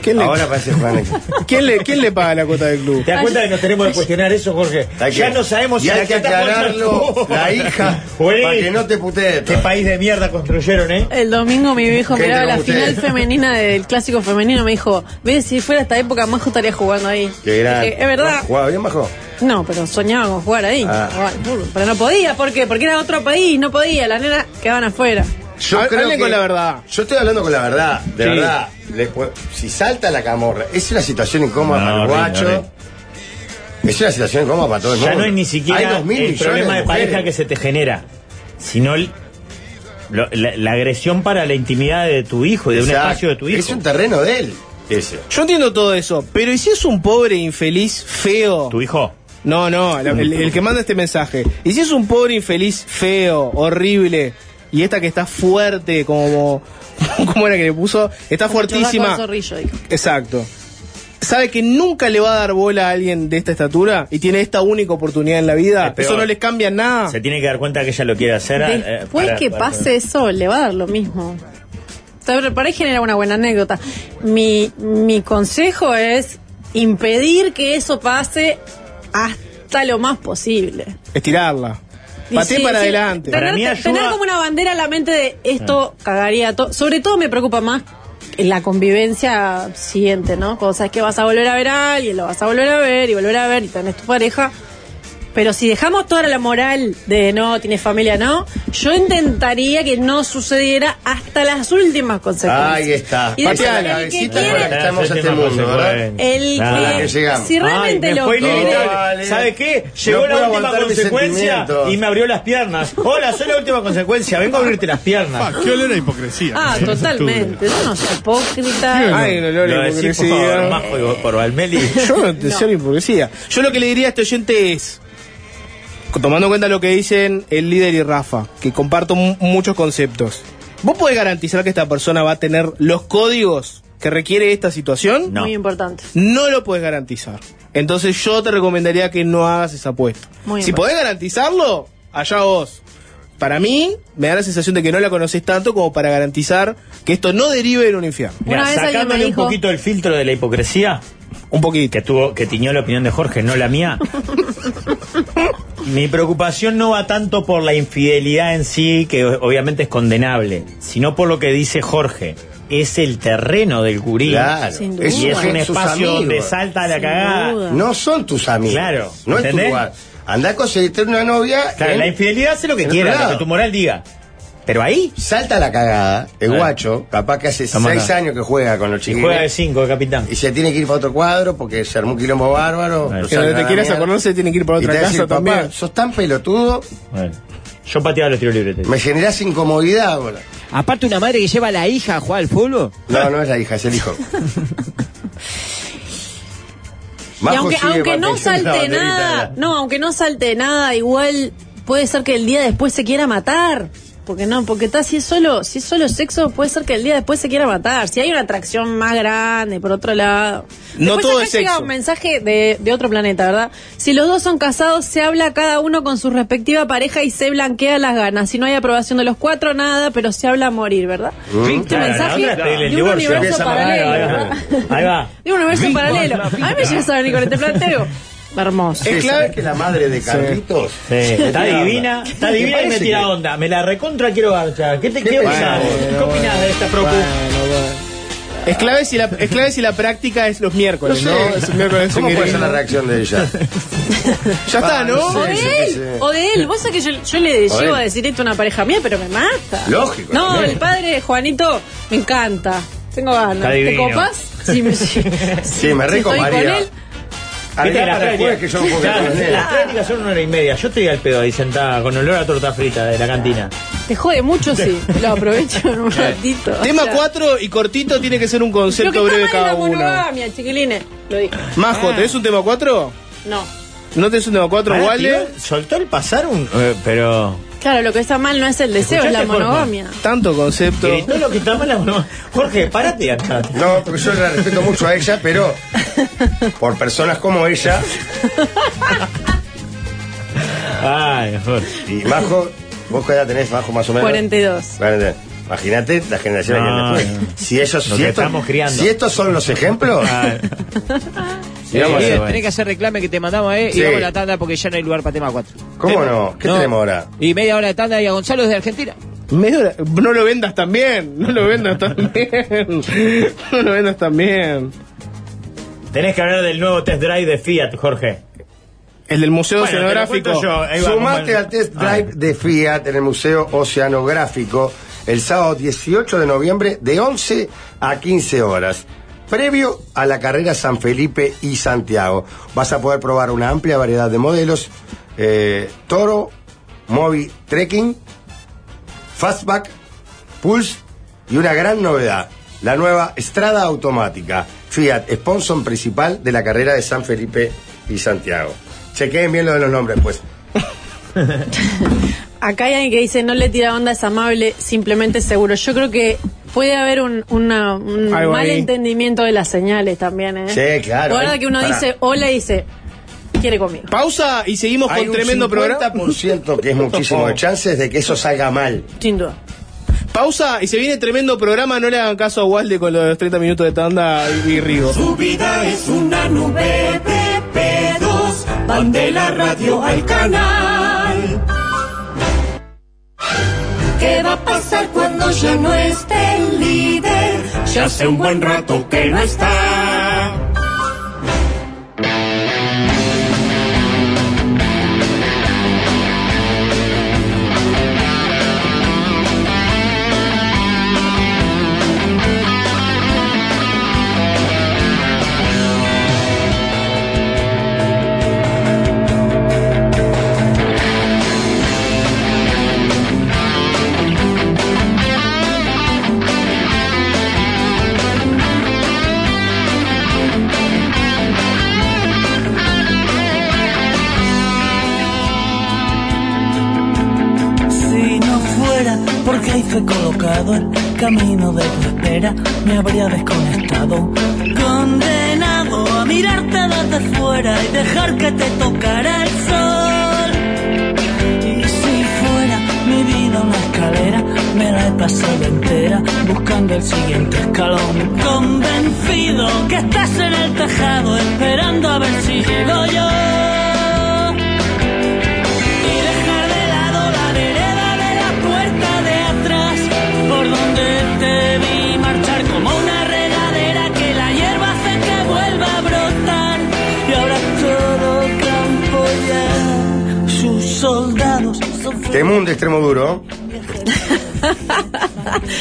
¿Quién le, Ahora parece Juan. ¿quién, le, ¿Quién le paga la cuota del club? ¿Te das cuenta que nos tenemos que cuestionar eso, Jorge? Hay que- Ya no sabemos y si hay la que que está aclararlo, puesta- la hija, Güey, para que no te putee. Qué país de mierda construyeron, ¿eh? El domingo mi viejo Gente miraba la como ustedes. final femenina del clásico femenino y me dijo, ve si fuera esta época Majo estaría jugando ahí. Qué gran. Dije, Eh, es verdad. ¿Jugaba bien, Majo? No, pero soñaba con jugar ahí. Ah. Jugaba al fútbol. Pero no podía, ¿por qué? Porque era otro país, no podía, las nenas quedaban afuera. Yo Ha- creo hablen que- con la verdad. Yo estoy hablando con la verdad, de Sí. verdad. Les pu- si salta la camorra, es una situación incómoda No, para el horrible, guacho. horrible. Es una situación incómoda para todo el mundo. Ya no es ni Hay siquiera dos mil el millones problema de, mujeres. pareja que se te genera, sino el- lo- la, la agresión para la intimidad de tu hijo, de un Exacto. espacio de tu hijo. Es un terreno de él. Ese. Yo entiendo todo eso, pero ¿y si es un pobre infeliz feo? ¿Tu hijo? No, no, la- el, el que manda este mensaje. ¿Y si es un pobre infeliz feo, horrible? Y esta que está fuerte, como. ¿Cómo era que le puso? Está fuertísima. Churrasco al zorrillo, dijo. Exacto. Sabe que nunca le va a dar bola a alguien de esta estatura y tiene esta única oportunidad en la vida. Es peor. Eso no les cambia nada. Se tiene que dar cuenta que ella lo quiere hacer. eh, Después para- que para- pase eso, le va a dar lo mismo. O sea, pero Por ahí genera una buena anécdota. Mi, mi consejo es impedir que eso pase hasta lo más posible. Estirarla. Y Paté sí, para sí, adelante. Para Tener, mí ayuda- Ah. tener como una bandera en la mente de esto cagaría todo. Sobre todo me preocupa más la convivencia siguiente, ¿no? Cosas que vas a volver a ver a alguien, lo vas a volver a ver y volver a ver y tenés tu pareja. Pero si dejamos toda la moral de no, tienes familia, no, yo intentaría que no sucediera hasta las últimas consecuencias. Ahí está. Y Patea después la el que cabecita, quiere- bueno, estamos en este Nada, mundo, ¿verdad? el Nada. que, que llegamos. si realmente Ay, me lo fue quiere- inevitable. Vale. ¿Sabe qué? No Llegó puedo la última aguantar mis consecuencia sentimientos. y me abrió las piernas. Hola, soy la última consecuencia. Vengo a abrirte las Ah, piernas. qué olor a hipocresía. Ah, Esa totalmente. Yo no soy Qué hipócrita. Ay, no, no, Lo la decís por hipocresía. favor, Majo, y por Valmeli. Yo no te cero hipocresía. Yo lo que le diría a este oyente es, tomando en cuenta lo que dicen el líder y Rafa, que comparto mu- muchos conceptos, ¿vos podés garantizar que esta persona va a tener los códigos que requiere esta situación? No. Muy importante. No lo podés garantizar. Entonces yo te recomendaría que no hagas esa apuesta. Muy si bien. pues. podés garantizarlo, allá vos. Para mí, me da la sensación de que no la conocés tanto como para garantizar que esto no derive en un infierno. Una Mira, vez alguien sacándole me un dijo- poquito el filtro de la hipocresía Un poquito. que tuvo, que tiñó la opinión de Jorge, no la mía. Mi preocupación no va tanto por la infidelidad en sí, que o- obviamente es condenable, sino por lo que dice Jorge. Es el terreno del curí. Claro. Sin duda. Es, Y es un sus espacio amigos. donde salta la Sin cagada. duda. No son tus amigos. Claro, No es ¿entendés? tu lugar. Andá a conseguirte una novia. Claro, en- la infidelidad hace lo que en quiera, otro lo lado. que tu moral diga. Pero ahí, Salta la cagada. El Ah. guacho, capaz que hace Estamos seis acá. años que juega con los si chiquillos. juega de 5 de capitán. y se tiene que ir para otro cuadro porque se armó un quilombo bárbaro. Bueno. lo Que donde sacan a te la quieras mierda. acordar, se tiene que ir para Y te otra va a casa decir, papá, también. sos tan pelotudo, Bueno, yo pateaba los tiros libres. te digo. me generás incomodidad ahora. Aparte una madre que lleva a la hija a jugar al fútbol. No, no es la hija, es el hijo. Y Majo aunque, sigue aunque no manteniendo la salte banderita nada, de la- no, aunque no salte nada, igual puede ser que el día después se quiera matar. Porque no, porque está, si es solo, si es solo sexo, puede ser que el día después se quiera matar. Si hay una atracción más grande, por otro lado. No Después todo acá es llega sexo. un mensaje de, de otro planeta, ¿verdad? Si los dos son casados, se habla cada uno con su respectiva pareja y se blanquea las ganas. Si no hay aprobación de los cuatro, nada, pero se habla a morir, ¿verdad? Este Claro, la otra mensaje es pedirle el de un divorcio. universo Empieza a matar, paralelo. Ahí va, ¿verdad? ahí va. Ahí va. De un universo en paralelo. A mí me llegas a venir con este planteo. Hermoso. Sí, Es clave- ¿sabés que la madre de Carlitos. Sí, está Me tira divina, onda. está Me divina y me parece tira que- onda. Me la recontra quiero garchar. ¿Qué te qué Bueno, opinás? ¿Qué bueno, opinas de esta propuesta? Es clave, si la, es clave si la práctica es los No miércoles, sé, ¿no? Es un miércoles ¿Cómo que- puede ser la reacción de ella? Ya está, O ¿no? Sí, sí, de sí. él, o de él. Vos sabés que yo, yo le O de llevo a él. decir esto a una pareja mía, pero me mata. Lógico, No, también. el padre de Juanito me encanta. Tengo ganas. Está ¿Te divino. copas? Sí, me, sí, Sí, me estoy con recoparía. él. Viste que Arreglá las para el jueves prácticas, que yo no puedo Claro, quedar con él. las prácticas son una hora y media. Yo estoy al pedo ahí sentada con olor a torta frita de la cantina. Te jode mucho si lo aprovecho en un ratito. Tema O sea, 4 y cortito tiene que ser un Lo que concepto breve está mal es la cada Ah. uno. monogamia, chiquilines. Lo dije. Majo, ¿tenés un tema 4? No. ¿No tenés un tema 4, Pará, Wale? tío, Soltó el pasar un. eh, pero. Claro, lo que está mal no es el deseo, es la ¿Escuchaste, Jorge? monogamia. Tanto concepto. Gritó lo que está mal. la mano. Jorge, parate acá. No, pero yo la respeto mucho a ella, pero por personas como ella, Ay, Jorge. y Majo, vos qué edad tenés, Majo, más o menos. 42. Bueno, Imagínate las generaciones No, que vienen no. después. Si, ellos, Ah. Lo si que estos- estamos criando. si estos son los ejemplos, Ay. Sí, Digamos, bueno. Tenés que hacer reclame que te mandamos, eh, Sí. y vamos a la tanda porque ya no hay lugar para tema 4. ¿cómo no? ¿Qué tenemos ahora? Y media hora de tanda y a Gonzalo desde Argentina. Medio hora- No lo vendas también. No lo vendas también. No lo vendas también. Tenés que hablar del nuevo test drive de Fiat, Jorge. El del Museo Bueno, te lo Oceanográfico. cuento yo, ahí va, Sumate como- al test Ah. drive de Fiat en el Museo Oceanográfico el sábado 18 de noviembre de 11 a 15 horas. Previo a la carrera San Felipe y Santiago, vas a poder probar una amplia variedad de modelos: eh, Toro, Mobi Trekking, Fastback, Pulse y una gran novedad, la nueva Estrada Automática, Fiat, sponsor principal de la carrera de San Felipe y Santiago. Chequeen bien lo de los nombres, pues. Acá hay alguien que dice, no le tira onda, es amable, simplemente es seguro. Yo creo que puede haber un, una- un Algo ahí. mal entendimiento de las señales también, ¿eh? Sí, claro. Guarda que uno Pará. dice, hola, y dice, quiere conmigo. Pausa y seguimos Hay con tremendo un programa. 50% que es muchísimo de chances de que eso salga mal. Sin duda. Pausa y se viene tremendo programa. No le hagan caso a Walde con los 30 minutos de tanda y, y Rigo. Su vida es una nube de pedos. Van de la radio al canal. ¿Qué va a pasar cuando ya no esté el líder? Ya hace un buen rato que no está. Si no fuera porque ahí fue colocado el camino de tu espera, me habría desconectado. Condenado a mirarte desde fuera y dejar que te tocara el sol. Y si fuera mi vida una escalera, me la he pasado entera buscando el siguiente escalón. Convencido que estás en el tejado esperando a ver si llego yo y dejar de lado la vereda de la puerta de atrás, por donde te vi marchar como una regadera que la hierba hace que vuelva a brotar. Y ahora es todo campo ya, sus soldados son Temundo Este extremo duro.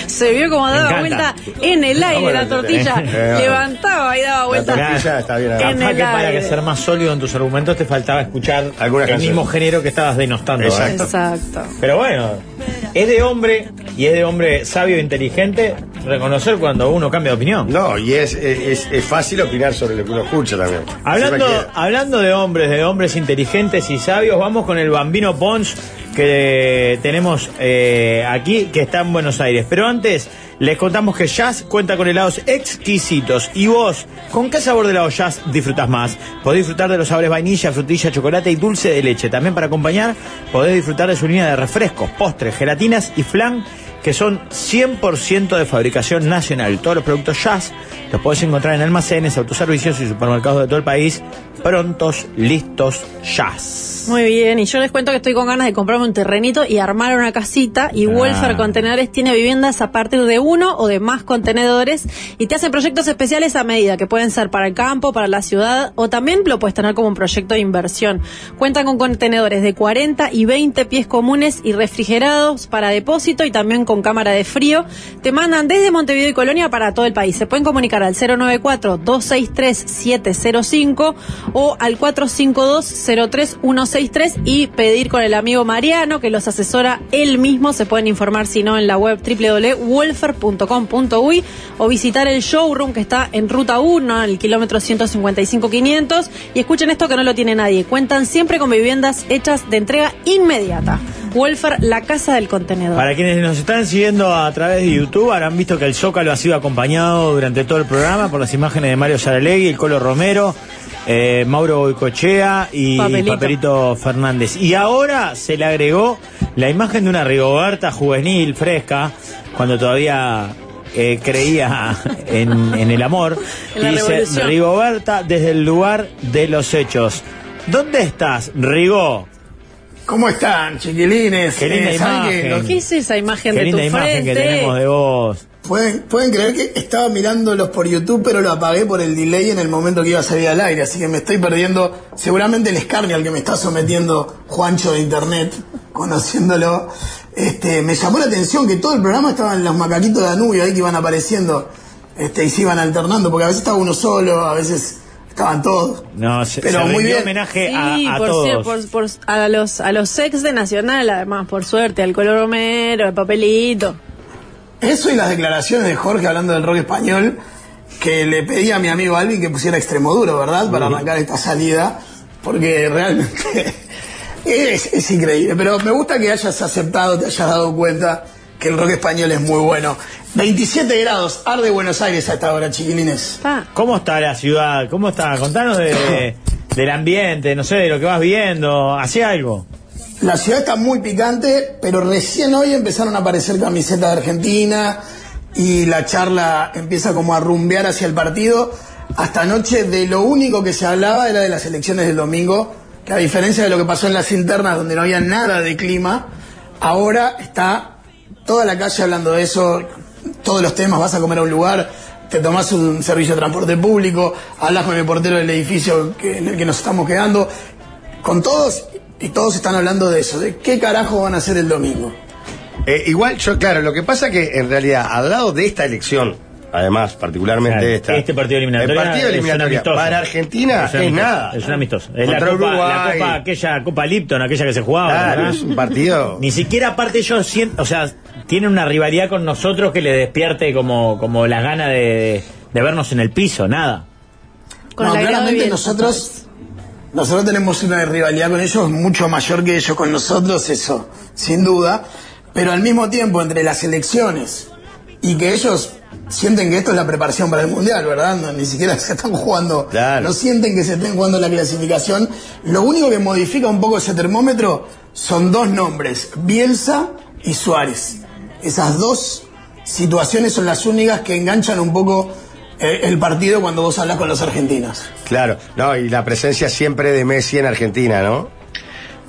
Se vio como daba Me encanta. vuelta en el aire bueno, la tortilla. eh, Levantaba y daba La vuelta. tortilla está bien. ¿eh? En Capaz el que para aire. que ser más sólido en tus argumentos te faltaba escuchar Alguna el canción. mismo género que estabas denostando. Exacto. ¿eh? Exacto. Pero bueno, es de hombre y es de hombre sabio e inteligente reconocer cuando uno cambia de opinión. No, y es, es, es fácil opinar sobre lo que uno escucha también. Hablando, Siempre que- hablando de hombres, de hombres inteligentes y sabios, vamos con el bambino Pons que tenemos eh, aquí, que está en Buenos Aires. Pero antes, les contamos que Jazz cuenta con helados exquisitos. ¿Y vos, con qué sabor de helado Jazz disfrutás más? Podés disfrutar de los sabores vainilla, frutilla, chocolate y dulce de leche. También para acompañar, podés disfrutar de su línea de refrescos, postres, gelatinas y flan que son 100% de fabricación nacional. Todos los productos Jazz los podés encontrar en almacenes, autoservicios y supermercados de todo el país. Prontos, listos, Jazz. Muy bien, y yo les cuento que estoy con ganas de comprarme un terrenito y armar una casita. Y Ah. Welfare Contenedores tiene viviendas a partir de uno o de más contenedores y te hacen proyectos especiales a medida, que pueden ser para el campo, para la ciudad o también lo puedes tener como un proyecto de inversión. Cuentan con contenedores de 40 y 20 pies comunes y refrigerados para depósito y también con cámara de frío. Te mandan desde Montevideo y Colonia para todo el país. Se pueden comunicar al 094-263-705 o al 452-03163 y pedir con el amigo Mariano, que los asesora él mismo. Se pueden informar, si no, en la web www.wolfer.com.uy o visitar el showroom que está en Ruta 1, al kilómetro 155-500. Y escuchen esto que no lo tiene nadie. Cuentan siempre con viviendas hechas de entrega inmediata. Wolfer, la casa del contenedor. Para quienes nos están siguiendo a través de YouTube, habrán visto que el Zócalo ha sido acompañado durante todo el programa por las imágenes de Mario Saralegui, el Colo Romero, eh, Mauro Boicochea y Papelito. Papelito. Fernández. Y ahora se le agregó la imagen de una Rigoberta juvenil, fresca, cuando todavía eh, creía en, en el amor. En la Y dice, revolución. Rigoberta, desde el lugar de los hechos. ¿Dónde estás, Rigó? ¿Cómo están, chiquilines? Qué linda Eh, ¿saben que imagen. los- ¿Qué es esa imagen Qué de tu linda imagen frente? que tenemos de vos. ¿Pueden, pueden creer que estaba mirándolos por YouTube, pero lo apagué por el delay en el momento que iba a salir al aire, así que me estoy perdiendo seguramente el escarnio al que me está sometiendo Juancho de Internet, conociéndolo. Este, me llamó la atención que todo el programa estaban los macaquitos de Danubio ahí que iban apareciendo este, y se iban alternando, porque a veces estaba uno solo, a veces estaban todos. No, se, Pero se muy rindió bien. homenaje Sí, a, a por todos. cier- por- por- a los a los ex de Nacional, además, por suerte, al Color Romero, al papelito. Eso y las declaraciones de Jorge hablando del rock español, que le pedí a mi amigo Alvin que pusiera extremo duro, ¿verdad? Para arrancar esta salida, porque realmente es, es increíble. Pero me gusta que hayas aceptado, te hayas dado cuenta que el rock español es muy bueno. 27 grados, arde Buenos Aires a esta hora, chiquilines. ¿Cómo está la ciudad? ¿Cómo está? Contanos de- de- del ambiente, no sé, de lo que vas viendo. Hacé algo. La ciudad está muy picante, pero recién hoy empezaron a aparecer camisetas de Argentina y la charla empieza como a rumbear hacia el partido. Hasta anoche de lo único que se hablaba era de las elecciones del domingo, que a diferencia de lo que pasó en las internas donde no había nada de clima, ahora está toda la calle hablando de eso, todos los temas, vas a comer a un lugar, te tomás un servicio de transporte público, hablas con el portero del edificio que- en el que nos estamos quedando, con todos y todos están hablando de eso, de qué carajo van a hacer el domingo. Eh, igual, yo, claro, lo que pasa que en realidad, al lado de esta elección, además, particularmente Claro, esta. este partido eliminatorio. El partido eliminatorio para Argentina es, nada. Es un amistoso. Es la Contra copa, la Uruguay. copa aquella, Copa Lipton, aquella que se jugaba. Claro, ¿verdad? es un partido. Ni siquiera aparte ellos sienten, o sea, tienen una rivalidad con nosotros que les despierte como, como las ganas de, de vernos en el piso, nada. Con no, la grada claramente bien, nosotros, nosotros tenemos una rivalidad con ellos mucho mayor que ellos con nosotros, eso, sin duda. Pero al mismo tiempo, entre las elecciones y que ellos sienten que esto es la preparación para el Mundial, ¿verdad? No, ni siquiera se están jugando, no sienten que se estén jugando la clasificación. Lo único que modifica un poco ese termómetro son dos nombres, Bielsa y Suárez. Esas dos situaciones son las únicas que enganchan un poco eh, el partido cuando vos hablas con los argentinos. Claro, no, y la presencia siempre de Messi en Argentina, ¿no?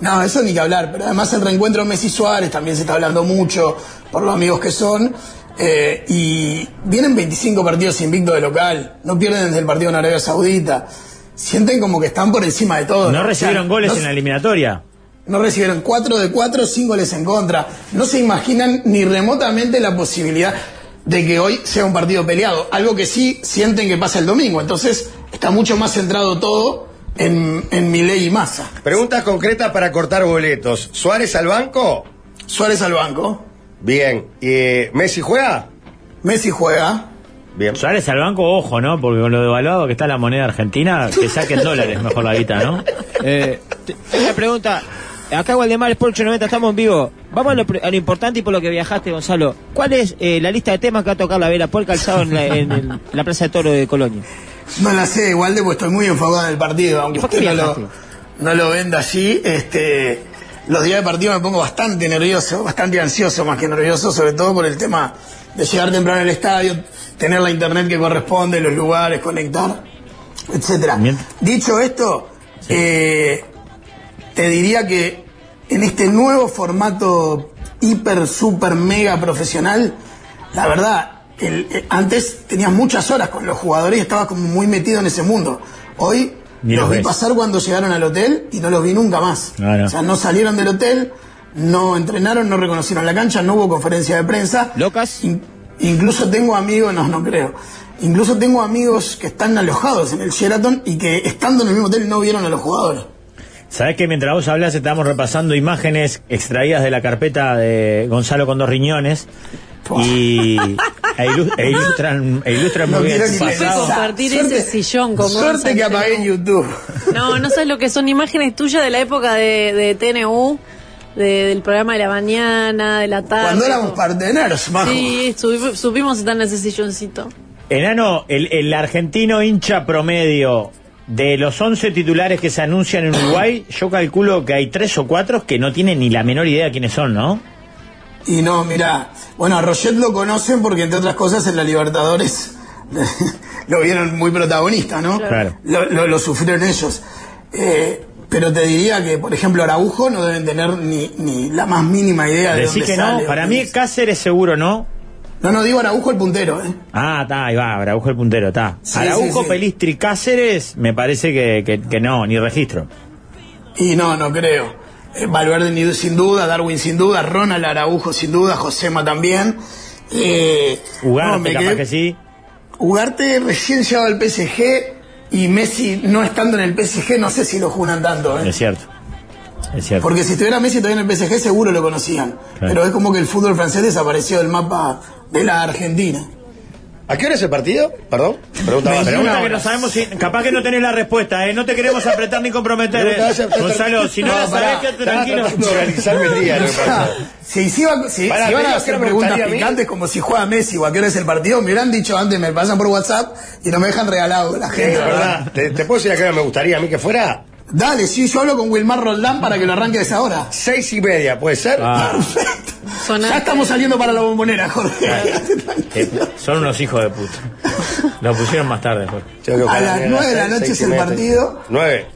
No, eso ni que hablar, pero además el reencuentro Messi Suárez también se está hablando mucho por los amigos que son. eh, y vienen 25 partidos invictos de local, no pierden desde el partido en Arabia Saudita. Sienten como que están por encima de todo. No recibieron goles no- en la eliminatoria. No recibieron 4 de 4, 5 goles en contra. No se imaginan ni remotamente la posibilidad de que hoy sea un partido peleado. Algo que sí sienten que pasa el domingo. Entonces está mucho más centrado todo en, en Milei y Massa. Pregunta concreta para cortar boletos. ¿Suárez al banco? Suárez al banco. Bien. ¿Y eh, Messi juega? Messi juega. Bien. Suárez al banco, ojo, ¿no? Porque con lo devaluado que está la moneda argentina, que saquen dólares mejor la guita, ¿no? Eh, te- una pregunta. Acá Waldemar Sport 890 estamos en vivo. Vamos a lo, pre- a lo importante y por lo que viajaste, Gonzalo. ¿Cuál es eh, la lista de temas que va a tocar la Vela Paul Calzado en la, en el- la Plaza de Toro de Colonia? No la sé, igual de pues estoy muy enfocado en el partido, aunque ¿Por qué usted no viajaste? lo, no lo venda allí. Este, los días de partido me pongo bastante nervioso, bastante ansioso más que nervioso, sobre todo por el tema de llegar temprano al estadio, tener la internet que corresponde, los lugares, conectar, etcétera. Dicho esto, eh, te diría que en este nuevo formato hiper, super, mega profesional, la verdad, el- eh, antes tenías muchas horas con los jugadores y estabas como muy metido en ese mundo. Hoy Ni los los vi ves. pasar cuando llegaron al hotel y no los vi nunca más. No, no. O sea, no salieron del hotel, no entrenaron, no reconocieron la cancha, no hubo conferencia de prensa. ¿Locas? Incluso tengo amigos, no, no creo. Incluso tengo amigos que están alojados en el Sheraton y que estando en el mismo hotel no vieron a los jugadores. Sabés que mientras vos hablás estábamos repasando imágenes extraídas de la carpeta de Gonzalo con dos riñones y e, ilu- e ilustran, e ilustran No muy bien. quiero ni Fue compartir ese sillón con Gonza, Suerte que pero apagué no. YouTube. No, no sabes lo que son imágenes tuyas de la época de, de TNU, de- del programa de la mañana, de la tarde. Cuando éramos parteneros, majo. Sí, subi- supimos estar en ese silloncito. Enano, el, el argentino hincha promedio de los 11 titulares que se anuncian en Uruguay, yo calculo que hay tres o cuatro que no tienen ni la menor idea de quiénes son, ¿no? Y no, mirá. Bueno, a Roget lo conocen porque, entre otras cosas, en la Libertadores lo vieron muy protagonista, ¿no? Claro. Lo, lo- lo sufrieron ellos. Eh, pero te diría que, por ejemplo, Araujo no deben tener ni, ni la más mínima idea de Decí dónde que sale. no, para mí Cáceres seguro no. No, no, digo Araujo el puntero, ¿eh? Ah, está, ahí va, Araujo el puntero, está. Sí, Araujo, sí, sí. Pelistri, Cáceres, me parece que, que- que no, ni registro. Y no, no creo. Eh, Valverde ni- sin duda, Darwin sin duda, Ronald Araujo sin duda, Josema también. Eh, Ugarte, no, me capaz quedé- que sí. Ugarte recién llegado al PSG y Messi no estando en el PSG no sé si lo juran tanto. ¿eh? Es cierto. Es cierto. Porque si estuviera Messi todavía en el PSG seguro lo conocían. Pero es como que el fútbol francés desapareció del mapa de la Argentina. ¿A qué hora es el partido? Perdón. Pregunta Pregunta básica. que no sabemos si. Capaz que no tenés la respuesta, ¿eh? No te queremos apretar ni comprometer. eh. Pregunta básica, está- Gonzalo, si no No, la sabés, pará, quédate estaba tranquilo. tratando de organizarme el día, lo que pasa. Si, si iba- si- Pará, si iban ¿te a digo que hacer no me preguntas gustaría a mí? picantes como si juega Messi o a qué hora es el partido, me hubieran dicho antes, me pasan por WhatsApp y no me dejan regalado la Sí, gente, de la ¿verdad? verdad. ¿Te, te puedo decir a qué hora me gustaría a mí que fuera? Dale, sí, yo hablo con Wilmar Roldán para que lo arranque a esa hora. Ah. Seis y media, ¿puede ser? Ya estamos saliendo para la bombonera, Jorge. Eh, son unos hijos de puta. Lo pusieron más tarde, Jorge. A las nueve de la noche es el partido. Nueve.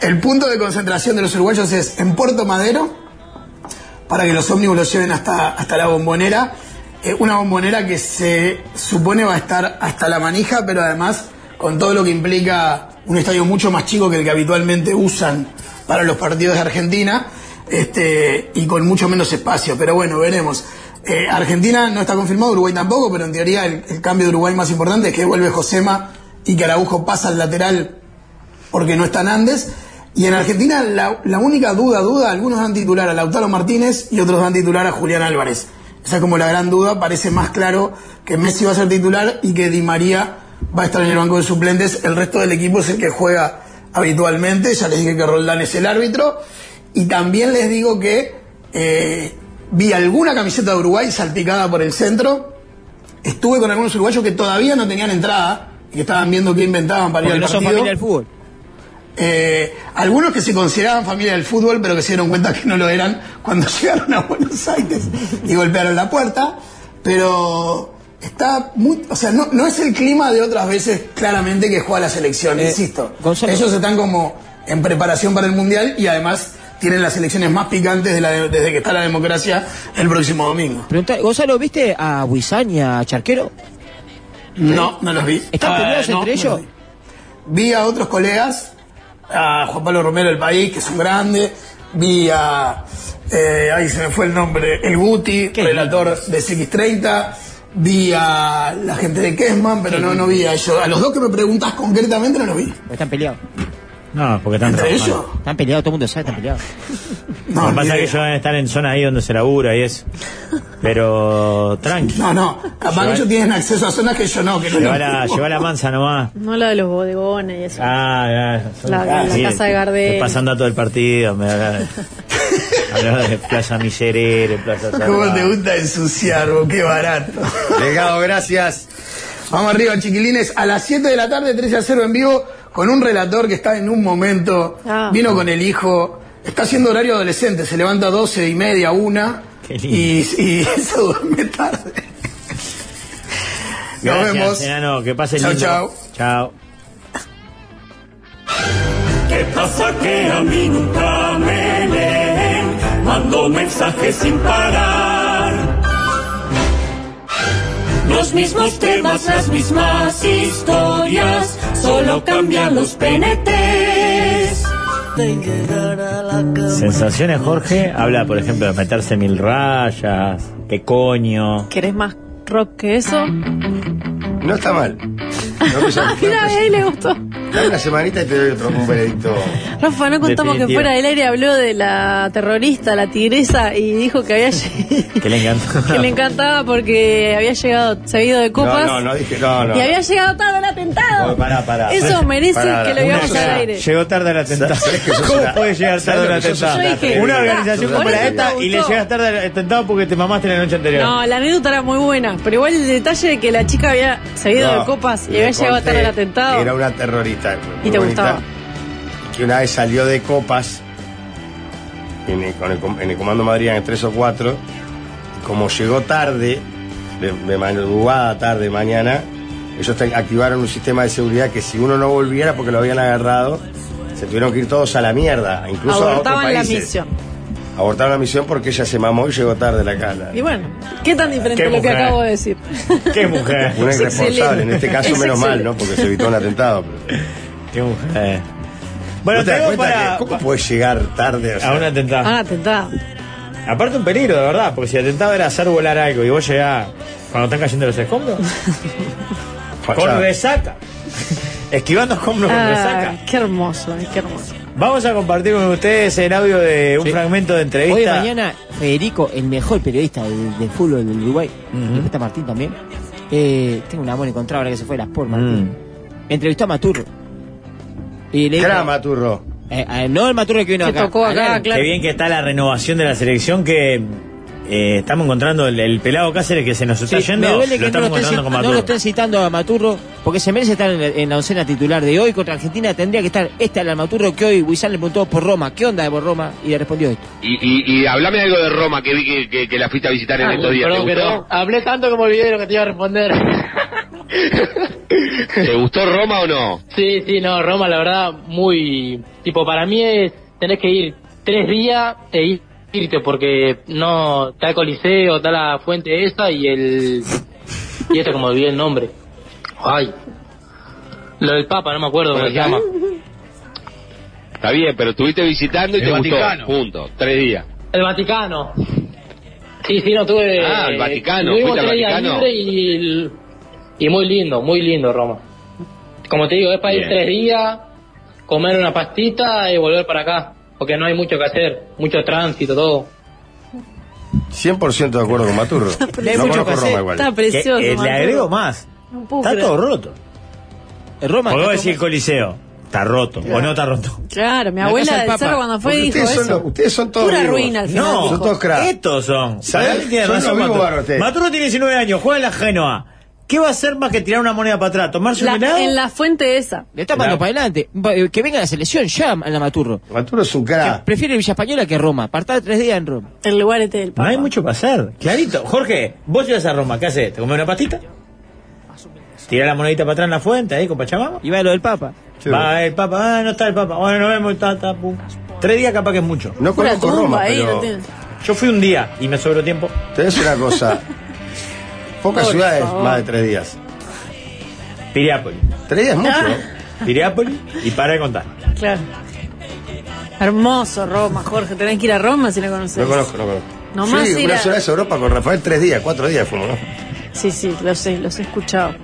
El punto de concentración de los uruguayos es en Puerto Madero, para que los ómnibus los lleven hasta, hasta la bombonera. Eh, una bombonera que se supone va a estar hasta la manija, pero además con todo lo que implica un estadio mucho más chico que el que habitualmente usan para los partidos de Argentina este, y con mucho menos espacio. Pero bueno, veremos. Eh, Argentina no está confirmado, Uruguay tampoco, pero en teoría el, el cambio de Uruguay más importante es que vuelve Josema y que Araujo pasa al lateral porque no está Nández. Y en Argentina la, la única duda, duda, algunos dan titular a Lautaro Martínez y otros dan titular a Julián Álvarez. Esa es como la gran duda, parece más claro que Messi va a ser titular y que Di María va a estar en el banco de suplentes. El resto del equipo es el que juega habitualmente, ya les dije que Roldán es el árbitro. Y también les digo que eh, vi alguna camiseta de Uruguay salpicada por el centro. Estuve con algunos uruguayos que todavía no tenían entrada y que estaban viendo qué inventaban para ir Porque al no son partido. familia del fútbol. Eh, algunos que se consideraban familia del fútbol, pero que se dieron cuenta que no lo eran cuando llegaron a Buenos Aires y golpearon la puerta. Pero está muy. O sea, no, no es el clima de otras veces, claramente, que juega la selección, Eh, insisto. Gonzalo. Ellos están como en preparación para el mundial y además tienen las elecciones más picantes de la de- desde que está la democracia el próximo domingo. Preguntá, Gonzalo, ¿viste a Huizán y a Charquero? No, no los vi. ¿Están Ah, peleados no, entre no los ellos? vi. Vi a otros colegas, a Juan Pablo Romero del País, que es un grande, vi a, eh, ahí se me fue el nombre, el Guti, relator de CX30, vi a la gente de Kesman, pero no, no vi a ellos. A los dos que me preguntas concretamente no los vi. Están peleados. No, porque están ¿Entre trabajando. ellos? Están peleados, todo el mundo sabe, están peleados. No, Lo que pasa ni es que idea. ellos deben estar en zonas ahí donde se labura y eso. Pero tranqui. No, no, capaz Llevar- que ellos tienen acceso a zonas que yo no, que no Lleva los la, tengo. lleva la mansa nomás. No la de los bodegones y eso. Ah, ya, son- La- la sí, casa de Gardel. Estoy pasando a todo el partido. Me habla- hablaba de Plaza Miserere, Plaza ¿Cómo te Salvador. gusta ensuciar, vos? Qué barato. Legado, gracias. Vamos arriba, chiquilines. A las 7 de la tarde, 13 a 0 en vivo, con un relator que está en un momento. Ah. Vino con el hijo. Está haciendo horario adolescente. Se levanta a 12 y media, una. Qué lindo. Y, y se duerme tarde. Nos Gracias, vemos. enano, que pase Chau, lindo. chau. Chao. ¿Qué pasa que a mí nunca me leen? Mando mensajes sin parar. Los mismos temas, las mismas historias, solo cambian los penetes. Sensaciones, Jorge. Habla, por ejemplo, de meterse mil rayas. ¿Qué coño? ¿Querés más rock que eso? No está mal. No me llamo- Mira, a él le gustó. Dame una semanita y te doy otro un veredicto. Rafa, no contamos que Definitivo. fuera del aire habló de la terrorista, la tigresa, y dijo que había lle- Que le encantó. que le encantaba porque había llegado, se había ido de copas. No, no, no dije, no, no. Y había llegado tarde al atentado. No, pará, pará. Eso merece Pará, que lo pará. digamos Una- al aire. Llegó tarde al atentado. ¿Sabés que sos ¿Cómo una- puedes llegar ¿sabés tarde lo al que sos? atentado? Yo dije, Una "Ah, organización por como eso la me esta y le gustó". llegas tarde al atentado porque te mamaste la noche anterior. No, la anécdota era muy buena, pero igual el detalle de que la chica había se había ido No, de copas y le había llegado conté tarde al que Era atentado. una terrorista. muy Y te bonita, gustaba. Que una vez salió de copas en el, con el com- en el Comando Madrid en el 3 o 4. Como llegó tarde, de, de madrugada tarde, mañana, ellos te- activaron un sistema de seguridad que si uno no volviera porque lo habían agarrado, se tuvieron que ir todos a la mierda, incluso a Abortaban otros la países. misión. Abortaron la misión porque ella se mamó y llegó tarde la cala. Y bueno, qué tan diferente Qué lo que mujer. acabo de decir. Qué mujer. Una Es irresponsable, excelente. en este caso Es menos mal, excelente. ¿no? Porque se evitó un atentado. Qué mujer. Bueno, te das tengo cuenta para- que ¿Cómo puedes llegar tarde o sea, A un atentado. Ah, atentado. Aparte un peligro, de verdad, porque si el atentado era hacer volar algo y vos llegás cuando están cayendo los escombros, con Fachada. resaca. Esquivando escombros con resaca. Ah, qué hermoso, eh, qué hermoso. Vamos a compartir con ustedes el audio de un fragmento de entrevista. Hoy de mañana, Federico, el mejor periodista del, del fútbol del Uruguay, y después está Martín también, eh, tengo un amor encontrado ahora que se fue de las Mm. por Martín. Entrevistó a Maturro. Y le dijo- Gran Maturro. Eh, eh, no el Maturro que vino acá. Al- Qué bien que está la renovación de la selección que eh, estamos encontrando el, el pelado Cáceres que se nos está Sí, yendo. me duele lo que no lo, estamos estén, encontrando cit- con no lo Maturro. estén citando a Maturro, porque se merece estar en la, en la oncena titular de hoy contra Argentina. Tendría que estar este al Maturro que hoy Wissal le preguntó por Roma. ¿Qué onda de por Roma? Y le respondió esto. Y, y, y hablame algo de Roma que vi que, que- que la fuiste a visitar Ah, en estos días. ¿Te gustó? Hablé tanto como olvidé lo que te iba a responder. ¿Te gustó Roma o no? sí, sí, no, Roma, la verdad, muy. Tipo, para mí es. Tenés que ir tres días e irte, porque no. Está el Coliseo, está la fuente esta y el. Y esta, como olvidé el nombre. Ay. Lo del Papa, no me acuerdo cómo se llama. Está bien, pero estuviste visitando y El te Vaticano. gustó. Punto. Tres días. El Vaticano. Sí, sí, no tuve. eh, Ah, el Vaticano, tuvimos ¿fuiste al tres días Vaticano? libres y, el- y muy lindo, muy lindo Roma. Como te digo, es para ir Bien. tres días, comer una pastita y volver para acá. Porque no hay mucho que hacer, mucho tránsito, todo. 100% de acuerdo con Maturro. hay no mucho conozco que hacer. Roma igual. Está precioso, Que, eh, le Maturro. agrego más. No puedo Está creer. todo roto. Eh, Roma. Porque vos decís el Coliseo. Está roto. O no está roto. Claro, mi La casa abuela del del Cerro Papa. cuando fue Porque dijo ustedes eso. son los- ustedes son todos Pura vivos. ruina al final. No, dijo. Estos son. ¿Sabés? Sabés que tiene Son los razón vivos Maturro. bárbaros ustedes. Maturro tiene 19 años, juega en la Genoa. ¿Qué va a hacer más que tirar una moneda para atrás? ¿Tomarse La- un helado? en la fuente esa. Le está mandando para adelante. Va- eh, Que venga la selección ya a la Maturro. Maturro es un cara. Prefiere Villa Española que Roma. Apartar tres días en Roma. El lugar este del No hay mucho para hacer. Clarito. Jorge, vos ibas a Roma, ¿qué haces? ¿Te comes una pastita? Tira la monedita para atrás en la fuente, ahí con Pachamama. Y va lo del Papa. Va el Papa, ah, no está el Papa. Bueno, nos vemos, ta, ta, pum. Tres días capaz que es mucho. No Pura conozco tumba Roma, ahí, pero- no tiene- Yo fui un día y me sobró tiempo. Te voy a decir una cosa. Pocas Por ciudades favor. más de tres días. Piriápolis. Tres días es mucho. Piriápolis y para de contar. Claro. Hermoso Roma, Jorge. Tenés que ir a Roma si no conoces. No conozco, no conozco. Nomás sí, ir una a- ciudad de Europa con Rafael tres días, cuatro días fuimos, ¿no? Sí, sí, lo sé, los he escuchado.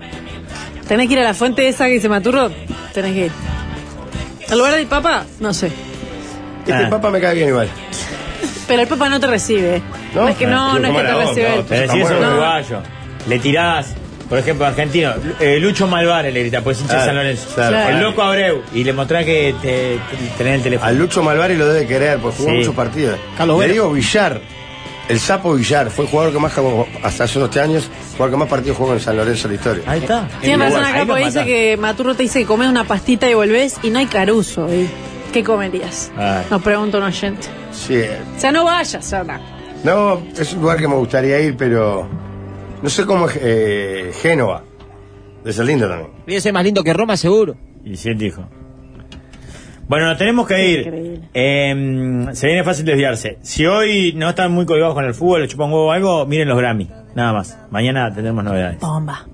Tenés que ir a la fuente esa que se maturro. Tenés que ir. ¿Al lugar del Papa? No sé. Ah. Este papa me cae bien igual. Pero el Papa no te recibe. ¿eh? No, es que no, no es que te recibe. él. Pero decís eso un uruguayo. Le tirás, por ejemplo, argentino. eh, Lucho Malvares le grita, pues hincha de Claro, San Lorenzo. claro. El loco Abreu. Y le mostrás que te, te- tenés el teléfono. Al Lucho Malvari lo debe querer, porque jugó Sí. muchos partidos. Carlos Le Bueno. digo Villar, el sapo Villar, fue el jugador que más jugó hasta hace unos años, jugador que más partidos jugó en San Lorenzo en la historia. Ahí está. Tiene razón acá porque dice que Maturro te dice que comes una pastita y volvés y no hay caruso. ¿eh? ¿Qué comerías? Ay. Nos pregunta un oyente. Ah, Sí. O sea, no vayas, Ana. No, es un lugar que me gustaría ir, pero no sé cómo es eh, Génova. De ser lindo también. Debe ser más lindo que Roma, seguro. Y sí, él dijo. Bueno, nos tenemos que ir. Eh, se viene fácil desviarse. Si hoy no están muy colgados con el fútbol, le chupan huevo o algo, miren los Grammy. Nada más. Mañana tendremos novedades. Bomba.